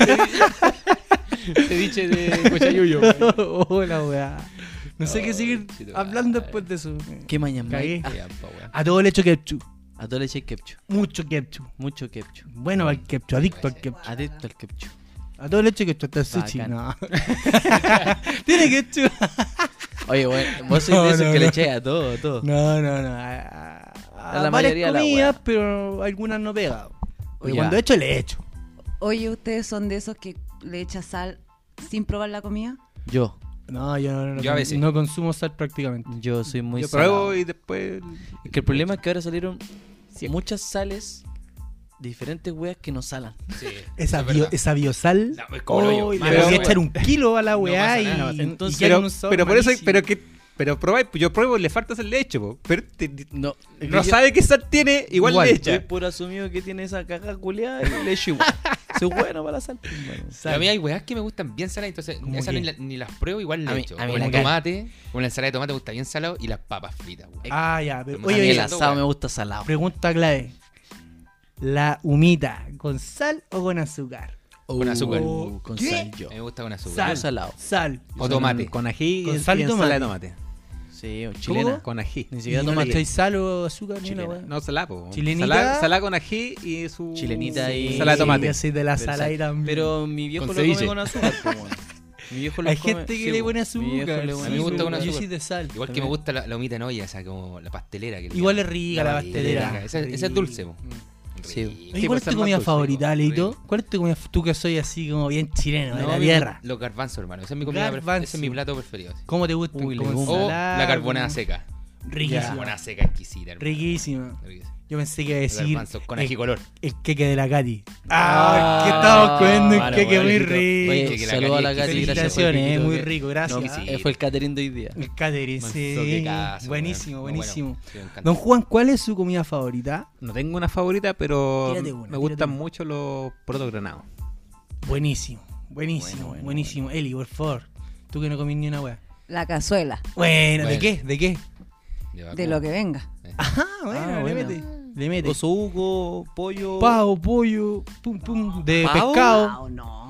[SPEAKER 3] Ceviche de cochayuyo. weón.
[SPEAKER 2] Hola, Oh, weá. No sé qué
[SPEAKER 3] Ay,
[SPEAKER 2] seguir
[SPEAKER 3] chito,
[SPEAKER 2] hablando
[SPEAKER 3] madre.
[SPEAKER 2] después de eso.
[SPEAKER 1] ¿Qué mañana?
[SPEAKER 2] Cagué.
[SPEAKER 1] Mike?
[SPEAKER 3] Ya, po, weón.
[SPEAKER 2] A todo le echo ketchup.
[SPEAKER 1] Ah, A todo le eché ketchup.
[SPEAKER 2] Mucho ketchup.
[SPEAKER 1] Mucho ketchup.
[SPEAKER 2] Bueno al ketchup, adicto al ketchup.
[SPEAKER 1] Adicto al ketchup.
[SPEAKER 2] A todo le echo ketchup hasta el sushi.
[SPEAKER 1] Bacán.
[SPEAKER 2] No. Tiene ketchup.
[SPEAKER 1] Oye, bueno, vos sois
[SPEAKER 2] No,
[SPEAKER 1] de esos
[SPEAKER 2] no,
[SPEAKER 1] que le
[SPEAKER 2] no.
[SPEAKER 1] echáis a todo, a todo.
[SPEAKER 2] No, no, no. A, a-
[SPEAKER 1] A la
[SPEAKER 2] varias
[SPEAKER 1] mayoría la
[SPEAKER 2] comidas,
[SPEAKER 1] weá.
[SPEAKER 2] pero algunas no pega. Porque
[SPEAKER 1] Ya.
[SPEAKER 2] cuando echo, le echo.
[SPEAKER 5] Oye, ¿ustedes son de esos que le echa sal sin probar la comida?
[SPEAKER 1] Yo,
[SPEAKER 2] No, yo no, no,
[SPEAKER 3] Yo a veces.
[SPEAKER 2] no consumo sal prácticamente.
[SPEAKER 1] yo soy muy
[SPEAKER 4] Yo
[SPEAKER 1] salado.
[SPEAKER 4] pruebo y después...
[SPEAKER 1] Es que el problema es que ahora salieron
[SPEAKER 4] Sí.
[SPEAKER 1] muchas sales, diferentes weas que no salan.
[SPEAKER 3] Sí,
[SPEAKER 2] Esa,
[SPEAKER 3] es
[SPEAKER 2] bio-
[SPEAKER 3] verdad.
[SPEAKER 2] esa biosal.
[SPEAKER 3] No, es como el hoyo.
[SPEAKER 2] Uy, le
[SPEAKER 3] Malo,
[SPEAKER 2] podía
[SPEAKER 3] weón.
[SPEAKER 2] echar un kilo a la
[SPEAKER 3] No
[SPEAKER 2] weá
[SPEAKER 3] pasa
[SPEAKER 2] y,
[SPEAKER 3] nada,
[SPEAKER 2] y
[SPEAKER 1] entonces-
[SPEAKER 2] queda
[SPEAKER 4] Pero,
[SPEAKER 2] un sabor
[SPEAKER 4] pero por eso,
[SPEAKER 2] malísimo.
[SPEAKER 4] pero que... Pero probáis, yo pruebo y le falta el leche, po. Pero te-
[SPEAKER 1] No,
[SPEAKER 4] no sabe qué sal tiene, igual, le
[SPEAKER 1] Estoy
[SPEAKER 4] echa.
[SPEAKER 1] por asumido que tiene esa caja culeada y le echo igual. Soy bueno para la sal. pues, hermano.
[SPEAKER 3] A mí hay weas que me gustan bien saladas, entonces
[SPEAKER 2] ¿Cómo
[SPEAKER 3] esas
[SPEAKER 2] qué?
[SPEAKER 3] ni, la- ni las pruebo, igual
[SPEAKER 1] A
[SPEAKER 3] le
[SPEAKER 1] mí-
[SPEAKER 3] echo.
[SPEAKER 1] a mí
[SPEAKER 3] Como
[SPEAKER 1] la
[SPEAKER 3] el
[SPEAKER 1] caga.
[SPEAKER 3] tomate, una ensalada de tomate me gusta bien salado y las papas fritas, weón.
[SPEAKER 2] Ah, ya. Pero,
[SPEAKER 3] Pero
[SPEAKER 1] Pues a
[SPEAKER 2] oye,
[SPEAKER 1] mí el
[SPEAKER 2] oye,
[SPEAKER 1] asado me gusta salado.
[SPEAKER 2] pregunta clave. ¿La humita con sal o con azúcar?
[SPEAKER 3] Con azúcar.
[SPEAKER 1] Uh, con
[SPEAKER 2] ¿Qué?
[SPEAKER 1] sal yo.
[SPEAKER 3] A mí me gusta con azúcar.
[SPEAKER 1] Sal. salado.
[SPEAKER 2] Sal.
[SPEAKER 3] O tomate.
[SPEAKER 4] Con ají
[SPEAKER 2] Con
[SPEAKER 4] y
[SPEAKER 2] sal y
[SPEAKER 4] ensalada de tomate.
[SPEAKER 1] Sí, o
[SPEAKER 4] Chilena.
[SPEAKER 1] chilena.
[SPEAKER 4] Con ají.
[SPEAKER 1] Ni
[SPEAKER 2] ¿Y
[SPEAKER 1] siquiera
[SPEAKER 2] no
[SPEAKER 1] tomate.
[SPEAKER 2] echáis sal o azúcar ni una
[SPEAKER 4] Chilena.
[SPEAKER 2] weá?
[SPEAKER 4] No, salá, po.
[SPEAKER 2] Chilenita.
[SPEAKER 4] Salá, salá con ají y su...
[SPEAKER 1] Chilenita y-
[SPEAKER 4] Salada de tomate.
[SPEAKER 2] Yo soy de la
[SPEAKER 1] Pero
[SPEAKER 2] sal ahí
[SPEAKER 1] sal.
[SPEAKER 2] también.
[SPEAKER 1] Pero mi viejo
[SPEAKER 3] Con
[SPEAKER 1] lo come
[SPEAKER 3] ceviche.
[SPEAKER 1] con azúcar. pues, bueno. Mi viejo lo
[SPEAKER 2] hay
[SPEAKER 1] come-
[SPEAKER 2] gente que
[SPEAKER 1] sí,
[SPEAKER 2] le
[SPEAKER 1] po.
[SPEAKER 2] pone
[SPEAKER 1] Mi viejo
[SPEAKER 2] azúcar.
[SPEAKER 1] le pone
[SPEAKER 3] A mí me gusta
[SPEAKER 1] azúcar.
[SPEAKER 3] con
[SPEAKER 2] Yo
[SPEAKER 3] azúcar.
[SPEAKER 2] soy de sal.
[SPEAKER 3] Igual que me
[SPEAKER 2] también.
[SPEAKER 3] gusta la, la humita en olla, o sea, como la pastelera. Que le
[SPEAKER 2] Igual es
[SPEAKER 3] llaman.
[SPEAKER 2] rica la pastelera. Mm.
[SPEAKER 3] Esa, esa es dulce, po.
[SPEAKER 1] Sí.
[SPEAKER 3] Rico.
[SPEAKER 2] Oye, ¿Cuál es
[SPEAKER 4] pasa
[SPEAKER 2] tu
[SPEAKER 4] más
[SPEAKER 2] comida
[SPEAKER 4] dulce,
[SPEAKER 2] favorita,
[SPEAKER 3] rico,
[SPEAKER 2] Leito?
[SPEAKER 3] rico.
[SPEAKER 2] ¿Cuál es tu comida? Tú que soy así como bien chileno, de
[SPEAKER 3] No,
[SPEAKER 2] la
[SPEAKER 3] mi-
[SPEAKER 2] tierra.
[SPEAKER 3] Los garbanzos, hermano. Ese es mi comida pref-
[SPEAKER 2] Garbanzo.
[SPEAKER 3] Ese es mi plato preferido. sí.
[SPEAKER 2] ¿Cómo te gusta?
[SPEAKER 1] Uy,
[SPEAKER 2] ¿Con
[SPEAKER 1] legumbre.
[SPEAKER 3] O
[SPEAKER 2] ensalada?
[SPEAKER 3] la carbonada seca. La
[SPEAKER 2] Riquísima.
[SPEAKER 3] carbonada seca exquisita, hermano.
[SPEAKER 2] Riquísima.
[SPEAKER 3] Riquísima.
[SPEAKER 2] Yo pensé que iba a
[SPEAKER 3] Los
[SPEAKER 2] decir
[SPEAKER 3] garbanzos con
[SPEAKER 2] el-
[SPEAKER 3] ají color.
[SPEAKER 2] el queque de la Katy.
[SPEAKER 1] Ah,
[SPEAKER 2] Ah, que estamos comiendo un
[SPEAKER 1] bueno,
[SPEAKER 2] queque
[SPEAKER 1] bueno,
[SPEAKER 2] muy
[SPEAKER 1] rico.
[SPEAKER 2] rico.
[SPEAKER 1] Oye,
[SPEAKER 3] Que la
[SPEAKER 1] saludo a la
[SPEAKER 3] Katy,
[SPEAKER 1] Katy, gracias por el
[SPEAKER 2] Felicitaciones, eh,
[SPEAKER 1] piquito
[SPEAKER 2] muy
[SPEAKER 1] que-
[SPEAKER 2] rico,
[SPEAKER 1] No,
[SPEAKER 2] gracias.
[SPEAKER 3] sí.
[SPEAKER 1] eh, fue el catering de hoy día.
[SPEAKER 2] El catering, sí.
[SPEAKER 3] Manso, qué caso,
[SPEAKER 2] buenísimo,
[SPEAKER 3] weón. No,
[SPEAKER 2] buenísimo.
[SPEAKER 3] bueno, sí, me encanta.
[SPEAKER 2] Don Juan, ¿cuál es su comida favorita?
[SPEAKER 4] No tengo una favorita, pero
[SPEAKER 2] Tírate una,
[SPEAKER 4] me gustan
[SPEAKER 2] tírate una.
[SPEAKER 4] mucho los porotos granados.
[SPEAKER 2] Buenísimo, buenísimo,
[SPEAKER 1] Bueno, bueno,
[SPEAKER 2] buenísimo. Eli, por favor, tú que no comís ni una wea.
[SPEAKER 5] La cazuela,
[SPEAKER 2] Bueno, ¿de
[SPEAKER 3] Bueno.
[SPEAKER 2] qué? ¿De qué?
[SPEAKER 3] Lleva
[SPEAKER 5] de
[SPEAKER 3] como-
[SPEAKER 5] lo que venga.
[SPEAKER 2] Ajá, bueno,
[SPEAKER 1] Ah,
[SPEAKER 2] le
[SPEAKER 1] bueno.
[SPEAKER 2] mete. Le mete.
[SPEAKER 1] Osobuco, pollo.
[SPEAKER 2] Pavo, pollo, pum, pum, de
[SPEAKER 1] ¿Pavo?
[SPEAKER 2] pescado.
[SPEAKER 5] Ah, no.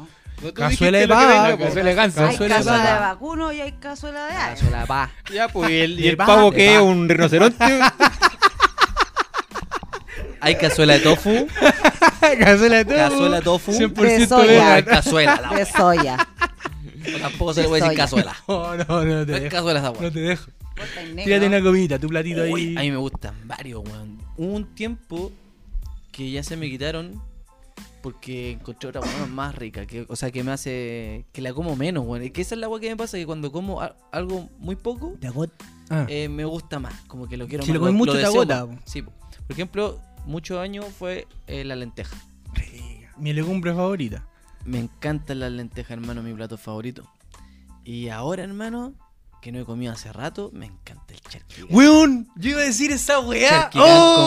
[SPEAKER 2] Cazuela de
[SPEAKER 4] pavo.
[SPEAKER 2] pavo.
[SPEAKER 4] Cazuela de ganso.
[SPEAKER 5] Hay
[SPEAKER 2] Cazuela de
[SPEAKER 5] cazuela de
[SPEAKER 2] pavo.
[SPEAKER 5] vacuno y hay cazuela de ave.
[SPEAKER 1] Cazuela de pavo.
[SPEAKER 4] Ya, pues, ¿y el,
[SPEAKER 2] De
[SPEAKER 4] y el
[SPEAKER 2] pavo,
[SPEAKER 4] pavo
[SPEAKER 2] de
[SPEAKER 4] que es
[SPEAKER 2] pavo.
[SPEAKER 4] un rinoceronte?
[SPEAKER 1] Hay cazuela de tofu.
[SPEAKER 2] Cazuela de todo.
[SPEAKER 1] Cazuela de tofu.
[SPEAKER 2] 100%
[SPEAKER 5] De soya.
[SPEAKER 1] No, es
[SPEAKER 2] vegana.
[SPEAKER 1] cazuela. la
[SPEAKER 5] De soya.
[SPEAKER 1] wea. Tampoco se le puede decir
[SPEAKER 5] Soya.
[SPEAKER 1] cazuela.
[SPEAKER 2] No, no, no te
[SPEAKER 1] No es
[SPEAKER 2] dejo.
[SPEAKER 1] cazuela esa wea.
[SPEAKER 2] No te dejo.
[SPEAKER 5] Corta en negro.
[SPEAKER 2] Tírate una comida, tu platito
[SPEAKER 1] Uy, a mí
[SPEAKER 2] ahí.
[SPEAKER 1] me gustan varios, weón. Hubo un tiempo que ya se me quitaron porque encontré otra weón más rica. Que, o sea, que me hace. que la como menos, weón. Es que esa es la weá que me pasa, que cuando como a- algo muy poco,
[SPEAKER 2] Te agota. Ah,
[SPEAKER 1] eh, me gusta más. Como que lo quiero
[SPEAKER 2] Si
[SPEAKER 1] más.
[SPEAKER 2] lo comes mucho, te
[SPEAKER 1] deseo
[SPEAKER 2] agota,
[SPEAKER 1] más.
[SPEAKER 2] po.
[SPEAKER 1] Sí, po. por ejemplo, muchos años fue eh, la lenteja.
[SPEAKER 2] rica. Mi legumbre favorita.
[SPEAKER 1] Me encantan las lentejas, hermano, mi plato favorito. Y ahora, hermano, que no he comido hace rato, me encanta el charqui.
[SPEAKER 2] ¡Weón! Yo iba a decir esa weá. Oh,
[SPEAKER 1] Charquicán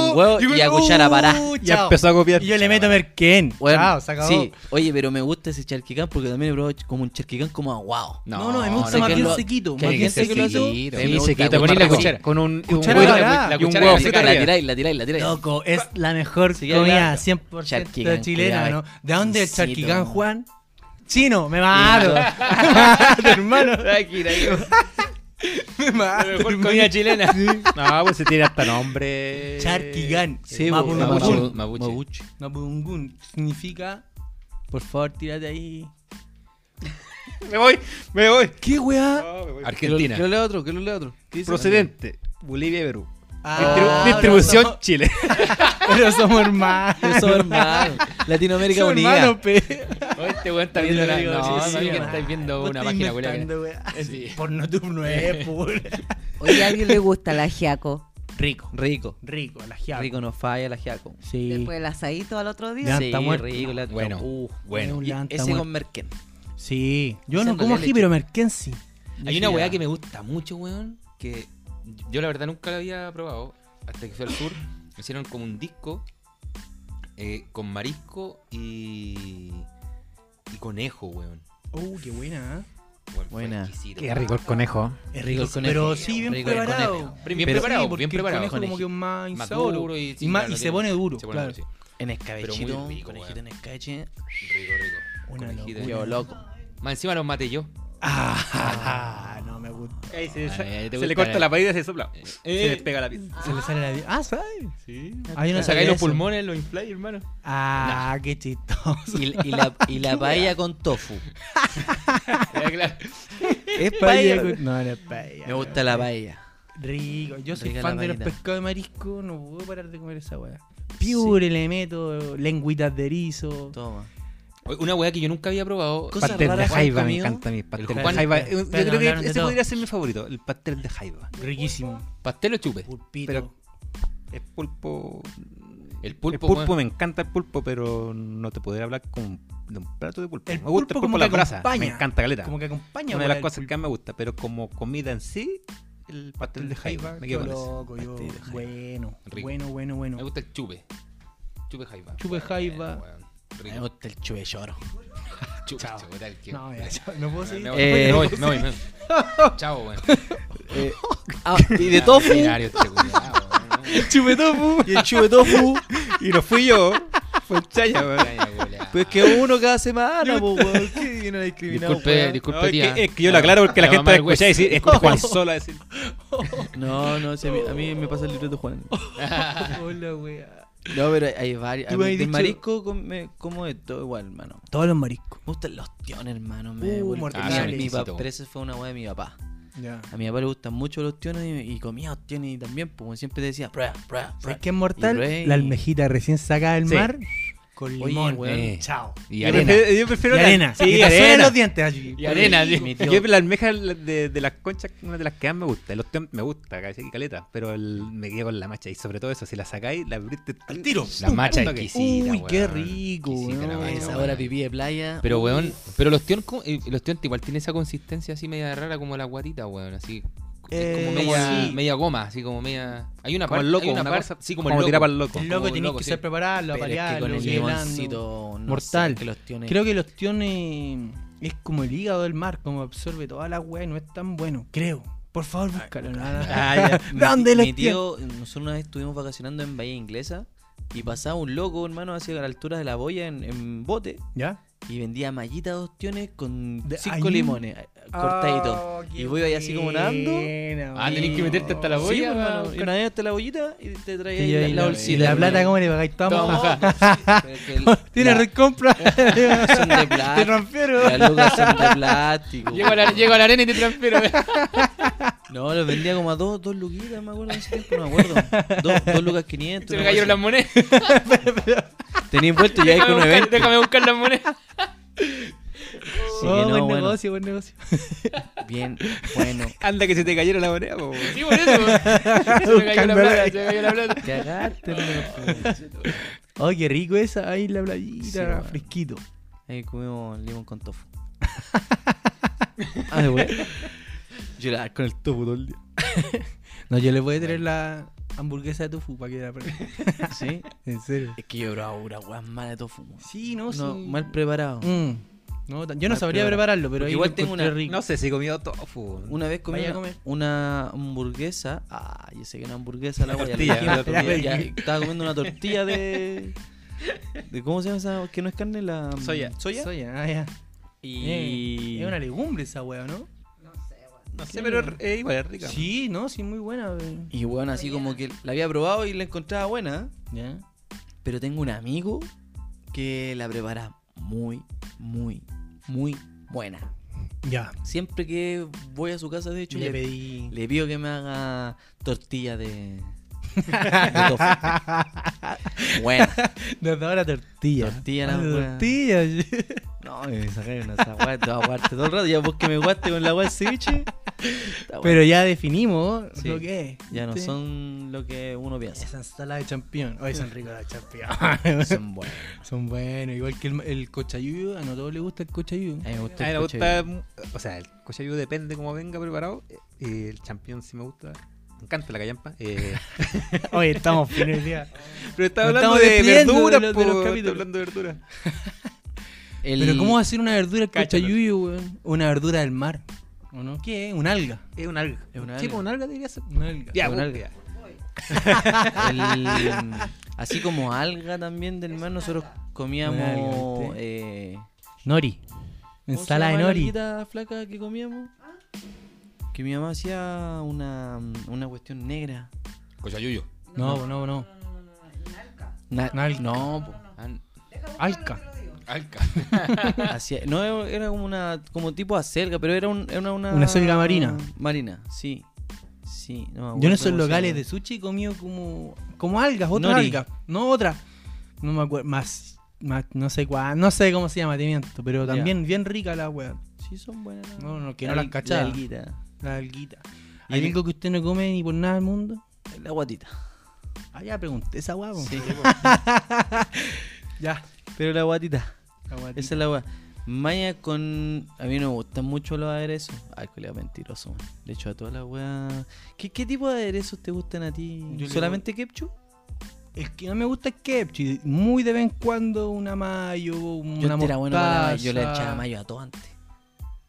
[SPEAKER 1] con huevo
[SPEAKER 2] Yo
[SPEAKER 1] y
[SPEAKER 2] creo-
[SPEAKER 1] a cuchara pará.
[SPEAKER 2] ¡Uh,
[SPEAKER 4] Ya
[SPEAKER 2] chao!
[SPEAKER 4] empezó a copiar.
[SPEAKER 2] Y yo le meto merquén.
[SPEAKER 1] Bueno,
[SPEAKER 2] Chao, se acabó.
[SPEAKER 1] Sí, oye, pero me gusta ese charquicán porque también he probado ch- como un charquicán como aguado.
[SPEAKER 2] No, no, me gusta
[SPEAKER 1] no,
[SPEAKER 2] más
[SPEAKER 1] que
[SPEAKER 2] bien
[SPEAKER 1] lo-
[SPEAKER 2] sequito.
[SPEAKER 1] que
[SPEAKER 2] Más
[SPEAKER 1] hay
[SPEAKER 2] bien
[SPEAKER 1] gente que lo hace-
[SPEAKER 2] sequito.
[SPEAKER 1] Sí, me
[SPEAKER 3] Sí, se
[SPEAKER 1] gusta,
[SPEAKER 3] quita,
[SPEAKER 1] me
[SPEAKER 3] poní
[SPEAKER 1] gusta
[SPEAKER 3] la
[SPEAKER 1] rico.
[SPEAKER 3] cuchara.
[SPEAKER 4] Con un,
[SPEAKER 2] Cuchara
[SPEAKER 4] huevo-
[SPEAKER 2] dorada.
[SPEAKER 4] la
[SPEAKER 3] Y un
[SPEAKER 4] cuchara
[SPEAKER 3] huevo
[SPEAKER 4] frita
[SPEAKER 1] La
[SPEAKER 4] arriba.
[SPEAKER 1] tiráis, la tiráis, la tiráis.
[SPEAKER 2] Loco, es la mejor
[SPEAKER 1] Sí, ya,
[SPEAKER 2] comida
[SPEAKER 1] claro.
[SPEAKER 2] 100%
[SPEAKER 1] Charquicán,
[SPEAKER 2] chilena,
[SPEAKER 1] cuidado,
[SPEAKER 2] ¿no? ¿De dónde es el
[SPEAKER 1] exquisito.
[SPEAKER 2] charquicán, Juan? Chino, me mato. Me mato, hermano. Me mato.
[SPEAKER 4] Mejor
[SPEAKER 2] hermano.
[SPEAKER 4] comida chilena. No, pues se tiene hasta nombre.
[SPEAKER 2] Charquigán.
[SPEAKER 1] Sí,
[SPEAKER 2] Mapu-
[SPEAKER 1] bo,
[SPEAKER 3] mapuche.
[SPEAKER 1] mapuche.
[SPEAKER 3] Mapuche.
[SPEAKER 1] Mapuche.
[SPEAKER 2] Mapudungun significa. Por favor, tírate ahí.
[SPEAKER 4] Me voy, me voy.
[SPEAKER 2] ¿Qué weá?
[SPEAKER 4] No, me voy.
[SPEAKER 1] Que lo
[SPEAKER 3] Argentina.
[SPEAKER 1] lea otro, que lo lea otro. ¿Qué dice?
[SPEAKER 4] Procedente. Bolivia y Perú.
[SPEAKER 2] Ah,
[SPEAKER 4] Distribu- distribución
[SPEAKER 2] pero somos-
[SPEAKER 4] Chile.
[SPEAKER 2] Pero somos hermanos.
[SPEAKER 1] Yo soy hermano. Latinoamérica
[SPEAKER 2] Somos hermanos,
[SPEAKER 1] unida.
[SPEAKER 2] pe.
[SPEAKER 3] Este weón está
[SPEAKER 2] Sí,
[SPEAKER 3] viendo
[SPEAKER 2] lo
[SPEAKER 3] la-
[SPEAKER 2] digo,
[SPEAKER 3] No,
[SPEAKER 2] sí,
[SPEAKER 3] no,
[SPEAKER 2] sí,
[SPEAKER 3] que
[SPEAKER 2] ma.
[SPEAKER 3] estáis viendo
[SPEAKER 2] Vos
[SPEAKER 3] una
[SPEAKER 2] estás
[SPEAKER 3] página culia que-
[SPEAKER 2] inventando, weá.
[SPEAKER 3] Sí.
[SPEAKER 2] Pornoturno es, pura.
[SPEAKER 5] Oye, a alguien le gusta el ajiaco.
[SPEAKER 2] Rico,
[SPEAKER 1] Rico.
[SPEAKER 2] rico, la jiaba.
[SPEAKER 1] Rico no falla la giaco.
[SPEAKER 2] Sí.
[SPEAKER 5] Después el asadito al otro día.
[SPEAKER 2] Ya.
[SPEAKER 1] Sí,
[SPEAKER 2] está muerto.
[SPEAKER 1] rico. la-
[SPEAKER 3] Bueno,
[SPEAKER 1] uh,
[SPEAKER 3] bueno.
[SPEAKER 1] y
[SPEAKER 2] Ya está
[SPEAKER 1] Ese
[SPEAKER 2] muerto.
[SPEAKER 1] con merquén.
[SPEAKER 2] Sí. Yo
[SPEAKER 1] Ese
[SPEAKER 2] no
[SPEAKER 1] en
[SPEAKER 2] como
[SPEAKER 1] realidad
[SPEAKER 2] ají,
[SPEAKER 1] le-
[SPEAKER 2] pero merquensi.
[SPEAKER 3] Hay una weá que me gusta mucho, weón, que yo la verdad nunca la había probado hasta que fui al sur. Me hicieron como un disco eh, con marisco y, y conejo, weón.
[SPEAKER 2] Oh, qué buena, ¿eh?
[SPEAKER 3] Weón, fue
[SPEAKER 1] Buena.
[SPEAKER 3] exquisito.
[SPEAKER 4] Qué rico el conejo.
[SPEAKER 2] Es
[SPEAKER 1] Rico el conejo.
[SPEAKER 2] Pero sí, bien
[SPEAKER 1] Rico el
[SPEAKER 2] preparado.
[SPEAKER 1] conejo.
[SPEAKER 3] Bien preparado,
[SPEAKER 2] porque
[SPEAKER 3] bien preparado.
[SPEAKER 2] El conejo como que es más
[SPEAKER 3] Más
[SPEAKER 2] insaboro.
[SPEAKER 3] duro y, sí,
[SPEAKER 2] más-
[SPEAKER 3] claro,
[SPEAKER 2] y se
[SPEAKER 3] tiene-
[SPEAKER 2] pone duro,
[SPEAKER 3] se pone
[SPEAKER 2] claro.
[SPEAKER 3] duro,
[SPEAKER 1] En
[SPEAKER 3] Pero
[SPEAKER 1] escabechito,
[SPEAKER 3] muy rico,
[SPEAKER 1] conejito en
[SPEAKER 3] weón.
[SPEAKER 1] escabeche.
[SPEAKER 3] sí. Rico, rico.
[SPEAKER 2] Una
[SPEAKER 3] Conejito.
[SPEAKER 2] locura.
[SPEAKER 1] Yo loco.
[SPEAKER 3] Más encima los maté yo.
[SPEAKER 2] Ah, no me gusta.
[SPEAKER 4] Ahí se,
[SPEAKER 3] Ah, ya, ya te
[SPEAKER 4] se
[SPEAKER 3] gusta,
[SPEAKER 4] le corta
[SPEAKER 3] ya.
[SPEAKER 4] la pared y se sopla. Se le
[SPEAKER 3] Eh.
[SPEAKER 4] pega la pizza.
[SPEAKER 2] Se le sale la... vida. Ah, ¿sabes?
[SPEAKER 3] Sí.
[SPEAKER 2] Ah, yo no sabía
[SPEAKER 3] Sacáis los
[SPEAKER 2] eso.
[SPEAKER 3] pulmones, los infláis, hermano.
[SPEAKER 2] Ah, qué chistoso.
[SPEAKER 1] Y, y la, y la paella con tofu.
[SPEAKER 3] Ya, claro.
[SPEAKER 1] Es
[SPEAKER 2] Paella
[SPEAKER 1] paella.
[SPEAKER 2] con- No, no es paella.
[SPEAKER 1] Me gusta la paella.
[SPEAKER 2] Rico. Yo soy
[SPEAKER 1] Rica
[SPEAKER 2] fan
[SPEAKER 1] la
[SPEAKER 2] de los
[SPEAKER 1] vainita.
[SPEAKER 2] pescados de marisco. No puedo parar de comer esa weá. Piure le meto, lengüitas de erizo.
[SPEAKER 1] Toma.
[SPEAKER 3] Una weá que yo nunca había probado.
[SPEAKER 1] Cosa
[SPEAKER 4] Pastel
[SPEAKER 1] rara,
[SPEAKER 4] de
[SPEAKER 1] Juan,
[SPEAKER 4] jaiba, me
[SPEAKER 1] comido.
[SPEAKER 4] encanta mi
[SPEAKER 3] El
[SPEAKER 4] pastel de
[SPEAKER 3] Juan-
[SPEAKER 4] jaiba.
[SPEAKER 2] Pe-
[SPEAKER 4] Yo
[SPEAKER 2] pero
[SPEAKER 4] creo
[SPEAKER 2] hablaron
[SPEAKER 4] que
[SPEAKER 2] de
[SPEAKER 4] ese
[SPEAKER 2] todo.
[SPEAKER 4] podría ser mi favorito, el pastel de jaiba.
[SPEAKER 2] Riquísimo.
[SPEAKER 3] Pastel o chupe.
[SPEAKER 2] Pulpito.
[SPEAKER 4] Pero el pulpo.
[SPEAKER 3] El pulpo,
[SPEAKER 4] El pulpo
[SPEAKER 3] weón.
[SPEAKER 4] me encanta el pulpo, pero no te podría hablar con de un plato de pulpo.
[SPEAKER 2] El
[SPEAKER 4] me gusta
[SPEAKER 2] pulpo
[SPEAKER 4] el
[SPEAKER 2] como
[SPEAKER 4] pulpo a la
[SPEAKER 2] que
[SPEAKER 4] brasa. Me
[SPEAKER 2] acompaña.
[SPEAKER 4] encanta caleta.
[SPEAKER 2] como que acompaña
[SPEAKER 4] Una de
[SPEAKER 2] weá,
[SPEAKER 4] las
[SPEAKER 2] el
[SPEAKER 4] cosas
[SPEAKER 2] pulpo.
[SPEAKER 4] que más me gusta, pero como comida en sí, el pastel de jaiba. Me
[SPEAKER 2] qué
[SPEAKER 4] quedo con ese.
[SPEAKER 2] loco, yo.
[SPEAKER 1] Pastel de jaiba.
[SPEAKER 2] Bueno,
[SPEAKER 3] Rico.
[SPEAKER 2] bueno, bueno, bueno.
[SPEAKER 3] Me gusta el chupe. Chupe jaiba.
[SPEAKER 2] Chupe jaiba.
[SPEAKER 3] Bueno,
[SPEAKER 1] Me
[SPEAKER 3] rico.
[SPEAKER 1] gusta el chubelloro.
[SPEAKER 3] Chupe,
[SPEAKER 2] Chao.
[SPEAKER 3] chupe, tal que-
[SPEAKER 2] No, ya, ya, no puedo
[SPEAKER 3] Me
[SPEAKER 2] seguir.
[SPEAKER 3] voy,
[SPEAKER 1] Eh,
[SPEAKER 3] me voy, me voy, me voy. Chao, weón.
[SPEAKER 1] Ah, y de tofu.
[SPEAKER 3] Ordinario este culiao, weón.
[SPEAKER 4] Chupetofu.
[SPEAKER 1] Y el chube tofu.
[SPEAKER 4] y no fui yo. Fue Chaya, weón.
[SPEAKER 3] Ordinario, culiao.
[SPEAKER 1] Pues que uno cada semana, po, weón. Qué bien discriminado.
[SPEAKER 3] Disculpe,
[SPEAKER 1] weón.
[SPEAKER 3] disculpe,
[SPEAKER 4] No, es,
[SPEAKER 3] tía.
[SPEAKER 4] que, es que yo lo aclaro porque la, gente va a escuchar y decir, este Juan Sola decir.
[SPEAKER 1] No, no, si a, mí, a mí me pasa el libreto Juan.
[SPEAKER 2] Hola, weá.
[SPEAKER 1] No, pero hay- hay varios.
[SPEAKER 2] Tú
[SPEAKER 1] a
[SPEAKER 2] me
[SPEAKER 1] mí
[SPEAKER 2] has
[SPEAKER 1] De
[SPEAKER 2] dicho-
[SPEAKER 1] marisco com- me- como de todo igual, hermano.
[SPEAKER 2] Todos los mariscos.
[SPEAKER 1] Me gustan los tiones, hermano. Me
[SPEAKER 2] Uh,
[SPEAKER 1] vuelvo- mi-
[SPEAKER 2] mortales.
[SPEAKER 1] mi
[SPEAKER 3] Exquisito.
[SPEAKER 1] papá, pero ese fue una weá de mi papá.
[SPEAKER 2] Ya.
[SPEAKER 1] A mi papá le gustan mucho los tiones y, y comía tiones y también, pues siempre te decía, prueba, prueba,
[SPEAKER 2] ¿Sabes
[SPEAKER 1] prueba.
[SPEAKER 2] qué es mortal?
[SPEAKER 1] Y rey.
[SPEAKER 2] La almejita recién sacada del
[SPEAKER 4] Sí.
[SPEAKER 2] mar. Con
[SPEAKER 1] Oye,
[SPEAKER 2] limón,
[SPEAKER 1] weón.
[SPEAKER 2] Eh. Chao.
[SPEAKER 3] Y
[SPEAKER 4] Yo
[SPEAKER 3] arena.
[SPEAKER 4] prefiero- Yo prefiero
[SPEAKER 2] Y
[SPEAKER 4] la-
[SPEAKER 2] arena.
[SPEAKER 4] Sí,
[SPEAKER 2] que te suenen
[SPEAKER 4] arena.
[SPEAKER 2] los dientes allí.
[SPEAKER 3] Y arena, sí.
[SPEAKER 1] Mi tío-
[SPEAKER 4] Yo la almeja de, de las conchas una de las que más me gusta. El ostión me gusta, ¿cachai? caleta. Pero el- me quedo con la macha. Y sobre todo eso, si la sacáis, la abriste al tiro.
[SPEAKER 3] La macha
[SPEAKER 4] Uy,
[SPEAKER 3] exquisita,
[SPEAKER 2] Uy, qué
[SPEAKER 3] weón.
[SPEAKER 2] rico,
[SPEAKER 3] Exquisita la
[SPEAKER 2] weón.
[SPEAKER 3] macha,
[SPEAKER 1] Esa
[SPEAKER 3] weón.
[SPEAKER 1] hora pipí de playa.
[SPEAKER 3] Pero, weón, pero los tion, como- eh, los tion igual tiene esa consistencia así media rara como la guatita, weón, así. Es
[SPEAKER 2] Eh,
[SPEAKER 3] como media,
[SPEAKER 2] sí.
[SPEAKER 3] media goma, así como media. Hay una
[SPEAKER 4] Como
[SPEAKER 3] parte,
[SPEAKER 4] el loco,
[SPEAKER 3] hay una,
[SPEAKER 4] una
[SPEAKER 3] parte,
[SPEAKER 4] cosa
[SPEAKER 3] sí, como,
[SPEAKER 4] como
[SPEAKER 3] el
[SPEAKER 4] tirar
[SPEAKER 3] loco.
[SPEAKER 4] para el loco.
[SPEAKER 2] El
[SPEAKER 3] Como
[SPEAKER 2] loco
[SPEAKER 3] el
[SPEAKER 2] tenés
[SPEAKER 3] loco,
[SPEAKER 2] que
[SPEAKER 3] sí.
[SPEAKER 2] ser preparado,
[SPEAKER 1] Pero es que
[SPEAKER 2] apalearlo,
[SPEAKER 1] con el
[SPEAKER 2] nivelando.
[SPEAKER 1] limoncito no
[SPEAKER 2] Mortal.
[SPEAKER 1] sé, que los tiones.
[SPEAKER 2] Creo que el ostión eh, es como el hígado del mar, como absorbe toda la weá y no es tan bueno, creo. Por favor,
[SPEAKER 1] Ah,
[SPEAKER 2] búscalo. no, no, no.
[SPEAKER 1] Mi
[SPEAKER 2] ¿Dónde
[SPEAKER 1] ti-
[SPEAKER 2] el
[SPEAKER 1] mi
[SPEAKER 2] ostión?
[SPEAKER 1] tío, nosotros una vez estuvimos vacacionando en Bahía Inglesa y pasaba un loco, hermano, hacia la altura de la boya en, en bote
[SPEAKER 2] ¿Ya?
[SPEAKER 1] y vendía mallita de ostiones con
[SPEAKER 2] De
[SPEAKER 1] cinco
[SPEAKER 2] ahí.
[SPEAKER 1] limones eh, cortaditos.
[SPEAKER 2] Oh,
[SPEAKER 1] Y voy ahí así como nadando.
[SPEAKER 3] Ah, tenés que meterte hasta la
[SPEAKER 1] Sí,
[SPEAKER 3] boya.
[SPEAKER 1] pues, hermano,
[SPEAKER 3] weón.
[SPEAKER 1] y una vez hasta la bollita y te traía
[SPEAKER 2] Y,
[SPEAKER 1] ahí la,
[SPEAKER 2] ahí
[SPEAKER 1] la
[SPEAKER 2] la-
[SPEAKER 1] bolsita.
[SPEAKER 2] y la plata,
[SPEAKER 1] hermano.
[SPEAKER 2] ¿cómo le pagáis? Toma.
[SPEAKER 3] Toma.
[SPEAKER 1] No, pero es que el-
[SPEAKER 2] Tiene
[SPEAKER 1] la- Ah,
[SPEAKER 2] recompra.
[SPEAKER 1] son de
[SPEAKER 2] Te
[SPEAKER 1] plástico.
[SPEAKER 2] rompieron.
[SPEAKER 1] Las lucas son de plástico.
[SPEAKER 3] Llego a, la, llego a la arena y te transfiero.
[SPEAKER 1] No, los vendía como a dos, dos luquitas, me acuerdo en ese tiempo, no me acuerdo. Dos, dos lucas 500.
[SPEAKER 3] Se me
[SPEAKER 1] una
[SPEAKER 3] cayeron las
[SPEAKER 1] cosa
[SPEAKER 3] monedas.
[SPEAKER 1] así. Tenía envuelto y ahí con
[SPEAKER 3] Déjame
[SPEAKER 1] un
[SPEAKER 3] buscar,
[SPEAKER 1] evento.
[SPEAKER 3] déjame buscar las monedas.
[SPEAKER 1] Así que
[SPEAKER 2] Oh,
[SPEAKER 1] no,
[SPEAKER 2] buen
[SPEAKER 1] bueno,
[SPEAKER 2] negocio, buen negocio.
[SPEAKER 1] bien, bueno.
[SPEAKER 4] Anda que se te cayera la moneda, po.
[SPEAKER 3] Sí, por eso. Se me cayó la plata, se me cayó la plata.
[SPEAKER 1] Cagaste, hermano.
[SPEAKER 2] Oh, qué rico esa. Ahí la playita,
[SPEAKER 1] Sí, bueno.
[SPEAKER 2] fresquito.
[SPEAKER 1] Ahí comimos limón con tofu. Ah, de weón. Llorar con el tofu todo el día.
[SPEAKER 2] No, yo le voy a traer la hamburguesa de tofu para que la pruebe.
[SPEAKER 1] ¿Sí?
[SPEAKER 2] En serio.
[SPEAKER 1] Es que yo he probado una weón mala de tofu. weón.
[SPEAKER 2] Sí,
[SPEAKER 1] No,
[SPEAKER 2] no, sí.
[SPEAKER 1] mal preparado.
[SPEAKER 2] Mm. No, tan- yo no
[SPEAKER 1] Mal
[SPEAKER 2] sabría
[SPEAKER 1] preparado.
[SPEAKER 2] prepararlo, pero
[SPEAKER 1] Porque
[SPEAKER 2] ahí
[SPEAKER 1] igual
[SPEAKER 2] lo
[SPEAKER 1] tengo
[SPEAKER 2] encontré
[SPEAKER 1] una-
[SPEAKER 2] rico.
[SPEAKER 4] No sé si he comido tofu.
[SPEAKER 1] Una vez comí
[SPEAKER 2] Vaya a
[SPEAKER 1] una,
[SPEAKER 2] comer.
[SPEAKER 1] una hamburguesa. Ah, yo sé que una hamburguesa la
[SPEAKER 4] Una
[SPEAKER 1] voy a
[SPEAKER 4] tortilla,
[SPEAKER 1] elegir,
[SPEAKER 4] una
[SPEAKER 1] pero ya-
[SPEAKER 4] tortilla.
[SPEAKER 1] ya Estaba comiendo una tortilla de. de ¿Cómo se llama esa? Que no es carne, la.
[SPEAKER 4] Soya.
[SPEAKER 1] Soya.
[SPEAKER 2] Soya, ah, ya.
[SPEAKER 1] Y.
[SPEAKER 2] Eh, es una legumbre esa wea, ¿no?
[SPEAKER 4] No sé, pero es eh, igual, es rica.
[SPEAKER 2] Sí, no, sí, muy buena. eh.
[SPEAKER 1] Y bueno, así como que la había probado y la encontraba buena.
[SPEAKER 2] Ya.
[SPEAKER 1] Pero tengo un amigo que la prepara muy, muy, muy buena.
[SPEAKER 2] Ya.
[SPEAKER 1] Siempre que voy a su casa, de hecho,
[SPEAKER 2] Le
[SPEAKER 1] le,
[SPEAKER 2] pedí.
[SPEAKER 1] le pido que me haga tortilla de. de tofu. Buena.
[SPEAKER 2] Desde ahora tortilla.
[SPEAKER 1] Tortilla, la
[SPEAKER 2] Ah,
[SPEAKER 1] wea.
[SPEAKER 2] tortilla.
[SPEAKER 1] No, me sacaron una esa weá, te voy a guardar todo el rato. Ya vos que me guaste con la weá del ceviche. esta weá.
[SPEAKER 2] Pero ya definimos
[SPEAKER 1] Sí.
[SPEAKER 2] lo que es. este.
[SPEAKER 1] ya no
[SPEAKER 2] ¿viste?
[SPEAKER 1] son lo que uno piensa.
[SPEAKER 2] Esa ensalada de champiñón. Hoy son ricos los champiñones.
[SPEAKER 1] Son buenos.
[SPEAKER 2] son buenos. Igual que el, el cochayuyo. A no todos les gusta el cochayuyo.
[SPEAKER 1] A mí me gusta.
[SPEAKER 4] A mí
[SPEAKER 1] el
[SPEAKER 4] me
[SPEAKER 1] coche
[SPEAKER 4] gusta,
[SPEAKER 1] bien.
[SPEAKER 4] mu- o sea, el cochayu depende cómo venga preparado. eh, el champiñón sí me gusta. Me encanta la callampa. eh,
[SPEAKER 2] Hoy estamos fines de día.
[SPEAKER 4] pero estaba
[SPEAKER 2] Nos
[SPEAKER 4] hablando
[SPEAKER 2] estamos
[SPEAKER 4] de
[SPEAKER 2] despidiendo de
[SPEAKER 4] verduras,
[SPEAKER 2] los- de
[SPEAKER 4] po,
[SPEAKER 2] los
[SPEAKER 4] estaba
[SPEAKER 2] capítulos.
[SPEAKER 4] hablando de verduras.
[SPEAKER 1] El-
[SPEAKER 2] Pero ¿cómo va a ser una verdura el
[SPEAKER 4] Cáchalo.
[SPEAKER 2] cochayuyo, weón? Una verdura del mar. ¿O no? ¿Qué es? Un alga.
[SPEAKER 4] Es un alga.
[SPEAKER 1] Es una
[SPEAKER 4] Sí,
[SPEAKER 1] alga.
[SPEAKER 4] pues, un alga debería ser.
[SPEAKER 2] Un alga.
[SPEAKER 4] Ya,
[SPEAKER 1] Es un
[SPEAKER 4] pues,
[SPEAKER 1] alga.
[SPEAKER 4] ya.
[SPEAKER 1] el- así como alga también del mar, nosotros comíamos.
[SPEAKER 2] Una alga,
[SPEAKER 1] eh,
[SPEAKER 2] Nori.
[SPEAKER 1] ¿cómo se
[SPEAKER 2] Ensalada de
[SPEAKER 1] llama la
[SPEAKER 2] nori.
[SPEAKER 1] alguita flaca que comíamos? Que mi mamá hacía una, una cuestión negra.
[SPEAKER 3] Cochayuyo.
[SPEAKER 2] No, no, no.
[SPEAKER 1] Na-
[SPEAKER 2] Nalca.
[SPEAKER 1] No, po.
[SPEAKER 3] An-
[SPEAKER 2] Alca.
[SPEAKER 3] Alca.
[SPEAKER 1] Hacía- no era- era como una como tipo acelga, pero era, un- era una,
[SPEAKER 2] Una acelga marina.
[SPEAKER 1] Marina, sí. Sí, no me acuerdo
[SPEAKER 2] Yo en esos
[SPEAKER 1] cómo se
[SPEAKER 2] locales
[SPEAKER 1] llama.
[SPEAKER 2] de sushi he comido como, como algas, otra
[SPEAKER 1] Nori.
[SPEAKER 2] alga. No otra. No me acuerdo. Más, más no sé cuál, no sé cómo se llama, te miento, pero
[SPEAKER 1] Ya.
[SPEAKER 2] también bien rica la wea.
[SPEAKER 1] Sí, son buenas. las-
[SPEAKER 2] No, no, que no
[SPEAKER 1] la-
[SPEAKER 2] las cachaba.
[SPEAKER 1] La alguita,
[SPEAKER 2] La alguita.
[SPEAKER 1] Y
[SPEAKER 2] ¿Hay
[SPEAKER 1] el-
[SPEAKER 2] algo que usted no come ni por nada del mundo?
[SPEAKER 1] la guatita.
[SPEAKER 2] Ah, ya pregunté esa guapo.
[SPEAKER 1] Sí,
[SPEAKER 2] Ya.
[SPEAKER 1] pero la guatita.
[SPEAKER 2] La guatita.
[SPEAKER 1] Esa es la guatita. Maya con. A mí no me gustan mucho los aderezos. Ay, colega mentiroso, man. De hecho, a todas las weas. ¿Qué, ¿Qué tipo de aderezos te gustan a ti?
[SPEAKER 2] Yo le-
[SPEAKER 1] ¿Solamente ketchup?
[SPEAKER 2] El que no me gusta es ketchup. Muy de vez en cuando una mayo, una
[SPEAKER 1] Yo
[SPEAKER 2] mostaza.
[SPEAKER 1] era bueno para la mayo. Yo le echaba mayo a todo antes.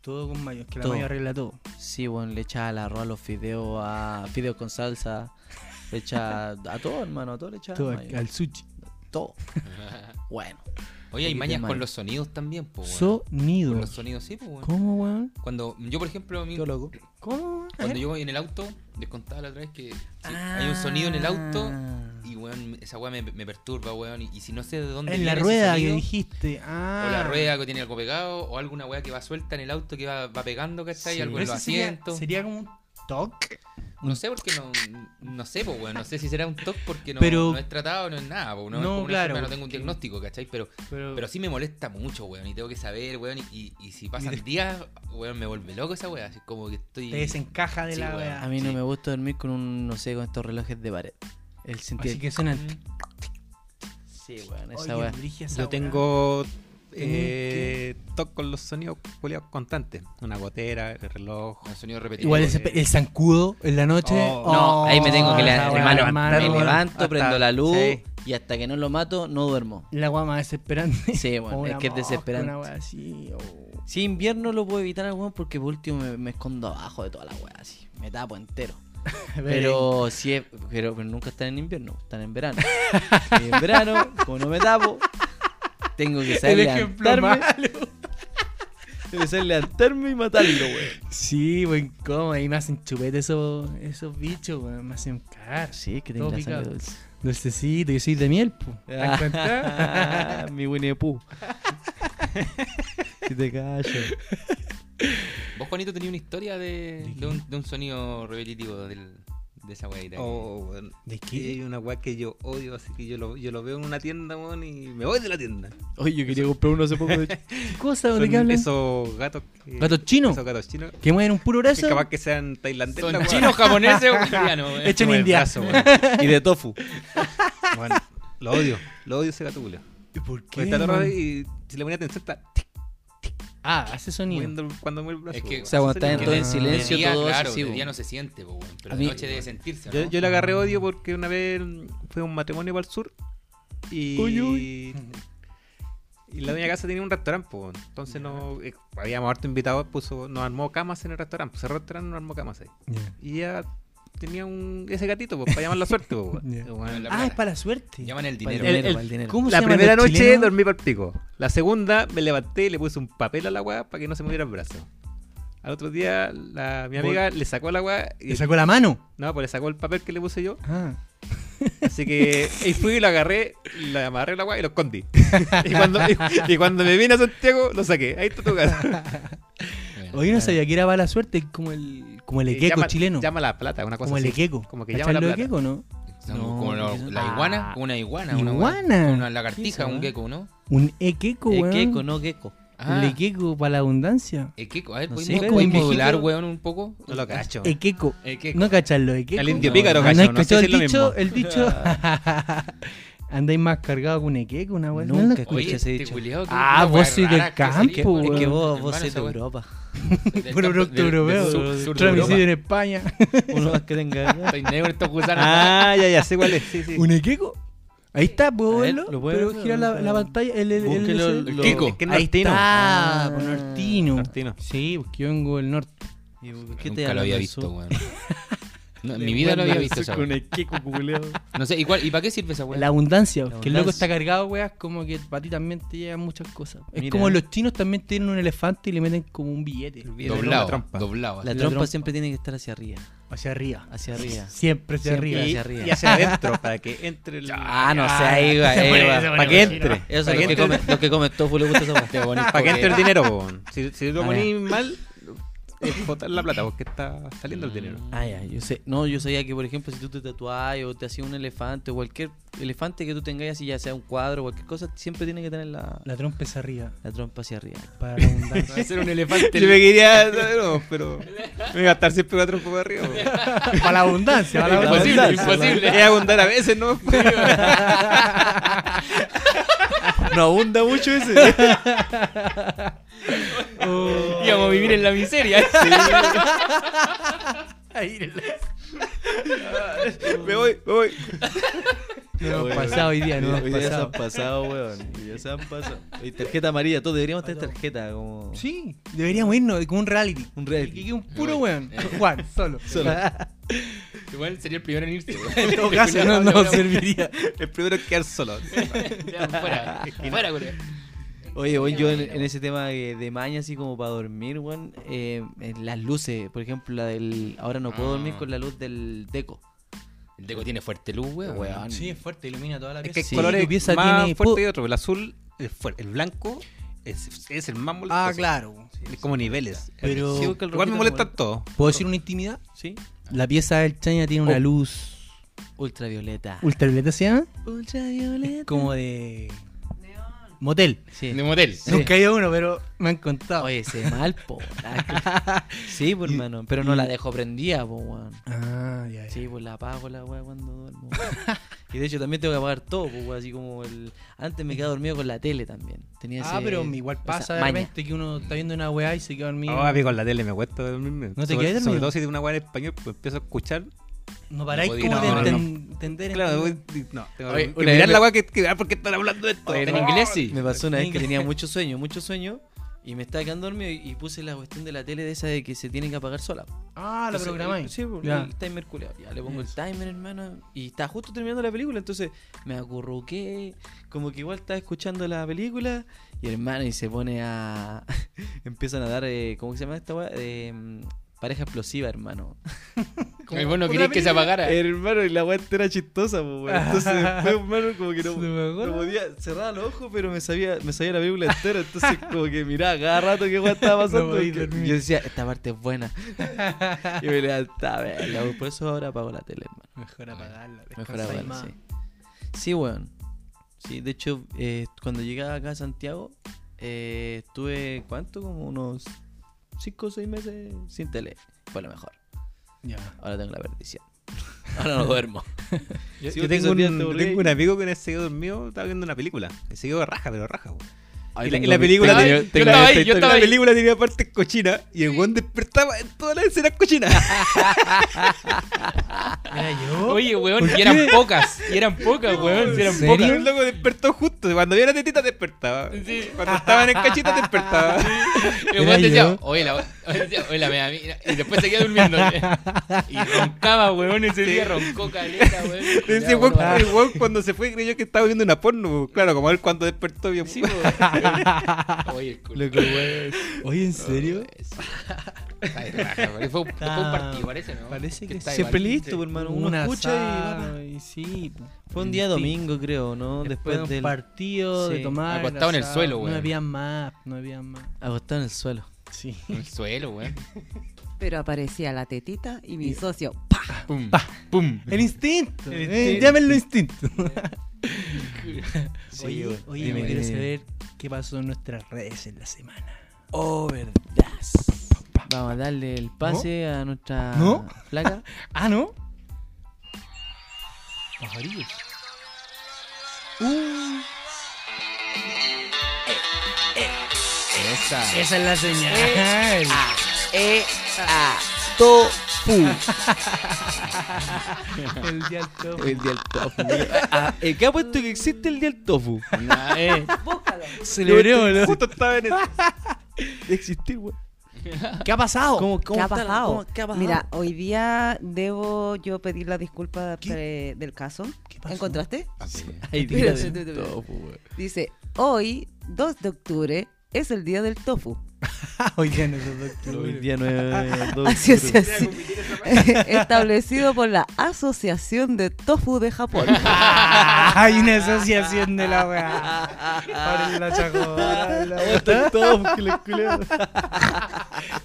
[SPEAKER 2] Todo con mayo, es que la
[SPEAKER 1] Todo.
[SPEAKER 2] mayo arregla todo.
[SPEAKER 1] Sí, bueno, le echa al arroz a los fideos, a fideos con salsa, le echa a todo, hermano, a todo le echa
[SPEAKER 2] Todo
[SPEAKER 1] mayo,
[SPEAKER 2] al sushi.
[SPEAKER 1] todo. Bueno,
[SPEAKER 3] Oye, hay
[SPEAKER 1] Poquito
[SPEAKER 3] mañas
[SPEAKER 1] de
[SPEAKER 3] con
[SPEAKER 1] maíz.
[SPEAKER 3] los sonidos también, po, weón. Con
[SPEAKER 2] Sonido.
[SPEAKER 3] los sonidos, sí, pues, weón.
[SPEAKER 2] ¿Cómo, weón?
[SPEAKER 3] Cuando yo, por ejemplo, a mí-
[SPEAKER 2] loco. ¿Cómo? ¿Eh?
[SPEAKER 3] cuando yo voy en el auto, les contaba la otra vez que sí, hay un sonido en el auto
[SPEAKER 2] Ah.
[SPEAKER 3] y, weón, esa weá me, me perturba, weón. Y, y si no sé de dónde
[SPEAKER 2] En la
[SPEAKER 3] viene ese
[SPEAKER 2] rueda que
[SPEAKER 3] sonido,
[SPEAKER 2] dijiste. Ah.
[SPEAKER 3] O la rueda que tiene algo pegado, o alguna weá que va suelta en el auto que va, va pegando, ¿cachai?
[SPEAKER 2] Sí.
[SPEAKER 3] Algo
[SPEAKER 2] Pero
[SPEAKER 3] en los
[SPEAKER 2] ese sería-
[SPEAKER 3] asientos.
[SPEAKER 2] Sería, como un toque.
[SPEAKER 3] No sé porque no. No sé, pues, weón. No sé si será un TOC porque no,
[SPEAKER 2] Pero-
[SPEAKER 3] no es tratado, no es nada, po, No, es
[SPEAKER 2] No,
[SPEAKER 3] como una
[SPEAKER 2] claro,
[SPEAKER 3] enfermedad, no tengo un
[SPEAKER 2] porque-
[SPEAKER 3] diagnóstico, ¿cachai? Pero, pero sí me molesta mucho, weón. Y tengo que saber, weón. Y, y si pasan días, weón, me vuelve loco esa weá. Así como que estoy.
[SPEAKER 2] te desencaja de
[SPEAKER 3] Sí,
[SPEAKER 2] la
[SPEAKER 3] weón.
[SPEAKER 2] weá.
[SPEAKER 1] a mí no
[SPEAKER 3] sí.
[SPEAKER 1] me gusta dormir con un, no sé, con estos relojes de pared. El sentido.
[SPEAKER 2] Así que suena el-
[SPEAKER 1] Sí, bueno,
[SPEAKER 2] Oye,
[SPEAKER 1] esa weá.
[SPEAKER 2] brige esa
[SPEAKER 4] Yo
[SPEAKER 2] weá.
[SPEAKER 4] tengo eh, toc con los sonidos culiados constantes. Una gotera, el reloj.
[SPEAKER 3] Con sonido repetido.
[SPEAKER 2] Igual
[SPEAKER 3] weón.
[SPEAKER 2] ese, el zancudo en la noche.
[SPEAKER 4] Oh.
[SPEAKER 1] eh, No, ahí me tengo que levantar,
[SPEAKER 2] la,
[SPEAKER 4] esa
[SPEAKER 1] hermano.
[SPEAKER 4] weá, levantar,
[SPEAKER 1] me
[SPEAKER 4] weón.
[SPEAKER 1] levanto,
[SPEAKER 4] Hasta-
[SPEAKER 1] prendo la luz
[SPEAKER 4] sí.
[SPEAKER 1] y hasta que no lo mato, no duermo.
[SPEAKER 2] La weá más desesperante.
[SPEAKER 1] Sí,
[SPEAKER 2] O
[SPEAKER 1] bueno,
[SPEAKER 2] una
[SPEAKER 1] es que es
[SPEAKER 2] mosca,
[SPEAKER 1] desesperante.
[SPEAKER 2] una weá así, o-
[SPEAKER 1] Si invierno lo puedo evitar al weón porque por último me, me escondo abajo de toda la weá, así. Me tapo entero. Pero si es, pero, pero nunca están en invierno, están en verano. Y en verano, como no me tapo, Tengo que
[SPEAKER 4] El
[SPEAKER 1] salir
[SPEAKER 4] ejemplo
[SPEAKER 1] levantarme.
[SPEAKER 4] malo.
[SPEAKER 1] Tengo que salir levantarme y matarlo, weón.
[SPEAKER 2] Sí, weón, ¿cómo? Ahí me hacen chupete esos, esos bichos, weón. Me hacen cagar.
[SPEAKER 1] Sí, que
[SPEAKER 2] tengo
[SPEAKER 1] tengo
[SPEAKER 2] la
[SPEAKER 1] la
[SPEAKER 2] sangre
[SPEAKER 1] dulce.
[SPEAKER 2] Dulcecito, yo soy de miel, po. ¿Te
[SPEAKER 4] Ah.
[SPEAKER 2] das cuenta?
[SPEAKER 1] Mi Winnie the Pooh. Si te callo.
[SPEAKER 3] Vos, Juanito, tenías una historia de, de, un, de un sonido repetitivo del- de esa weadita.
[SPEAKER 4] Oh, weón.
[SPEAKER 2] ¿De qué?
[SPEAKER 4] Hay una weá que yo odio, así que yo lo, yo lo veo en una tienda, weón, y me voy de la tienda.
[SPEAKER 1] Oye, yo quería comprar uno hace poco. De...
[SPEAKER 2] ¿Qué cosa? ¿De
[SPEAKER 4] Son
[SPEAKER 2] qué hablan?
[SPEAKER 4] esos gatos que-
[SPEAKER 2] ¿Gatos chinos?
[SPEAKER 4] Esos gatos chinos.
[SPEAKER 2] ¿Que mueven un puro
[SPEAKER 4] Que
[SPEAKER 2] brazo?
[SPEAKER 4] capaz que sean tailandeses. la
[SPEAKER 3] Son
[SPEAKER 4] weá.
[SPEAKER 3] chinos, japoneses o indianos, weón.
[SPEAKER 2] Hecho en
[SPEAKER 4] Como el
[SPEAKER 2] India.
[SPEAKER 4] brazo, weón.
[SPEAKER 1] y de tofu.
[SPEAKER 4] Weón, Lo odio, lo odio ese gato, culiao.
[SPEAKER 2] ¿Y ¿Por qué?
[SPEAKER 4] Porque está todo
[SPEAKER 2] weón?
[SPEAKER 4] rato y si le ponía atención está
[SPEAKER 2] Ah, hace sonido.
[SPEAKER 4] moviendo cuando mueve el brazo.
[SPEAKER 3] Es que-
[SPEAKER 4] weón.
[SPEAKER 3] O
[SPEAKER 1] sea, cuando
[SPEAKER 4] Eso
[SPEAKER 1] están en
[SPEAKER 4] sería-
[SPEAKER 1] todo
[SPEAKER 2] en
[SPEAKER 1] en silencio,
[SPEAKER 3] de día,
[SPEAKER 1] todo
[SPEAKER 3] claro,
[SPEAKER 1] así.
[SPEAKER 3] de día no se siente, po, weón, pero
[SPEAKER 1] A
[SPEAKER 3] de
[SPEAKER 1] mí-
[SPEAKER 3] noche debe sentirse, ¿o
[SPEAKER 4] Yo,
[SPEAKER 3] ¿no?
[SPEAKER 4] yo le agarré odio porque una vez fue un matrimonio para el sur y,
[SPEAKER 1] Uy,
[SPEAKER 4] y la doña casa tenía un restaurante, po, entonces no eh, habíamos harto invitados, puso, nos armó camas en el restaurante, puso el restaurante nos armó camas ahí.
[SPEAKER 2] Ya. Ah,
[SPEAKER 4] Y ella tenía un ese gatito po, para llamar la suerte. po, weón.
[SPEAKER 2] Ya.
[SPEAKER 4] Weón,
[SPEAKER 3] La
[SPEAKER 2] Ah, es
[SPEAKER 3] plata.
[SPEAKER 2] para la suerte.
[SPEAKER 3] Llaman el
[SPEAKER 1] Para el
[SPEAKER 3] dinero.
[SPEAKER 1] dinero,
[SPEAKER 4] el-
[SPEAKER 1] para el dinero.
[SPEAKER 2] ¿Cómo
[SPEAKER 4] La
[SPEAKER 2] se llaman
[SPEAKER 4] primera
[SPEAKER 2] los
[SPEAKER 4] noche
[SPEAKER 2] chilenos?
[SPEAKER 4] dormí para el pico. La segunda me levanté y le puse un papel a la weá para que no se moviera el brazo. Al otro día la- mi amiga le sacó la weá y
[SPEAKER 2] Le sacó la mano.
[SPEAKER 4] no, pues le sacó el papel que le puse yo.
[SPEAKER 2] Ah.
[SPEAKER 4] Así que y fui y lo agarré, lo amarré la weá y lo escondí. Y cuando, y- y cuando me vine a Santiago, lo saqué. Ahí está tu casa.
[SPEAKER 3] Bueno.
[SPEAKER 2] Hoy no sabía que era para la suerte, como el, como el
[SPEAKER 4] Eh,
[SPEAKER 2] equeco
[SPEAKER 4] llama-
[SPEAKER 2] chileno.
[SPEAKER 4] Llama la plata, una cosa
[SPEAKER 2] como el
[SPEAKER 4] así.
[SPEAKER 2] equeco.
[SPEAKER 4] Como que
[SPEAKER 2] ¿Cachai
[SPEAKER 4] llama la
[SPEAKER 2] lo
[SPEAKER 4] plata.
[SPEAKER 2] equeco, ¿no?
[SPEAKER 3] Son
[SPEAKER 1] No,
[SPEAKER 3] como lo-
[SPEAKER 1] no.
[SPEAKER 3] la iguana, como una iguana. una weá,
[SPEAKER 2] Iguana.
[SPEAKER 3] Una
[SPEAKER 2] ¿Qué es eso,
[SPEAKER 3] lagartija, un
[SPEAKER 2] weón?
[SPEAKER 3] gecko, ¿no?
[SPEAKER 2] Un equeco, weón.
[SPEAKER 1] Equeco, no gecko.
[SPEAKER 3] Ah,
[SPEAKER 2] El equeco para la abundancia.
[SPEAKER 3] el gecko. A ver,
[SPEAKER 1] No
[SPEAKER 3] ¿podéis
[SPEAKER 1] sé,
[SPEAKER 3] mo-
[SPEAKER 1] pero
[SPEAKER 3] podéis
[SPEAKER 2] un viejito-
[SPEAKER 3] modular, weón, un poco?
[SPEAKER 4] No lo cacho.
[SPEAKER 2] Equeco.
[SPEAKER 3] El gecko.
[SPEAKER 2] No cachar lo equeco.
[SPEAKER 4] Al indio
[SPEAKER 2] No,
[SPEAKER 4] pícaro,
[SPEAKER 2] no,
[SPEAKER 4] cacho,
[SPEAKER 2] ¿no
[SPEAKER 4] no sé
[SPEAKER 2] cachado
[SPEAKER 4] si
[SPEAKER 2] el
[SPEAKER 4] es lo
[SPEAKER 2] dicho,
[SPEAKER 4] mismo.
[SPEAKER 2] el dicho. Andáis más cargado que un equeco, una weá.
[SPEAKER 1] Nunca
[SPEAKER 2] lo-
[SPEAKER 1] escuché
[SPEAKER 3] este
[SPEAKER 1] ese dicho.
[SPEAKER 2] Ah, vos soy del campo,
[SPEAKER 1] Es
[SPEAKER 2] weón.
[SPEAKER 1] que vos, vos sos de Europa.
[SPEAKER 2] Puro producto europeo.
[SPEAKER 1] sur- sur de
[SPEAKER 2] Transmisido en España.
[SPEAKER 1] Uno más que tenga.
[SPEAKER 3] Soy negro, estos gusanos.
[SPEAKER 4] Ah, ya, ya, sé cuál es. Sí, sí.
[SPEAKER 2] ¿Un equeco? Ahí está, puedo
[SPEAKER 1] A ver,
[SPEAKER 2] verlo.
[SPEAKER 1] lo puedo
[SPEAKER 2] pero
[SPEAKER 1] ver,
[SPEAKER 2] gira la,
[SPEAKER 1] pero-
[SPEAKER 2] la pantalla. El, el, el,
[SPEAKER 1] Búsquelo,
[SPEAKER 2] el-
[SPEAKER 1] lo-
[SPEAKER 4] Kiko.
[SPEAKER 1] Es
[SPEAKER 4] que es
[SPEAKER 2] Ahí
[SPEAKER 4] nortino.
[SPEAKER 2] está, por
[SPEAKER 1] Ah,
[SPEAKER 2] nortino.
[SPEAKER 4] nortino.
[SPEAKER 2] Sí, porque yo vengo del norte.
[SPEAKER 1] ¿Y por qué te
[SPEAKER 3] Nunca
[SPEAKER 1] llaman
[SPEAKER 3] lo había
[SPEAKER 1] del
[SPEAKER 3] visto,
[SPEAKER 1] sur?
[SPEAKER 3] weón. No, en mi vida lo había visto esa
[SPEAKER 1] Con
[SPEAKER 3] weón.
[SPEAKER 1] el queco culeado.
[SPEAKER 3] No sé, ¿y, cuál- y para qué sirve esa
[SPEAKER 2] La
[SPEAKER 3] weón?
[SPEAKER 2] abundancia,
[SPEAKER 1] La
[SPEAKER 2] que el loco
[SPEAKER 1] abundancia.
[SPEAKER 2] está cargado, weas, como que para ti también te llegan muchas cosas. Es
[SPEAKER 1] Mira.
[SPEAKER 2] como los chinos también tienen un elefante y le meten como un billete
[SPEAKER 4] La
[SPEAKER 3] Doblado,
[SPEAKER 4] trampa.
[SPEAKER 3] doblado.
[SPEAKER 1] La
[SPEAKER 2] La
[SPEAKER 1] trompa
[SPEAKER 2] trompa.
[SPEAKER 1] siempre tiene que estar hacia arriba.
[SPEAKER 2] hacia arriba.
[SPEAKER 1] Hacia arriba.
[SPEAKER 2] Siempre hacia
[SPEAKER 1] Siempre.
[SPEAKER 2] arriba.
[SPEAKER 4] Y,
[SPEAKER 1] Hacia arriba.
[SPEAKER 4] y hacia adentro, para que entre el.
[SPEAKER 1] Ah, no sé, ahí va, ahí va.
[SPEAKER 4] Para que entre.
[SPEAKER 1] Eso es lo
[SPEAKER 4] para que
[SPEAKER 1] que
[SPEAKER 4] entre-
[SPEAKER 1] come, lo que come tofu le gusta esa weá.
[SPEAKER 4] Para que entre el dinero, po, weón. Si, si lo
[SPEAKER 1] Ah,
[SPEAKER 4] ponís mal, es botar la plata, porque está saliendo el dinero.
[SPEAKER 1] Ah, ya, yo sé. No, yo sabía que, por ejemplo, si tú te tatuás o te hacías un elefante o cualquier elefante que tú tengas, así ya sea un cuadro o cualquier cosa, siempre tiene que tener la,
[SPEAKER 2] La trompa es arriba,
[SPEAKER 1] la trompa hacia arriba.
[SPEAKER 2] para la abundancia.
[SPEAKER 3] Va a ser un elefante.
[SPEAKER 4] Yo me quería, no, pero me voy a gastar siempre cuatro poco arriba. po.
[SPEAKER 2] para la abundancia, para la
[SPEAKER 1] Imposible,
[SPEAKER 2] abundancia.
[SPEAKER 3] imposible.
[SPEAKER 4] Es abundar a veces, ¿no?
[SPEAKER 1] No abunda mucho ese. Oh.
[SPEAKER 3] Íbamos a vivir en la miseria.
[SPEAKER 4] me voy, me voy.
[SPEAKER 2] No hemos pasado hoy día, no
[SPEAKER 1] Hoy
[SPEAKER 2] hemos
[SPEAKER 1] día se
[SPEAKER 2] pasado.
[SPEAKER 1] han pasado, weón. Hoy día se han pasado. Y tarjeta amarilla, todos deberíamos tener tarjeta como.
[SPEAKER 2] Sí, deberíamos irnos como un reality.
[SPEAKER 1] Un reality.
[SPEAKER 2] Que quede un puro weón. Juan, solo.
[SPEAKER 1] Solo.
[SPEAKER 3] Igual sería el primero en irse. weón.
[SPEAKER 2] En todo caso, no no nos serviría.
[SPEAKER 4] El primero es quedar solo.
[SPEAKER 3] Ya, Fuera, fuera, weón.
[SPEAKER 1] Oye, weón, yo en, en ese tema de, de maña, así como para dormir, weón, eh, en las luces, por ejemplo, la del. Ahora no puedo dormir
[SPEAKER 3] Ah.
[SPEAKER 1] con la luz del deco.
[SPEAKER 3] El deco tiene fuerte luz, weón.
[SPEAKER 1] Weón.
[SPEAKER 2] Ah, Sí, es fuerte, ilumina toda la
[SPEAKER 4] Es que hay
[SPEAKER 1] Sí,
[SPEAKER 2] tu
[SPEAKER 4] colores
[SPEAKER 2] pieza
[SPEAKER 4] más
[SPEAKER 2] tiene
[SPEAKER 4] fuerte
[SPEAKER 2] pu-
[SPEAKER 4] que otro. El azul es fuerte. El blanco es, es el más molesto.
[SPEAKER 2] Ah, claro.
[SPEAKER 4] Es como niveles.
[SPEAKER 2] Pero-
[SPEAKER 1] Sí, porque el
[SPEAKER 4] Igual me
[SPEAKER 1] roquito
[SPEAKER 4] molestan
[SPEAKER 1] no
[SPEAKER 4] todos.
[SPEAKER 2] ¿Puedo decir una intimidad?
[SPEAKER 1] Sí.
[SPEAKER 2] La pieza del Chaña tiene una
[SPEAKER 1] Oh.
[SPEAKER 2] luz
[SPEAKER 1] Ultravioleta.
[SPEAKER 2] ultravioleta, ¿se llama?
[SPEAKER 1] Ultravioleta.
[SPEAKER 2] Como de... Motel.
[SPEAKER 1] Sí.
[SPEAKER 3] De motel.
[SPEAKER 1] Sí.
[SPEAKER 2] Nunca he ido a uno, pero me han contado.
[SPEAKER 1] Oye, se mal, po. sí, pues, hermano. Pero no la dejo prendida, po, weón.
[SPEAKER 2] Ah, ya, ya.
[SPEAKER 1] Sí, pues la apago la weá cuando duermo. weón. y de hecho también tengo que apagar todo, pues, weón, así como el... Antes me quedaba dormido con la tele también. Tenía
[SPEAKER 2] Ah,
[SPEAKER 1] ese-
[SPEAKER 2] pero igual
[SPEAKER 1] esa
[SPEAKER 2] pasa de
[SPEAKER 1] maña.
[SPEAKER 2] repente que uno está viendo una weá y se queda dormido.
[SPEAKER 4] No, a mí con la tele me cuesta dormirme.
[SPEAKER 2] ¿No te
[SPEAKER 4] Sobre-
[SPEAKER 2] quedas
[SPEAKER 4] Sobre
[SPEAKER 2] dormido?
[SPEAKER 4] todo si de una weá en español, pues empiezo a escuchar.
[SPEAKER 2] no paráis
[SPEAKER 3] No
[SPEAKER 2] como
[SPEAKER 3] podía,
[SPEAKER 2] de
[SPEAKER 4] no, no,
[SPEAKER 2] enten- entender.
[SPEAKER 4] Claro,
[SPEAKER 2] entender.
[SPEAKER 4] voy- no, tengo
[SPEAKER 1] Oye,
[SPEAKER 4] que
[SPEAKER 1] una
[SPEAKER 4] mirar
[SPEAKER 1] vez
[SPEAKER 4] la weá que, que ah, ¿por qué están hablando de esto?
[SPEAKER 1] Oye,
[SPEAKER 3] En
[SPEAKER 1] no.
[SPEAKER 3] inglés sí.
[SPEAKER 1] Me pasó una vez que tenía mucho sueño, mucho sueño. Y me estaba quedando dormido y, y puse la cuestión de la tele de esa de que se tiene que apagar sola.
[SPEAKER 2] Ah, la
[SPEAKER 1] Entonces, el-
[SPEAKER 2] programáis.
[SPEAKER 1] Sí, por
[SPEAKER 2] Ya.
[SPEAKER 1] el timer culiao. Ya le pongo
[SPEAKER 2] Eso.
[SPEAKER 1] el timer, hermano. Y estaba justo terminando la película, entonces me acurruqué. Como que igual estaba escuchando la película. Y hermano, y se pone a. Empiezan a dar. eh, ¿Cómo que se llama esta weá? Eh, mm, pareja explosiva, hermano.
[SPEAKER 3] Y
[SPEAKER 2] una
[SPEAKER 3] bueno,
[SPEAKER 2] Eh,
[SPEAKER 3] quería que se
[SPEAKER 2] película.
[SPEAKER 3] apagara.
[SPEAKER 1] hermano, y la weá era chistosa, pues, weón. Entonces después, hermano, como que
[SPEAKER 2] Se me
[SPEAKER 1] no. No
[SPEAKER 2] bajó la-
[SPEAKER 1] podía, cerraba los ojos, pero me sabía, me sabía la película entera, entonces como que miraba cada rato que weá estaba
[SPEAKER 2] No
[SPEAKER 1] pasando.
[SPEAKER 2] podía
[SPEAKER 1] porque
[SPEAKER 2] dormir.
[SPEAKER 1] yo decía, esta parte es buena. Y me levantaba, verla, weón. por eso ahora apago la tele, hermano.
[SPEAKER 2] Mejor apagarla.
[SPEAKER 1] Mejor
[SPEAKER 2] descansáis
[SPEAKER 1] apagarla,
[SPEAKER 2] más.
[SPEAKER 1] sí. Sí, weón. Sí, de hecho, eh, cuando llegaba acá a Santiago, eh, estuve, ¿cuánto? Como unos 5 o 6 meses sin tele. Fue lo mejor.
[SPEAKER 2] Ya.
[SPEAKER 1] Ahora tengo la perdición. Ahora no duermo.
[SPEAKER 4] Yo,
[SPEAKER 1] Sí,
[SPEAKER 4] yo
[SPEAKER 1] porque
[SPEAKER 4] tengo,
[SPEAKER 1] esos
[SPEAKER 4] un,
[SPEAKER 1] días te
[SPEAKER 4] yo
[SPEAKER 1] aburrí.
[SPEAKER 4] tengo un amigo que se quedó dormido, estaba viendo una película. Y se quedó raja, pero raja. güey.
[SPEAKER 1] Ahí
[SPEAKER 4] Y la, y
[SPEAKER 1] tengo
[SPEAKER 4] la
[SPEAKER 1] mi-
[SPEAKER 4] película,
[SPEAKER 1] tengo
[SPEAKER 4] tenía-
[SPEAKER 1] mi-
[SPEAKER 3] yo
[SPEAKER 4] tengo
[SPEAKER 3] estaba
[SPEAKER 4] esta
[SPEAKER 3] ahí, yo
[SPEAKER 4] historia.
[SPEAKER 3] estaba
[SPEAKER 4] la
[SPEAKER 3] ahí.
[SPEAKER 4] película tenía partes cochinas y el weón despertaba en todas las escenas cochinas.
[SPEAKER 2] Era Ah, yo.
[SPEAKER 3] Oye, weón, y eran pocas. Y eran pocas, weón. si eran
[SPEAKER 2] ¿En serio?
[SPEAKER 4] El loco despertó justo. Cuando vio la tetita despertaba.
[SPEAKER 3] Sí.
[SPEAKER 4] Cuando estaban en cachita despertaba.
[SPEAKER 3] pocas. Y el
[SPEAKER 2] Era
[SPEAKER 3] weón decía,
[SPEAKER 2] yo.
[SPEAKER 3] oye, la, decía, oye, la mea mina", Y después se quedó durmiendo. Y roncaba, weón. Ese día roncó caleta, weón.
[SPEAKER 4] Ese
[SPEAKER 3] Ya,
[SPEAKER 4] weón,
[SPEAKER 3] bueno,
[SPEAKER 4] el weón cuando se fue creyó que estaba viendo una porno. güey. Claro, como él cuando despertó vio.
[SPEAKER 3] Sí, weón. Oye, el culo.
[SPEAKER 2] Loco, weón. Oye, ¿en serio?
[SPEAKER 3] Está de raja, weón. Fue, un- fue un partido, parece, ¿no?
[SPEAKER 2] Parece que
[SPEAKER 3] está de
[SPEAKER 1] Siempre
[SPEAKER 3] mal.
[SPEAKER 1] listo, pues, hermano. Uno
[SPEAKER 2] Un
[SPEAKER 1] escucha y
[SPEAKER 2] asado,
[SPEAKER 1] va.
[SPEAKER 2] y sí. po.
[SPEAKER 1] Fue un día
[SPEAKER 2] En fin.
[SPEAKER 1] domingo, creo, ¿no?
[SPEAKER 2] Después,
[SPEAKER 1] Después,
[SPEAKER 2] de un
[SPEAKER 1] del.
[SPEAKER 2] partido,
[SPEAKER 1] Sí.
[SPEAKER 2] de tomar.
[SPEAKER 3] Acostado en el
[SPEAKER 2] asado.
[SPEAKER 3] suelo, weón.
[SPEAKER 2] No había más, no había más.
[SPEAKER 1] Agostado en el suelo.
[SPEAKER 2] Sí.
[SPEAKER 3] En el suelo, weón.
[SPEAKER 5] Pero aparecía la tetita y mi socio, ¡pa!
[SPEAKER 3] Pum. Pum.
[SPEAKER 2] El instinto.
[SPEAKER 3] El
[SPEAKER 2] eh,
[SPEAKER 3] instinto.
[SPEAKER 2] llámenlo instinto.
[SPEAKER 1] Sí,
[SPEAKER 2] oye,
[SPEAKER 1] weón.
[SPEAKER 2] oye
[SPEAKER 1] Dime,
[SPEAKER 2] yo quiero
[SPEAKER 1] dime.
[SPEAKER 2] saber qué pasó en nuestras redes en la semana.
[SPEAKER 1] Oh, verdad. Vamos a darle el pase a nuestra
[SPEAKER 2] ¿No?
[SPEAKER 1] placa.
[SPEAKER 2] Ah, ¿no?
[SPEAKER 3] Pajarillos.
[SPEAKER 2] Uh.
[SPEAKER 3] Esa.
[SPEAKER 2] Esa es la señal.
[SPEAKER 5] ¡Eh! ah.
[SPEAKER 2] el día del topo.
[SPEAKER 1] El día del tofu. Ah, el que ha puesto que existe el día del tofu.
[SPEAKER 3] Una, eh.
[SPEAKER 5] ¡Búscalo!
[SPEAKER 2] Celebremos, ¿no?
[SPEAKER 4] Justo estaba en el.
[SPEAKER 1] De existir, güey.
[SPEAKER 2] ¿Qué ha pasado?
[SPEAKER 1] ¿Cómo, cómo
[SPEAKER 5] ¿Qué ha
[SPEAKER 1] está la-
[SPEAKER 5] pasado?
[SPEAKER 1] cómo- qué ha pasado?
[SPEAKER 5] Mira, hoy día debo yo pedir la disculpa
[SPEAKER 1] ¿Qué?
[SPEAKER 5] pre- del caso.
[SPEAKER 2] ¿Qué pasó?
[SPEAKER 5] ¿Encontraste?
[SPEAKER 1] Ay, día
[SPEAKER 5] Espérate,
[SPEAKER 1] del
[SPEAKER 5] espérate, espérate.
[SPEAKER 1] tofu, güey.
[SPEAKER 5] Dice, hoy, 2 de octubre, es el día del tofu.
[SPEAKER 2] Ah, hoy día no es doctor.
[SPEAKER 1] Hoy día no es- no es
[SPEAKER 5] Así es,
[SPEAKER 1] duro.
[SPEAKER 5] así. Establecido por la Asociación de Tofu de Japón.
[SPEAKER 2] Ah, Hay una asociación de la weá. Abren la chacota. la-
[SPEAKER 1] Está el tofu, que la culea.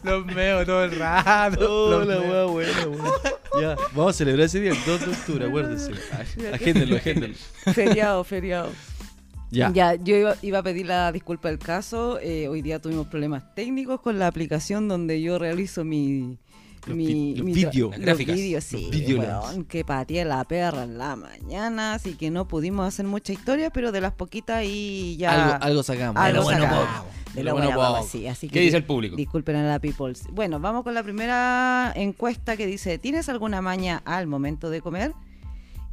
[SPEAKER 2] Los meo todo el rato.
[SPEAKER 1] Oh,
[SPEAKER 2] los
[SPEAKER 1] la
[SPEAKER 2] meo.
[SPEAKER 1] weá buena, weón. Ya, vamos a celebrar ese día el 2 de octubre, acuérdense. Agéndenlo, agéndenlo.
[SPEAKER 5] feriado, feriado.
[SPEAKER 1] Ya.
[SPEAKER 5] yo iba, iba a pedir la disculpa del caso. Eh, hoy día tuvimos problemas técnicos con la aplicación donde yo realizo mi...
[SPEAKER 1] Los
[SPEAKER 5] mi-
[SPEAKER 1] vi- los
[SPEAKER 5] mi-
[SPEAKER 1] video.
[SPEAKER 5] los
[SPEAKER 3] Las gráficas.
[SPEAKER 5] videos, sí,
[SPEAKER 1] Los video
[SPEAKER 5] weón, que pateé la perra en la mañana, así que no pudimos hacer mucha historia, pero de las poquitas y ya...
[SPEAKER 1] Algo, algo sacamos.
[SPEAKER 5] Algo
[SPEAKER 1] Pero bueno,
[SPEAKER 5] sacamos.
[SPEAKER 1] vamos.
[SPEAKER 5] de
[SPEAKER 1] Pero
[SPEAKER 5] lo
[SPEAKER 1] bueno,
[SPEAKER 5] buena guagua,
[SPEAKER 1] vamos.
[SPEAKER 5] sí, así
[SPEAKER 3] ¿Qué
[SPEAKER 5] que
[SPEAKER 3] dice el público?
[SPEAKER 5] Disculpen a la people. Bueno, vamos con la primera encuesta que dice, ¿tienes alguna maña al momento de comer?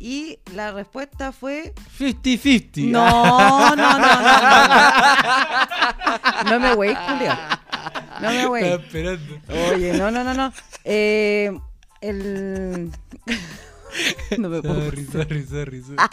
[SPEAKER 5] Y la respuesta fue...
[SPEAKER 2] 50-50.
[SPEAKER 5] No, no, no, no, no, no. No me wey, Julio. No me
[SPEAKER 2] Estaba
[SPEAKER 5] wey.
[SPEAKER 2] esperando.
[SPEAKER 5] Oye, no, no, no, no. Eh, el... No me puedo
[SPEAKER 2] Sorry, sorry, sorry, sorry.
[SPEAKER 5] Ah,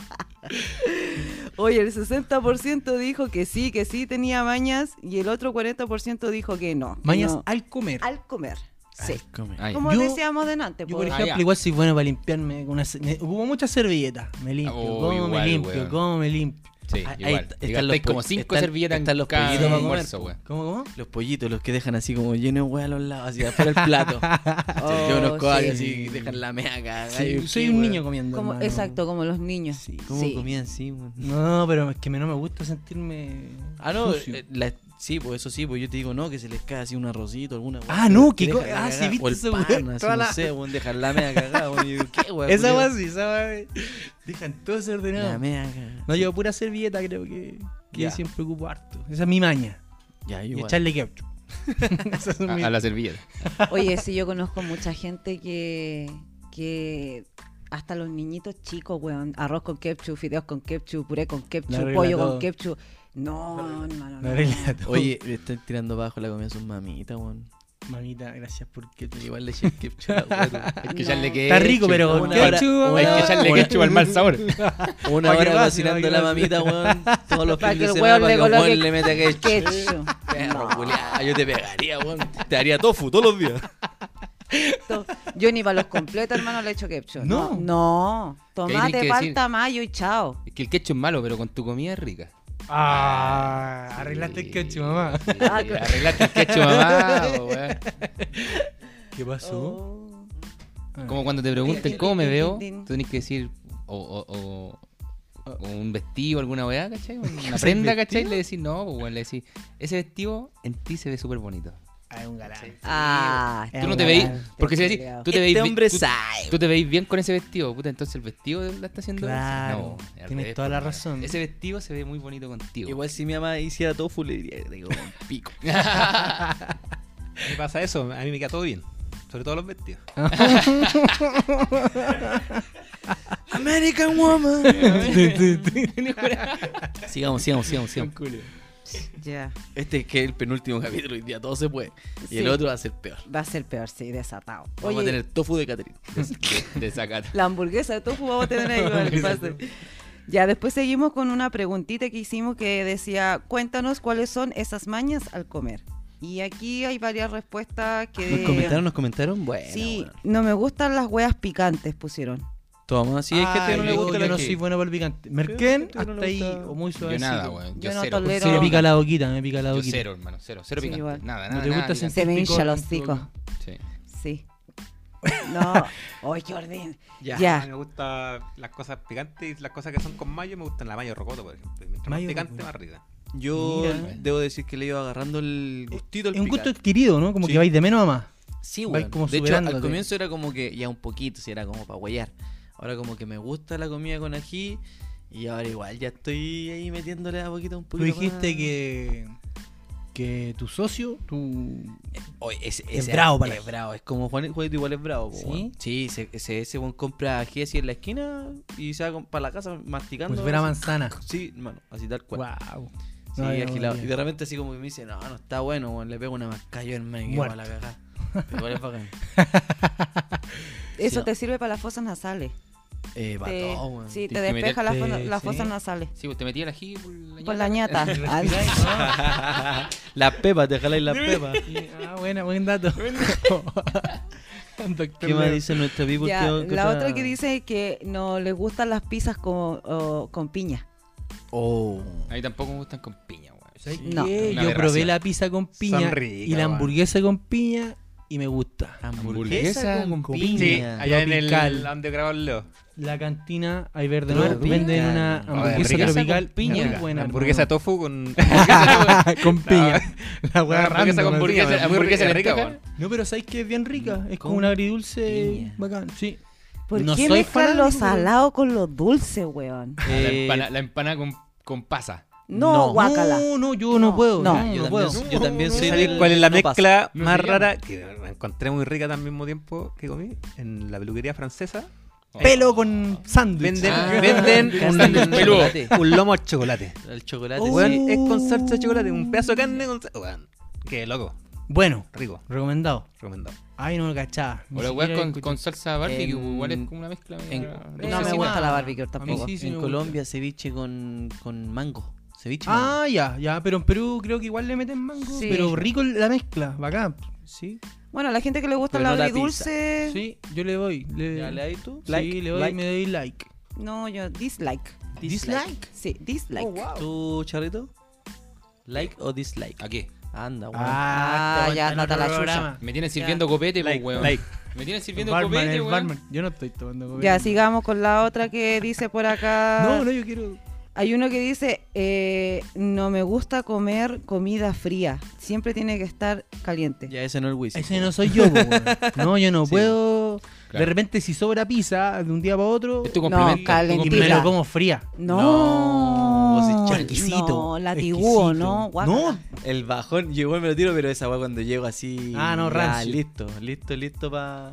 [SPEAKER 5] Oye, el 60% dijo que sí, que sí tenía mañas y el otro 40% dijo que no. que
[SPEAKER 2] Mañas
[SPEAKER 5] no.
[SPEAKER 2] al comer. Ah,
[SPEAKER 5] al comer. Sí.
[SPEAKER 1] Come.
[SPEAKER 3] Ay.
[SPEAKER 5] Como
[SPEAKER 2] Yo-
[SPEAKER 5] decíamos pues. delante,
[SPEAKER 2] Yo,
[SPEAKER 5] po.
[SPEAKER 2] por ejemplo,
[SPEAKER 3] ya.
[SPEAKER 2] igual soy bueno para limpiarme. Con una, se- me ocupo muchas servilletas. Me limpio,
[SPEAKER 3] Oh,
[SPEAKER 2] como
[SPEAKER 3] igual,
[SPEAKER 2] me limpio,
[SPEAKER 3] weón.
[SPEAKER 2] como me limpio.
[SPEAKER 3] Sí,
[SPEAKER 1] Ah, Ahí
[SPEAKER 3] igual.
[SPEAKER 1] está-
[SPEAKER 3] Ahí
[SPEAKER 1] están los
[SPEAKER 3] gastáis como
[SPEAKER 1] po-
[SPEAKER 3] cinco
[SPEAKER 1] están-
[SPEAKER 3] servilletas
[SPEAKER 1] están los
[SPEAKER 3] en cada
[SPEAKER 1] pollitos
[SPEAKER 2] para
[SPEAKER 3] almuerzo, weón.
[SPEAKER 2] ¿Cómo, cómo?
[SPEAKER 1] Los pollitos, los que dejan así como llenos de hueá a los lados, así afuera el plato.
[SPEAKER 5] Oh,
[SPEAKER 1] Yo unos coagas
[SPEAKER 5] sí.
[SPEAKER 1] así dejan la mea acá.
[SPEAKER 2] Sí,
[SPEAKER 1] ay,
[SPEAKER 2] soy
[SPEAKER 1] qué
[SPEAKER 2] un
[SPEAKER 1] hueá.
[SPEAKER 2] niño comiendo.
[SPEAKER 5] Como-
[SPEAKER 2] hermano.
[SPEAKER 5] exacto, como los niños.
[SPEAKER 2] Sí.
[SPEAKER 1] ¿Cómo
[SPEAKER 5] Sí.
[SPEAKER 1] comían así, weón?
[SPEAKER 2] No, pero es que me- no me gusta sentirme.
[SPEAKER 1] Ah, no,
[SPEAKER 2] sucio.
[SPEAKER 1] eh, la- sí, pues eso sí, pues yo te digo, no, que se les cae así un arrocito, alguna hueá,
[SPEAKER 2] Ah, no, que
[SPEAKER 1] dejan
[SPEAKER 2] co-
[SPEAKER 1] la
[SPEAKER 2] ah,
[SPEAKER 1] cagada,
[SPEAKER 2] sí, viste
[SPEAKER 1] o el
[SPEAKER 2] esa
[SPEAKER 1] pan,
[SPEAKER 2] hueá,
[SPEAKER 1] así,
[SPEAKER 2] toda
[SPEAKER 1] no
[SPEAKER 2] la-
[SPEAKER 1] sé, weón, dejan la mea cagada, weón, y yo, ¿qué hueá,
[SPEAKER 2] esa
[SPEAKER 1] culiao?
[SPEAKER 2] weá sí, esa weá. Dejan todo
[SPEAKER 1] La
[SPEAKER 2] desordenado.
[SPEAKER 1] mea cagada.
[SPEAKER 2] No, yo pura servilleta creo que, que
[SPEAKER 1] Ya.
[SPEAKER 2] siempre ocupo harto. Esa es mi maña.
[SPEAKER 1] Ya,
[SPEAKER 2] Y
[SPEAKER 1] igual. Ah,
[SPEAKER 2] echarle ketchup. Esa es mi-
[SPEAKER 3] A, a la servilleta.
[SPEAKER 5] Oye, sí, yo conozco mucha gente que, que hasta los niñitos chicos, weón, arroz con ketchup, fideos con ketchup, puré con
[SPEAKER 2] La
[SPEAKER 5] ketchup,
[SPEAKER 2] regla
[SPEAKER 5] pollo
[SPEAKER 2] todo.
[SPEAKER 5] con ketchup. No, no, no. no,
[SPEAKER 2] No arregla todo.
[SPEAKER 1] ah. Oye, le están tirando abajo la comida a sus mamitas, weón.
[SPEAKER 2] Mamita, gracias porque te
[SPEAKER 1] Igual le eché ketchup a la weá,
[SPEAKER 3] Hay que echarle que.
[SPEAKER 2] Está rico, pero
[SPEAKER 1] una
[SPEAKER 2] con
[SPEAKER 1] hora-
[SPEAKER 2] ketchup,
[SPEAKER 3] Hay que
[SPEAKER 2] weón.
[SPEAKER 3] echarle
[SPEAKER 1] Bueno.
[SPEAKER 3] ketchup al mal sabor.
[SPEAKER 1] weón. Una
[SPEAKER 2] Pa' que
[SPEAKER 1] hora
[SPEAKER 2] pase,
[SPEAKER 1] cocinando
[SPEAKER 2] pa'
[SPEAKER 1] a la
[SPEAKER 2] que pase.
[SPEAKER 1] mamita, weón. Todos los
[SPEAKER 5] Para
[SPEAKER 1] fines
[SPEAKER 5] que
[SPEAKER 1] de
[SPEAKER 5] el
[SPEAKER 1] semana para
[SPEAKER 5] weón le
[SPEAKER 1] que el
[SPEAKER 5] coloque
[SPEAKER 1] weón le meta ketchup.
[SPEAKER 5] Ketchup.
[SPEAKER 1] Perro, culiao, Yo te pegaría, weón. Te haría tofu todos los días.
[SPEAKER 5] To- Yo ni para los completos, hermano, le echo ketchup.
[SPEAKER 2] No.
[SPEAKER 5] No. no.
[SPEAKER 3] tienen
[SPEAKER 5] Tomate,
[SPEAKER 3] que decir-
[SPEAKER 5] palta, mayo y chao.
[SPEAKER 3] Es que el ketchup es malo, pero con tu comida es rica.
[SPEAKER 2] Ah, arreglaste el
[SPEAKER 3] Sí,
[SPEAKER 2] ketchup, mamá.
[SPEAKER 3] sí,
[SPEAKER 5] Ah, co-
[SPEAKER 3] arreglaste el ketchup, mamá. po, weón.
[SPEAKER 2] ¿Qué pasó?
[SPEAKER 5] Oh.
[SPEAKER 3] Como cuando te pregunten
[SPEAKER 5] Tin,
[SPEAKER 3] cómo me
[SPEAKER 5] tin,
[SPEAKER 3] veo,
[SPEAKER 5] tin, tin.
[SPEAKER 3] tú tenés que decir o, o- o- o un vestido, alguna weá, ¿cachai? Una prenda, ¿cachai? Le decís, no, pues weón, le decís, ese vestido en ti se ve súper bonito.
[SPEAKER 2] Ah, es un galán.
[SPEAKER 5] Ah,
[SPEAKER 2] Tú
[SPEAKER 3] Tú no
[SPEAKER 2] Ah,
[SPEAKER 3] te
[SPEAKER 2] weón,
[SPEAKER 3] veís, porque si decís,
[SPEAKER 5] culiao.
[SPEAKER 3] tú te veís, bi- tú,
[SPEAKER 1] Este sabe.
[SPEAKER 3] tú te veís bien con ese vestido, puta, entonces el vestido la está haciendo.
[SPEAKER 2] Claro,
[SPEAKER 3] No, al
[SPEAKER 2] tienes toda
[SPEAKER 3] pues,
[SPEAKER 2] la
[SPEAKER 3] weón.
[SPEAKER 2] razón.
[SPEAKER 3] Ese vestido se ve muy bonito contigo.
[SPEAKER 1] Igual si mi mamá hiciera tofu, le diría que tengo un pico.
[SPEAKER 4] A mí me pasa eso, a mí me queda todo bien. Sobre todo los vestidos.
[SPEAKER 1] American Woman.
[SPEAKER 3] Igual-
[SPEAKER 1] Sigamos, sigamos, sigamos, sigamos.
[SPEAKER 5] Ya.
[SPEAKER 1] Este es que es el penúltimo capítulo y día todo se puede. Y el
[SPEAKER 5] Sí.
[SPEAKER 1] otro va a ser peor.
[SPEAKER 5] Va a ser peor, sí, desatado.
[SPEAKER 1] Vamos a
[SPEAKER 5] Oye,
[SPEAKER 1] tener tofu de Catherine.
[SPEAKER 3] de, de sacata.
[SPEAKER 5] la hamburguesa de tofu vamos a tener ahí. igual, que pase. Ya, después seguimos con una preguntita que hicimos que decía, cuéntanos cuáles son esas mañas al comer. Y aquí hay varias respuestas que...
[SPEAKER 1] ¿Nos comentaron? ¿Nos comentaron? Bueno.
[SPEAKER 5] Eh, Sí,
[SPEAKER 1] bueno.
[SPEAKER 5] no me gustan las hueas picantes, pusieron.
[SPEAKER 1] Toma, si hay gente que Ah, no
[SPEAKER 2] Ay,
[SPEAKER 1] le
[SPEAKER 2] yo-
[SPEAKER 1] gusta
[SPEAKER 2] Yo
[SPEAKER 1] la
[SPEAKER 2] no
[SPEAKER 1] que-
[SPEAKER 2] soy bueno para el picante.
[SPEAKER 1] Hay
[SPEAKER 2] Merquén,
[SPEAKER 1] gente que no
[SPEAKER 2] hasta
[SPEAKER 1] le
[SPEAKER 2] ahí,
[SPEAKER 1] gusta.
[SPEAKER 2] o muy
[SPEAKER 3] Yo
[SPEAKER 2] suavecito.
[SPEAKER 3] nada, weón. Yo,
[SPEAKER 5] Yo no
[SPEAKER 3] cero.
[SPEAKER 5] tolero-
[SPEAKER 2] Se me pica la boquita, me pica la
[SPEAKER 3] Yo
[SPEAKER 2] boquita.
[SPEAKER 3] cero, hermano. Cero, cero
[SPEAKER 5] Sí,
[SPEAKER 3] picante.
[SPEAKER 5] igual.
[SPEAKER 3] Nada,
[SPEAKER 2] ¿No
[SPEAKER 3] nada.
[SPEAKER 2] te
[SPEAKER 3] nada
[SPEAKER 2] gusta
[SPEAKER 3] picante.
[SPEAKER 5] Se me hincha los
[SPEAKER 2] picante.
[SPEAKER 5] hocicos,
[SPEAKER 3] Sí.
[SPEAKER 5] sí. No, oye, qué orden. Ya.
[SPEAKER 4] A mí me gustan las cosas picantes y las cosas que son con mayo, me gustan la mayo rocoto, por ejemplo. Y Mientras
[SPEAKER 2] Mayo
[SPEAKER 4] más picante,
[SPEAKER 2] rocoto.
[SPEAKER 4] más rica.
[SPEAKER 1] Yo
[SPEAKER 2] Mira.
[SPEAKER 1] debo decir que le iba agarrando el gustito al
[SPEAKER 2] Es un gusto
[SPEAKER 1] picante.
[SPEAKER 2] adquirido, ¿no? Como
[SPEAKER 1] Sí.
[SPEAKER 2] que vais de menos a más.
[SPEAKER 1] Sí,
[SPEAKER 2] Va
[SPEAKER 1] weón.
[SPEAKER 2] como
[SPEAKER 1] de hecho, al
[SPEAKER 2] superándote.
[SPEAKER 1] comienzo era como que ya un poquito, si era como para huellar. Ahora como que me gusta la comida con ají y ahora igual ya estoy ahí metiéndole a poquito un
[SPEAKER 2] Tú
[SPEAKER 1] poquito.
[SPEAKER 2] dijiste que que tu socio, tu
[SPEAKER 1] Oye, ese-
[SPEAKER 2] Es
[SPEAKER 1] ese-
[SPEAKER 2] bravo para el
[SPEAKER 1] es
[SPEAKER 2] ají.
[SPEAKER 1] bravo, es como Juan, Juanito igual es bravo, po,
[SPEAKER 2] ¿Sí?
[SPEAKER 1] weón. Sí, ese, ese, ese weón compra ají así en la esquina y se va para la casa masticando.
[SPEAKER 2] como si fuera
[SPEAKER 1] así.
[SPEAKER 2] manzana.
[SPEAKER 1] Sí, hermano, así tal cual.
[SPEAKER 2] Wow.
[SPEAKER 1] Sí, agilado. Y de repente así como que me dice, no, no está bueno, weón, le pego una mascalla hermano y quedo
[SPEAKER 2] Muerto.
[SPEAKER 1] para la cagada. Pero Igual es bacán.
[SPEAKER 5] Eso
[SPEAKER 1] Sí.
[SPEAKER 5] te sirve para las fosas nasales.
[SPEAKER 1] Eh, para
[SPEAKER 5] Te-
[SPEAKER 1] todo, weón.
[SPEAKER 5] sí, te
[SPEAKER 3] Tienes que
[SPEAKER 5] despeja las fo-
[SPEAKER 2] meterte-
[SPEAKER 5] las fosas
[SPEAKER 2] sí.
[SPEAKER 5] nasales.
[SPEAKER 3] Sí, pues te metí el ají por la
[SPEAKER 5] Por la ñata. Ah,
[SPEAKER 1] Las pepas, te jaláis las pepas.
[SPEAKER 2] Ah, buena, buen dato. Doctor
[SPEAKER 1] ¿Qué más
[SPEAKER 2] Leo.
[SPEAKER 1] dice nuestra people?
[SPEAKER 5] ya,
[SPEAKER 1] ¿Qué- qué
[SPEAKER 5] la otra que dice que no le gustan las pizzas con, o- con piña.
[SPEAKER 1] Oh.
[SPEAKER 3] A mí tampoco me gustan con piña, weón.
[SPEAKER 2] ¿Sabes
[SPEAKER 5] No.
[SPEAKER 2] qué?
[SPEAKER 3] Una
[SPEAKER 2] Yo probé
[SPEAKER 3] aberración.
[SPEAKER 2] la pizza con piña
[SPEAKER 4] Son ricas,
[SPEAKER 2] y la
[SPEAKER 4] weón.
[SPEAKER 2] hamburguesa con piña y me gusta.
[SPEAKER 1] Hamburguesa con, piña.
[SPEAKER 4] Sí, allá en el,
[SPEAKER 2] Tropical.
[SPEAKER 4] donde grabó el Leo.
[SPEAKER 2] La cantina Hay Verde Mar
[SPEAKER 1] Tropical.
[SPEAKER 2] venden una
[SPEAKER 1] Joder,
[SPEAKER 2] hamburguesa
[SPEAKER 4] rica.
[SPEAKER 2] tropical
[SPEAKER 1] Con piña.
[SPEAKER 2] muy buena.
[SPEAKER 4] hamburguesa
[SPEAKER 2] hermano.
[SPEAKER 4] tofu con.
[SPEAKER 2] con piña. La hueá random,
[SPEAKER 4] hamburguesa con
[SPEAKER 2] así.
[SPEAKER 4] hamburguesa, hamburguesa
[SPEAKER 3] Hamburguesa
[SPEAKER 4] rica,
[SPEAKER 3] rica.
[SPEAKER 4] weón.
[SPEAKER 2] No, pero sabéis que es bien rica. Es como
[SPEAKER 1] Con
[SPEAKER 2] un agridulce
[SPEAKER 1] piña.
[SPEAKER 2] bacán. Sí.
[SPEAKER 5] ¿Por
[SPEAKER 2] No
[SPEAKER 5] qué
[SPEAKER 2] soy
[SPEAKER 5] mezclan lo
[SPEAKER 2] fanático, pero-
[SPEAKER 5] salado con lo dulce, weón?
[SPEAKER 3] Ah,
[SPEAKER 2] Eh,
[SPEAKER 3] La,
[SPEAKER 1] Eh,
[SPEAKER 3] empana- la empanada con, con pasa.
[SPEAKER 5] No,
[SPEAKER 1] No.
[SPEAKER 5] guácala.
[SPEAKER 2] No, no, yo no,
[SPEAKER 5] No,
[SPEAKER 2] puedo.
[SPEAKER 5] no.
[SPEAKER 2] No,
[SPEAKER 1] yo, también,
[SPEAKER 2] no puedo.
[SPEAKER 1] yo también soy
[SPEAKER 4] ¿Sabes
[SPEAKER 1] del-
[SPEAKER 4] cuál es la
[SPEAKER 1] no pasa.
[SPEAKER 4] mezcla
[SPEAKER 3] No
[SPEAKER 4] más
[SPEAKER 3] se
[SPEAKER 4] rara que la encontré muy rica al mismo tiempo que comí? En la peluquería francesa.
[SPEAKER 2] Pelo con sándwich.
[SPEAKER 4] Venden,
[SPEAKER 3] Ah.
[SPEAKER 4] venden
[SPEAKER 1] Con
[SPEAKER 4] un,
[SPEAKER 1] peludo.
[SPEAKER 4] un lomo de chocolate.
[SPEAKER 1] El chocolate,
[SPEAKER 2] Oh.
[SPEAKER 1] sí.
[SPEAKER 4] Weón, es con salsa de chocolate, un pedazo de carne con salsa. Weón, qué loco,
[SPEAKER 2] Bueno,
[SPEAKER 4] rico,
[SPEAKER 2] recomendado.
[SPEAKER 4] recomendado.
[SPEAKER 2] Ay, no me cachaba. ni
[SPEAKER 3] O la
[SPEAKER 2] siquiera
[SPEAKER 3] weá con,
[SPEAKER 2] escuché.
[SPEAKER 3] con salsa barbecue,
[SPEAKER 1] En-
[SPEAKER 3] igual es como una mezcla. media-
[SPEAKER 1] en-
[SPEAKER 3] no,
[SPEAKER 5] No
[SPEAKER 2] Esa
[SPEAKER 5] me
[SPEAKER 2] sí,
[SPEAKER 5] gusta
[SPEAKER 2] nada.
[SPEAKER 5] la barbecue
[SPEAKER 2] A mí
[SPEAKER 5] tampoco.
[SPEAKER 2] sí, sí me
[SPEAKER 1] en
[SPEAKER 2] gusta.
[SPEAKER 1] Colombia, ceviche con, con mango. Ceviche
[SPEAKER 2] Ah, ya, ya, pero en Perú creo que igual le meten mango.
[SPEAKER 5] Sí.
[SPEAKER 2] Pero rico la mezcla, bacán. Sí,
[SPEAKER 5] Bueno, a la gente que le gusta
[SPEAKER 1] Pero
[SPEAKER 5] la
[SPEAKER 1] no la
[SPEAKER 5] agridulce,
[SPEAKER 2] sí, yo le doy. Le,
[SPEAKER 1] mango. ¿Ya le das tú?
[SPEAKER 2] sí, le doy, me doy like.
[SPEAKER 5] no, yo dislike.
[SPEAKER 1] Dislike.
[SPEAKER 5] Sí, dislike.
[SPEAKER 2] Oh,
[SPEAKER 1] ¿Tú, Charrito? ¿Like o dislike?
[SPEAKER 3] ¿A qué?
[SPEAKER 1] Anda, weón.
[SPEAKER 5] Ah,
[SPEAKER 2] está
[SPEAKER 5] ya,
[SPEAKER 2] en
[SPEAKER 5] nata
[SPEAKER 2] otro
[SPEAKER 5] la chucha.
[SPEAKER 2] programa.
[SPEAKER 3] Me tienen sirviendo copete, pues,
[SPEAKER 4] Like,
[SPEAKER 3] weón.
[SPEAKER 4] like.
[SPEAKER 3] Me tienen
[SPEAKER 2] El
[SPEAKER 3] sirviendo
[SPEAKER 2] barman,
[SPEAKER 3] copete,
[SPEAKER 2] el
[SPEAKER 3] weón.
[SPEAKER 2] barman. Yo no estoy tomando copete.
[SPEAKER 5] Ya, sigamos con la otra que dice por acá.
[SPEAKER 2] No, no, yo quiero.
[SPEAKER 5] Hay uno que dice, eh, no me gusta comer comida fría. Siempre tiene que estar caliente.
[SPEAKER 1] Ya, ese no es el whisky.
[SPEAKER 2] Ese no soy yo, po, weón. No, yo no
[SPEAKER 1] Sí.
[SPEAKER 2] puedo. De
[SPEAKER 3] Claro.
[SPEAKER 2] repente, si sobra pizza de un día para otro,
[SPEAKER 3] Es tu
[SPEAKER 5] No,
[SPEAKER 3] complemento. tu
[SPEAKER 5] calentita.
[SPEAKER 2] y me
[SPEAKER 3] complemento.
[SPEAKER 2] lo como fría.
[SPEAKER 1] No,
[SPEAKER 5] No.
[SPEAKER 1] vos es chanquisito.
[SPEAKER 5] No, latiguo,
[SPEAKER 2] Exquisito.
[SPEAKER 5] ¿no? Guácala.
[SPEAKER 2] No,
[SPEAKER 1] El bajón, yo igual me lo tiro, pero esa weá cuando llego así.
[SPEAKER 2] Ah, no,
[SPEAKER 1] ya,
[SPEAKER 2] rancio.
[SPEAKER 1] listo, listo, listo para.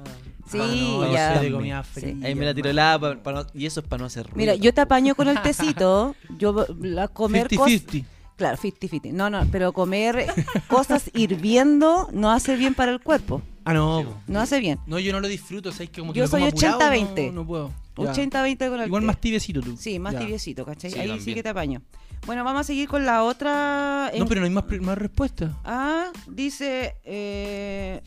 [SPEAKER 5] Sí,
[SPEAKER 2] no, yo
[SPEAKER 5] ya.
[SPEAKER 2] soy de comida
[SPEAKER 5] Sí.
[SPEAKER 2] fría.
[SPEAKER 1] Ahí me la tiro
[SPEAKER 2] hermano.
[SPEAKER 1] helada pa- pa no- y eso es para no hacer ruido.
[SPEAKER 5] Mira, yo te apaño con el tecito. Yo la comer cosas.
[SPEAKER 2] 50-50.
[SPEAKER 5] Claro, 50-50. No, no, pero comer cosas hirviendo no hace bien para el cuerpo.
[SPEAKER 2] Ah, no. po.
[SPEAKER 5] No hace bien.
[SPEAKER 2] No, yo no lo disfruto, ¿sabes? Que como que
[SPEAKER 5] Yo
[SPEAKER 2] lo como
[SPEAKER 5] soy
[SPEAKER 2] apurado,
[SPEAKER 5] 80-20.
[SPEAKER 2] No, no puedo. Ya.
[SPEAKER 5] 80-20 con el
[SPEAKER 2] Igual
[SPEAKER 5] té.
[SPEAKER 2] más tibiecito tú.
[SPEAKER 5] Sí, más
[SPEAKER 2] Ya.
[SPEAKER 5] tibiecito, ¿cachai?
[SPEAKER 3] Sí,
[SPEAKER 5] Ahí sí
[SPEAKER 3] también.
[SPEAKER 5] que te apaño. Bueno, vamos a seguir con la otra.
[SPEAKER 2] No,
[SPEAKER 5] en-
[SPEAKER 2] pero no hay más, pre- más respuestas.
[SPEAKER 5] Ah, dice. eh,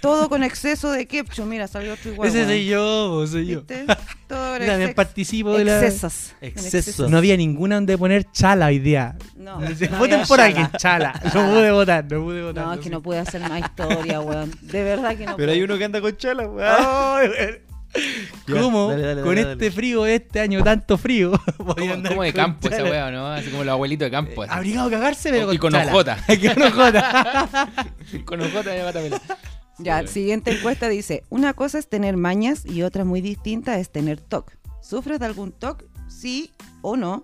[SPEAKER 5] todo con exceso de ketchup. Mira, salió otro igual.
[SPEAKER 2] Ese
[SPEAKER 5] weón.
[SPEAKER 2] soy yo, po, soy yo.
[SPEAKER 5] ¿Viste? Todo con
[SPEAKER 2] Yo También
[SPEAKER 5] exceso.
[SPEAKER 2] participo de la.
[SPEAKER 5] Excesas. Con
[SPEAKER 1] Exceso.
[SPEAKER 2] No había ninguna donde poner chala hoy día.
[SPEAKER 5] No,
[SPEAKER 2] Decía,
[SPEAKER 5] no
[SPEAKER 2] Voten
[SPEAKER 5] había
[SPEAKER 2] por
[SPEAKER 5] chala.
[SPEAKER 2] alguien, chala. No pude votar, no pude votar.
[SPEAKER 5] No, es que no pude hacer más historia, weón. De verdad que no
[SPEAKER 1] Pero hay
[SPEAKER 5] pude.
[SPEAKER 1] uno que anda con chala, weón. Ya,
[SPEAKER 2] ¿Cómo?
[SPEAKER 1] dale, dale,
[SPEAKER 2] con
[SPEAKER 1] dale,
[SPEAKER 2] este
[SPEAKER 1] dale.
[SPEAKER 2] frío de este año, tanto frío. voy a
[SPEAKER 3] Como,
[SPEAKER 2] andar
[SPEAKER 3] como de
[SPEAKER 2] con
[SPEAKER 3] campo esa
[SPEAKER 2] chala?
[SPEAKER 3] wea, ¿no? Así como los abuelitos de campo. así.
[SPEAKER 2] Abrigado a cagarse, pero con
[SPEAKER 3] y con
[SPEAKER 2] chala.
[SPEAKER 3] ojota.
[SPEAKER 2] Que con ojota.
[SPEAKER 3] con ojota de pata pelada.
[SPEAKER 5] Ya, siguiente encuesta dice: Una cosa es tener mañas y otra muy distinta es tener TOC. ¿Sufres de algún TOC? Sí o no.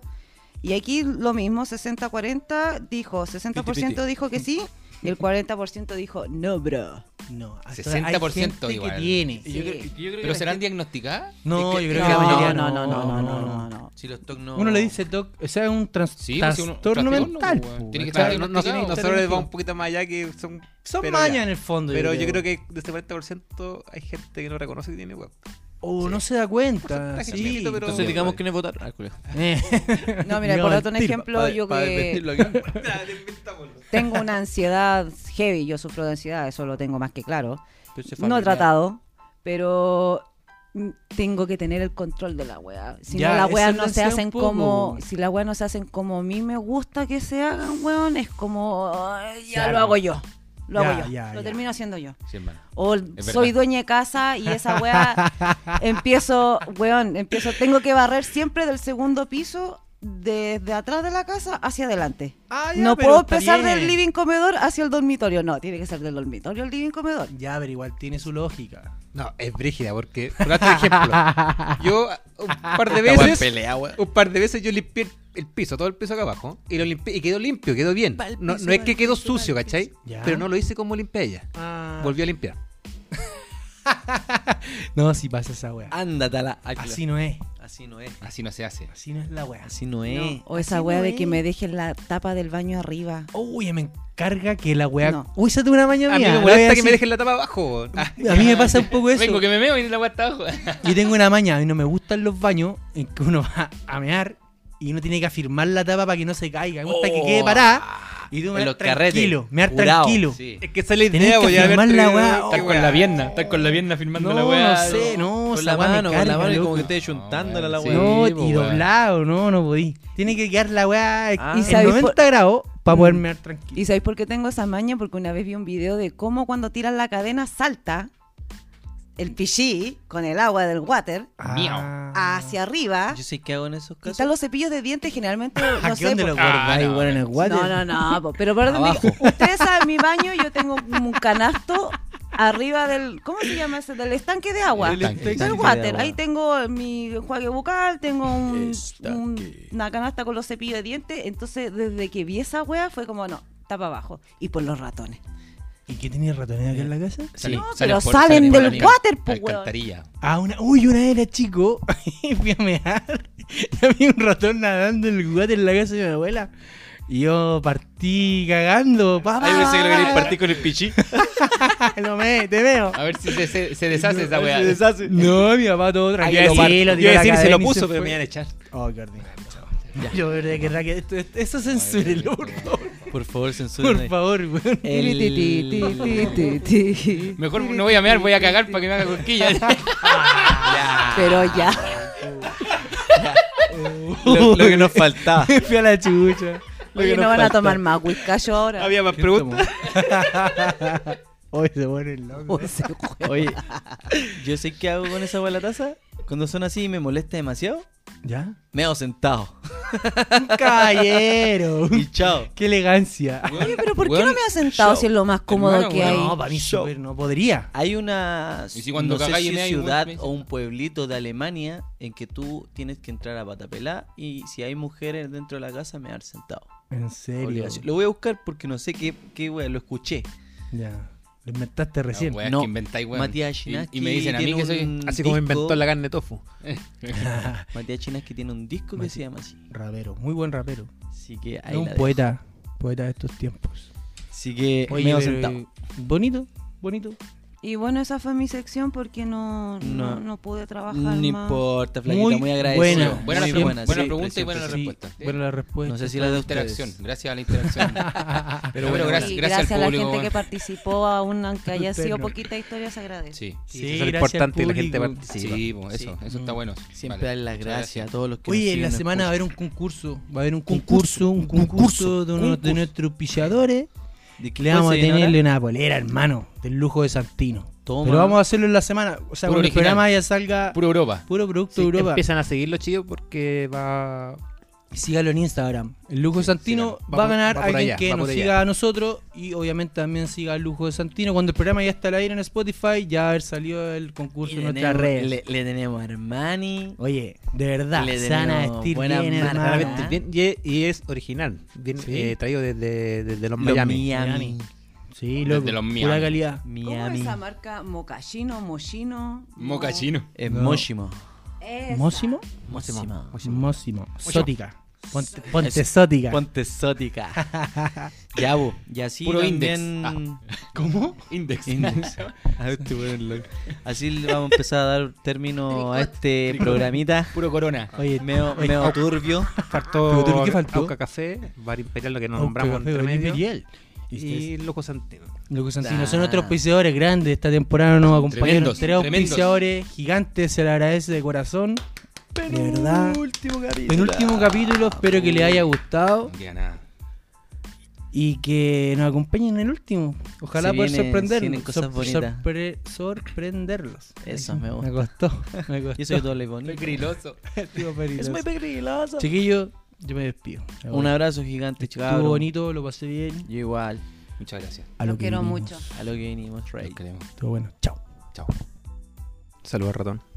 [SPEAKER 5] Y aquí lo mismo: 60-40 dijo, 60% dijo que sí y el 40% dijo no, bro.
[SPEAKER 2] No, hasta hay
[SPEAKER 3] 60%
[SPEAKER 2] gente que
[SPEAKER 3] igual.
[SPEAKER 2] tiene.
[SPEAKER 5] Sí.
[SPEAKER 3] ¿Pero serán diagnosticadas?
[SPEAKER 2] No, yo creo que la
[SPEAKER 5] No,
[SPEAKER 2] mayoría
[SPEAKER 5] no, no, no, no, no, no.
[SPEAKER 1] Si los toc no.
[SPEAKER 2] Uno le dice TOC, o sea, es un trans-
[SPEAKER 3] Sí, pues, si uno-
[SPEAKER 2] trastorno
[SPEAKER 3] trastorno,
[SPEAKER 2] mental.
[SPEAKER 3] pues,
[SPEAKER 2] po,
[SPEAKER 3] tiene que
[SPEAKER 2] ¿cachai?
[SPEAKER 3] estar
[SPEAKER 4] no,
[SPEAKER 3] diagnosticado.
[SPEAKER 4] no, sí, nosotros
[SPEAKER 2] Está
[SPEAKER 4] les vamos un poquito más allá que son.
[SPEAKER 2] Son
[SPEAKER 4] pero
[SPEAKER 2] mañas
[SPEAKER 4] ya.
[SPEAKER 2] en el fondo.
[SPEAKER 4] Pero yo creo que de este 40% hay gente que no reconoce que tiene web.
[SPEAKER 2] O Oh, no se da cuenta.
[SPEAKER 4] Porcentaje
[SPEAKER 2] Sí. pues.
[SPEAKER 4] chiquito, pero-
[SPEAKER 1] Entonces digamos que no es votar. Ah, culiao.
[SPEAKER 2] Eh.
[SPEAKER 5] No, mira, por
[SPEAKER 2] Yo
[SPEAKER 5] otro un
[SPEAKER 2] al tiro,
[SPEAKER 5] ejemplo, yo que tengo una ansiedad heavy, yo sufro de ansiedad, eso lo tengo más que claro.
[SPEAKER 1] Pero se
[SPEAKER 5] No
[SPEAKER 1] familia.
[SPEAKER 5] he tratado, pero mm, tengo que tener el control de la weá. Si
[SPEAKER 2] Ya,
[SPEAKER 5] no, la
[SPEAKER 2] esa
[SPEAKER 5] weá
[SPEAKER 2] es la
[SPEAKER 5] no se
[SPEAKER 2] ansiedad
[SPEAKER 5] hacen
[SPEAKER 2] un poco,
[SPEAKER 5] como.
[SPEAKER 2] po.
[SPEAKER 5] Si la weá no se hacen como a mí me gusta que se hagan, weón, es como. "Ay, Ya
[SPEAKER 2] Claro.
[SPEAKER 5] lo hago yo. Lo
[SPEAKER 2] Ya,
[SPEAKER 5] hago yo.
[SPEAKER 2] ya,
[SPEAKER 5] lo
[SPEAKER 2] ya.
[SPEAKER 5] termino haciendo yo.
[SPEAKER 3] Sí, hermano.
[SPEAKER 5] O
[SPEAKER 3] verdad.
[SPEAKER 5] soy dueña de casa y esa weá empiezo, weón, empiezo. Tengo que barrer siempre del segundo piso. Desde atrás de la casa hacia adelante.
[SPEAKER 2] Ah, ya,
[SPEAKER 5] no
[SPEAKER 2] pero
[SPEAKER 5] puedo
[SPEAKER 2] está
[SPEAKER 5] empezar del
[SPEAKER 2] bien.
[SPEAKER 5] living comedor hacia el dormitorio. No, tiene que ser del dormitorio al living comedor.
[SPEAKER 2] Ya, pero igual tiene su lógica.
[SPEAKER 4] No, es brígida, porque. Por darte un ejemplo, yo un par de
[SPEAKER 3] Esta wea
[SPEAKER 4] veces.
[SPEAKER 3] pelea, wea.
[SPEAKER 4] Un par de veces yo limpié el- el piso, todo el piso acá abajo, y lo limpié, y quedó limpio, quedó bien.
[SPEAKER 5] Pa'l
[SPEAKER 4] No,
[SPEAKER 5] piso,
[SPEAKER 4] no es
[SPEAKER 5] pa'l
[SPEAKER 4] que quedó
[SPEAKER 5] piso,
[SPEAKER 4] sucio,
[SPEAKER 5] pa'l
[SPEAKER 4] ¿cachai?
[SPEAKER 2] Ya.
[SPEAKER 4] Pero no lo hice como limpia ella.
[SPEAKER 1] Ah.
[SPEAKER 4] Volvió a limpiar.
[SPEAKER 2] No, si pasa esa weá.
[SPEAKER 1] Ándatela. Ah, culiao.
[SPEAKER 2] Así no es.
[SPEAKER 1] Así no es.
[SPEAKER 3] Así no se hace.
[SPEAKER 2] Así no es la weá.
[SPEAKER 1] Así no
[SPEAKER 5] No,
[SPEAKER 1] es.
[SPEAKER 5] o esa
[SPEAKER 2] así
[SPEAKER 5] weá
[SPEAKER 2] no
[SPEAKER 5] de que
[SPEAKER 2] es.
[SPEAKER 5] me dejen la tapa del baño arriba.
[SPEAKER 2] Uy, me encarga que la weá.
[SPEAKER 5] No.
[SPEAKER 2] Uy, esa es una maña
[SPEAKER 4] A mí
[SPEAKER 2] mía.
[SPEAKER 4] me
[SPEAKER 2] la voy a
[SPEAKER 4] molesta que
[SPEAKER 2] decir.
[SPEAKER 4] me dejen la tapa abajo. Ah,
[SPEAKER 2] A mí me pasa un poco eso.
[SPEAKER 3] Vengo que me meo y la wea está abajo.
[SPEAKER 2] Yo tengo una maña, a mí no me gustan los baños en que uno va a mear y uno tiene que afirmar la tapa para que no se caiga. Me gusta que
[SPEAKER 1] Oh.
[SPEAKER 2] quede parada y tú
[SPEAKER 1] En
[SPEAKER 2] mear
[SPEAKER 1] los carretes,
[SPEAKER 2] tranquilo, mear
[SPEAKER 1] curado,
[SPEAKER 2] tranquilo.
[SPEAKER 1] sí.
[SPEAKER 4] es que esa es la
[SPEAKER 2] Tenés
[SPEAKER 4] idea,
[SPEAKER 2] que
[SPEAKER 4] voy a ver.
[SPEAKER 2] afirmar la weá.
[SPEAKER 4] qué weá.
[SPEAKER 2] Estás
[SPEAKER 3] con la pierna. Estás con la pierna firmando
[SPEAKER 2] No,
[SPEAKER 3] la wea.
[SPEAKER 2] no sé, no,
[SPEAKER 1] Con
[SPEAKER 2] esa
[SPEAKER 1] la
[SPEAKER 2] weá me
[SPEAKER 1] mano, con la
[SPEAKER 2] carga,
[SPEAKER 1] mano, y como
[SPEAKER 2] loco.
[SPEAKER 1] que estés chuntándola la
[SPEAKER 3] Sí,
[SPEAKER 1] weá.
[SPEAKER 2] no,
[SPEAKER 3] po,
[SPEAKER 2] y
[SPEAKER 3] weón.
[SPEAKER 2] doblado, no, no podí. Tiene que quedar la weá
[SPEAKER 1] Ah.
[SPEAKER 2] en
[SPEAKER 1] ¿Y
[SPEAKER 5] sabéis
[SPEAKER 2] 90
[SPEAKER 5] por-
[SPEAKER 2] grados para poder
[SPEAKER 5] Mm.
[SPEAKER 2] mear tranquilo.
[SPEAKER 5] ¿Y sabéis por qué tengo esa maña? Porque una vez vi un video de cómo cuando tiran la cadena salta el pichí con el agua del water
[SPEAKER 2] Ah.
[SPEAKER 5] hacia arriba.
[SPEAKER 1] Yo sé qué hago en esos
[SPEAKER 5] Y están
[SPEAKER 1] casos.
[SPEAKER 5] los cepillos de dientes generalmente,
[SPEAKER 2] ¿A
[SPEAKER 5] no
[SPEAKER 2] qué
[SPEAKER 5] sé,
[SPEAKER 2] onda lo
[SPEAKER 5] po-
[SPEAKER 3] Ah,
[SPEAKER 2] guardáis,
[SPEAKER 3] no.
[SPEAKER 2] weón, en el water?
[SPEAKER 5] No, no, no, po, pero por
[SPEAKER 1] Abajo.
[SPEAKER 5] ustedes saben, mi baño yo tengo un canasto arriba del, ¿cómo se llama ese? Del estanque de agua.
[SPEAKER 1] El estanque
[SPEAKER 5] Del
[SPEAKER 1] de
[SPEAKER 5] water.
[SPEAKER 1] agua.
[SPEAKER 5] Ahí tengo mi enjuague bucal, tengo un- un-
[SPEAKER 1] Estanque.
[SPEAKER 5] una canasta con los cepillos de dientes. Entonces, desde que vi esa wea, fue como, no, tapa abajo. Y por los ratones.
[SPEAKER 2] ¿Y qué tenía ratonera aquí en la casa?
[SPEAKER 3] Salen-
[SPEAKER 5] No,
[SPEAKER 3] salen
[SPEAKER 5] pero
[SPEAKER 3] por-
[SPEAKER 5] salen
[SPEAKER 3] por
[SPEAKER 5] del
[SPEAKER 3] la alcan-
[SPEAKER 5] water, po, weón.
[SPEAKER 3] Alcantarilla.
[SPEAKER 2] Ah, una, uy, una vez era chico y fui a mear y había un ratón nadando en el water en la casa de mi abuela. Y yo partí cagando, papá.
[SPEAKER 3] Ahí pensé que lo quería partir con el pichí.
[SPEAKER 2] no me, te veo.
[SPEAKER 3] A ver si se, se- se deshace esa weá.
[SPEAKER 2] No, mi papá todo tranquilo.
[SPEAKER 4] Yo iba a decir, se lo puso, pero me
[SPEAKER 2] mira.
[SPEAKER 4] iban a echar.
[SPEAKER 2] Oh, qué ordinario, chao. Yo de verdad, de verdad que esto, esto- eso censúrelo, por favor.
[SPEAKER 1] Por favor, censura.
[SPEAKER 2] Por favor, weón.
[SPEAKER 5] Ti, ti, ti, ti, ti, ti, ti.
[SPEAKER 3] Mejor no voy a mear, voy a cagar para que me haga cosquillas.
[SPEAKER 5] Pero ya.
[SPEAKER 1] Lo, lo que nos faltaba.
[SPEAKER 2] Me fui a la chucha. Lo
[SPEAKER 5] Oye,
[SPEAKER 2] que
[SPEAKER 5] no
[SPEAKER 2] nos
[SPEAKER 5] van a
[SPEAKER 2] faltó.
[SPEAKER 5] tomar más whiskayo ahora.
[SPEAKER 4] Había más preguntas.
[SPEAKER 2] Hoy se pone loco.
[SPEAKER 5] Uy, se jue-
[SPEAKER 1] Oye, yo sé qué hago con esa weá en la taza. Cuando son así y me molesta demasiado,
[SPEAKER 2] ¿Ya?
[SPEAKER 1] me hago sentado.
[SPEAKER 2] Un caballero.
[SPEAKER 1] Y chao.
[SPEAKER 2] Qué elegancia.
[SPEAKER 5] Oye, pero ¿por qué no
[SPEAKER 3] Weón,
[SPEAKER 5] me ha sentado
[SPEAKER 1] show.
[SPEAKER 5] si es lo más cómodo
[SPEAKER 3] Hermano,
[SPEAKER 5] que
[SPEAKER 3] weón,
[SPEAKER 5] hay?
[SPEAKER 2] No, para mí
[SPEAKER 1] Show.
[SPEAKER 2] súper no podría.
[SPEAKER 1] Hay una
[SPEAKER 3] Y si cuando
[SPEAKER 1] no sé
[SPEAKER 3] cagáis y
[SPEAKER 1] si
[SPEAKER 3] meáis,
[SPEAKER 1] ciudad
[SPEAKER 3] weón,
[SPEAKER 1] o un pueblito de Alemania en que tú tienes que entrar a patapelá y si hay mujeres dentro de la casa me han sentado.
[SPEAKER 2] En serio.
[SPEAKER 1] Obligación. Lo voy a buscar porque no sé qué, qué wea, lo escuché.
[SPEAKER 2] Ya. Lo inventaste recién.
[SPEAKER 3] weas
[SPEAKER 1] No,
[SPEAKER 3] que inventáis, weón.
[SPEAKER 1] Matías
[SPEAKER 3] Y-
[SPEAKER 1] Chinaski
[SPEAKER 3] Y, me dicen a mí
[SPEAKER 1] tiene
[SPEAKER 3] que soy.
[SPEAKER 1] un
[SPEAKER 4] Así como
[SPEAKER 1] disco-
[SPEAKER 4] inventó la carne de tofu.
[SPEAKER 1] Matías Chinaski tiene un disco que
[SPEAKER 2] Mati-
[SPEAKER 1] se llama así.
[SPEAKER 2] rapero, muy buen rapero.
[SPEAKER 1] Así que ahí
[SPEAKER 2] Es un
[SPEAKER 1] la dejo.
[SPEAKER 2] poeta, poeta de estos tiempos.
[SPEAKER 1] Así que
[SPEAKER 2] Oye,
[SPEAKER 1] medio
[SPEAKER 2] pero,
[SPEAKER 1] sentado.
[SPEAKER 2] eh, Bonito, bonito.
[SPEAKER 5] Y bueno, esa fue mi sección porque no, no.
[SPEAKER 1] No.
[SPEAKER 5] no pude trabajar
[SPEAKER 1] No
[SPEAKER 5] más.
[SPEAKER 1] importa, Flaquita, muy,
[SPEAKER 2] Muy
[SPEAKER 1] agradecido.
[SPEAKER 2] buena,
[SPEAKER 1] muy
[SPEAKER 3] Buena, la
[SPEAKER 2] pregunta,
[SPEAKER 1] buena,
[SPEAKER 3] buena
[SPEAKER 1] sí,
[SPEAKER 3] pregunta y
[SPEAKER 1] preciosa.
[SPEAKER 3] buena la
[SPEAKER 2] Sí,
[SPEAKER 3] respuesta.
[SPEAKER 2] Buena la respuesta.
[SPEAKER 1] No sé si la de
[SPEAKER 3] interacción,
[SPEAKER 1] ustedes.
[SPEAKER 3] gracias a la interacción. bueno,
[SPEAKER 5] Pero bueno,
[SPEAKER 3] gracias,
[SPEAKER 5] y
[SPEAKER 3] gracias, al
[SPEAKER 5] a la
[SPEAKER 3] público.
[SPEAKER 5] gente que
[SPEAKER 3] weón.
[SPEAKER 5] participó, aún aunque haya
[SPEAKER 2] Usted
[SPEAKER 5] sido
[SPEAKER 2] no.
[SPEAKER 5] poquita historia, se agradece.
[SPEAKER 3] Sí,
[SPEAKER 4] Sí,
[SPEAKER 2] Sí,
[SPEAKER 4] eso es lo
[SPEAKER 2] gracias al
[SPEAKER 4] importante que la gente
[SPEAKER 2] público.
[SPEAKER 3] sí,
[SPEAKER 4] participa.
[SPEAKER 3] po,
[SPEAKER 1] Sí.
[SPEAKER 3] eso, eso está bueno.
[SPEAKER 1] Siempre
[SPEAKER 3] Vale,
[SPEAKER 1] dar las
[SPEAKER 3] muchas
[SPEAKER 1] gracias a todos los que nos
[SPEAKER 2] Oye, en
[SPEAKER 1] siguen,
[SPEAKER 2] la
[SPEAKER 1] nos
[SPEAKER 2] semana va a
[SPEAKER 1] escuchan.
[SPEAKER 2] haber un concurso. Va a haber un
[SPEAKER 1] Concurso,
[SPEAKER 2] concurso, un
[SPEAKER 1] concurso,
[SPEAKER 2] concurso de, uno- de
[SPEAKER 1] concurso.
[SPEAKER 2] nuestros pilladores.
[SPEAKER 1] ¿De qué
[SPEAKER 2] Le vamos a
[SPEAKER 1] fue ese
[SPEAKER 2] tenerle
[SPEAKER 1] dinero?
[SPEAKER 2] una polera, hermano, del lujo de Santino.
[SPEAKER 1] Toma.
[SPEAKER 2] Pero vamos a hacerlo en la semana. O sea,
[SPEAKER 3] Puro
[SPEAKER 2] cuando el
[SPEAKER 3] original.
[SPEAKER 2] programa ya
[SPEAKER 3] gracias.
[SPEAKER 2] salga puro,
[SPEAKER 3] Puro Europa.
[SPEAKER 2] producto
[SPEAKER 4] Sí,
[SPEAKER 2] de Europa.
[SPEAKER 4] empiezan a seguirlo chido porque
[SPEAKER 2] Ah,
[SPEAKER 4] va
[SPEAKER 2] Sígalo en Instagram. El Lujo de Santino
[SPEAKER 4] sígalo. Va
[SPEAKER 2] va a
[SPEAKER 4] por-
[SPEAKER 2] ganar
[SPEAKER 4] va por
[SPEAKER 2] alguien
[SPEAKER 4] allá,
[SPEAKER 2] que
[SPEAKER 4] va
[SPEAKER 2] nos
[SPEAKER 4] por allá.
[SPEAKER 2] siga a nosotros y obviamente también siga el Lujo de Santino. Cuando el programa ya está al aire en Spotify, ya va a haber salido el concurso en
[SPEAKER 1] Le
[SPEAKER 2] nuestras
[SPEAKER 1] tenemos-
[SPEAKER 2] redes.
[SPEAKER 1] Le, le tenemos a Armani.
[SPEAKER 2] Oye, de verdad,
[SPEAKER 1] Le
[SPEAKER 2] sana
[SPEAKER 1] tenemos
[SPEAKER 2] vestir
[SPEAKER 1] buenas
[SPEAKER 2] bien,
[SPEAKER 1] marcas.
[SPEAKER 2] hermano.
[SPEAKER 4] claramente bien y, y es original, bien
[SPEAKER 2] Sí.
[SPEAKER 4] eh, traído desde, desde los
[SPEAKER 1] Los
[SPEAKER 4] Miami.
[SPEAKER 1] Miami.
[SPEAKER 2] Miami. Sí,
[SPEAKER 3] Desde
[SPEAKER 2] loco,
[SPEAKER 3] los
[SPEAKER 2] pura
[SPEAKER 3] Miami.
[SPEAKER 2] calidad.
[SPEAKER 5] ¿Cómo
[SPEAKER 1] Miami.
[SPEAKER 5] esa marca Mocachino, Mochino?
[SPEAKER 3] Mocachino.
[SPEAKER 1] Es
[SPEAKER 2] No.
[SPEAKER 1] Moshimo.
[SPEAKER 5] Esa.
[SPEAKER 2] ¿Mósimo?
[SPEAKER 1] Moshimo.
[SPEAKER 2] Mósimo. Sótica. Ponte, ponte
[SPEAKER 1] Es-
[SPEAKER 2] sótica.
[SPEAKER 1] Ponte exótica. ya, bu. Y así
[SPEAKER 3] Puro
[SPEAKER 1] también...
[SPEAKER 3] ¿Cómo? Index.
[SPEAKER 1] Index. A ver, este weón es loco. Así le vamos a empezar a dar término a este programita.
[SPEAKER 3] Puro Corona.
[SPEAKER 2] Oye,
[SPEAKER 1] Meo, meo turbio.
[SPEAKER 4] Faltó
[SPEAKER 2] Pero, ¿qué faltó?
[SPEAKER 4] Auca Café, Bar Imperial, lo que no
[SPEAKER 2] Auca
[SPEAKER 4] nombramos
[SPEAKER 2] Café, Este
[SPEAKER 4] entre
[SPEAKER 2] Oliver
[SPEAKER 4] medio,
[SPEAKER 2] Yell.
[SPEAKER 4] y
[SPEAKER 2] Y
[SPEAKER 4] Loco Santino.
[SPEAKER 2] Lo que Santino,
[SPEAKER 1] Ah.
[SPEAKER 2] son otros auspiciadores grandes. Esta temporada nos acompañaron
[SPEAKER 3] Tremendos,
[SPEAKER 2] tres
[SPEAKER 3] tremendos.
[SPEAKER 2] auspiciadores gigantes. Se le agradece de corazón. de verdad.
[SPEAKER 1] Último capítulo.
[SPEAKER 2] Penúltimo capítulo, espero que les haya gustado
[SPEAKER 3] No queda nada.
[SPEAKER 2] y que nos acompañen en el último. Ojalá
[SPEAKER 1] Se vienen-
[SPEAKER 2] poder
[SPEAKER 1] se
[SPEAKER 2] sorprendernos.
[SPEAKER 1] vienen cosas
[SPEAKER 2] sor-
[SPEAKER 1] bonitas.
[SPEAKER 2] sorpre- sorprenderlos.
[SPEAKER 1] Eso me gusta.
[SPEAKER 2] Me costó. Me costó.
[SPEAKER 1] Yo soy doble bonito.
[SPEAKER 3] Griloso.
[SPEAKER 2] Tío Periloso.
[SPEAKER 1] pegriloso.
[SPEAKER 2] Chiquillo, yo me despido. Me voy.
[SPEAKER 1] Un abrazo gigante,
[SPEAKER 2] Estuvo
[SPEAKER 1] chavos.
[SPEAKER 2] bonito, lo pasé bien.
[SPEAKER 1] Yo igual.
[SPEAKER 3] Muchas gracias.
[SPEAKER 2] A
[SPEAKER 5] Lo
[SPEAKER 2] que
[SPEAKER 5] quiero
[SPEAKER 2] vinimos.
[SPEAKER 5] mucho.
[SPEAKER 1] A lo que vinimos, Ray.
[SPEAKER 3] Los queremos.
[SPEAKER 2] Estuvo bueno. Chao.
[SPEAKER 3] Chao.
[SPEAKER 4] Saludos, ratón.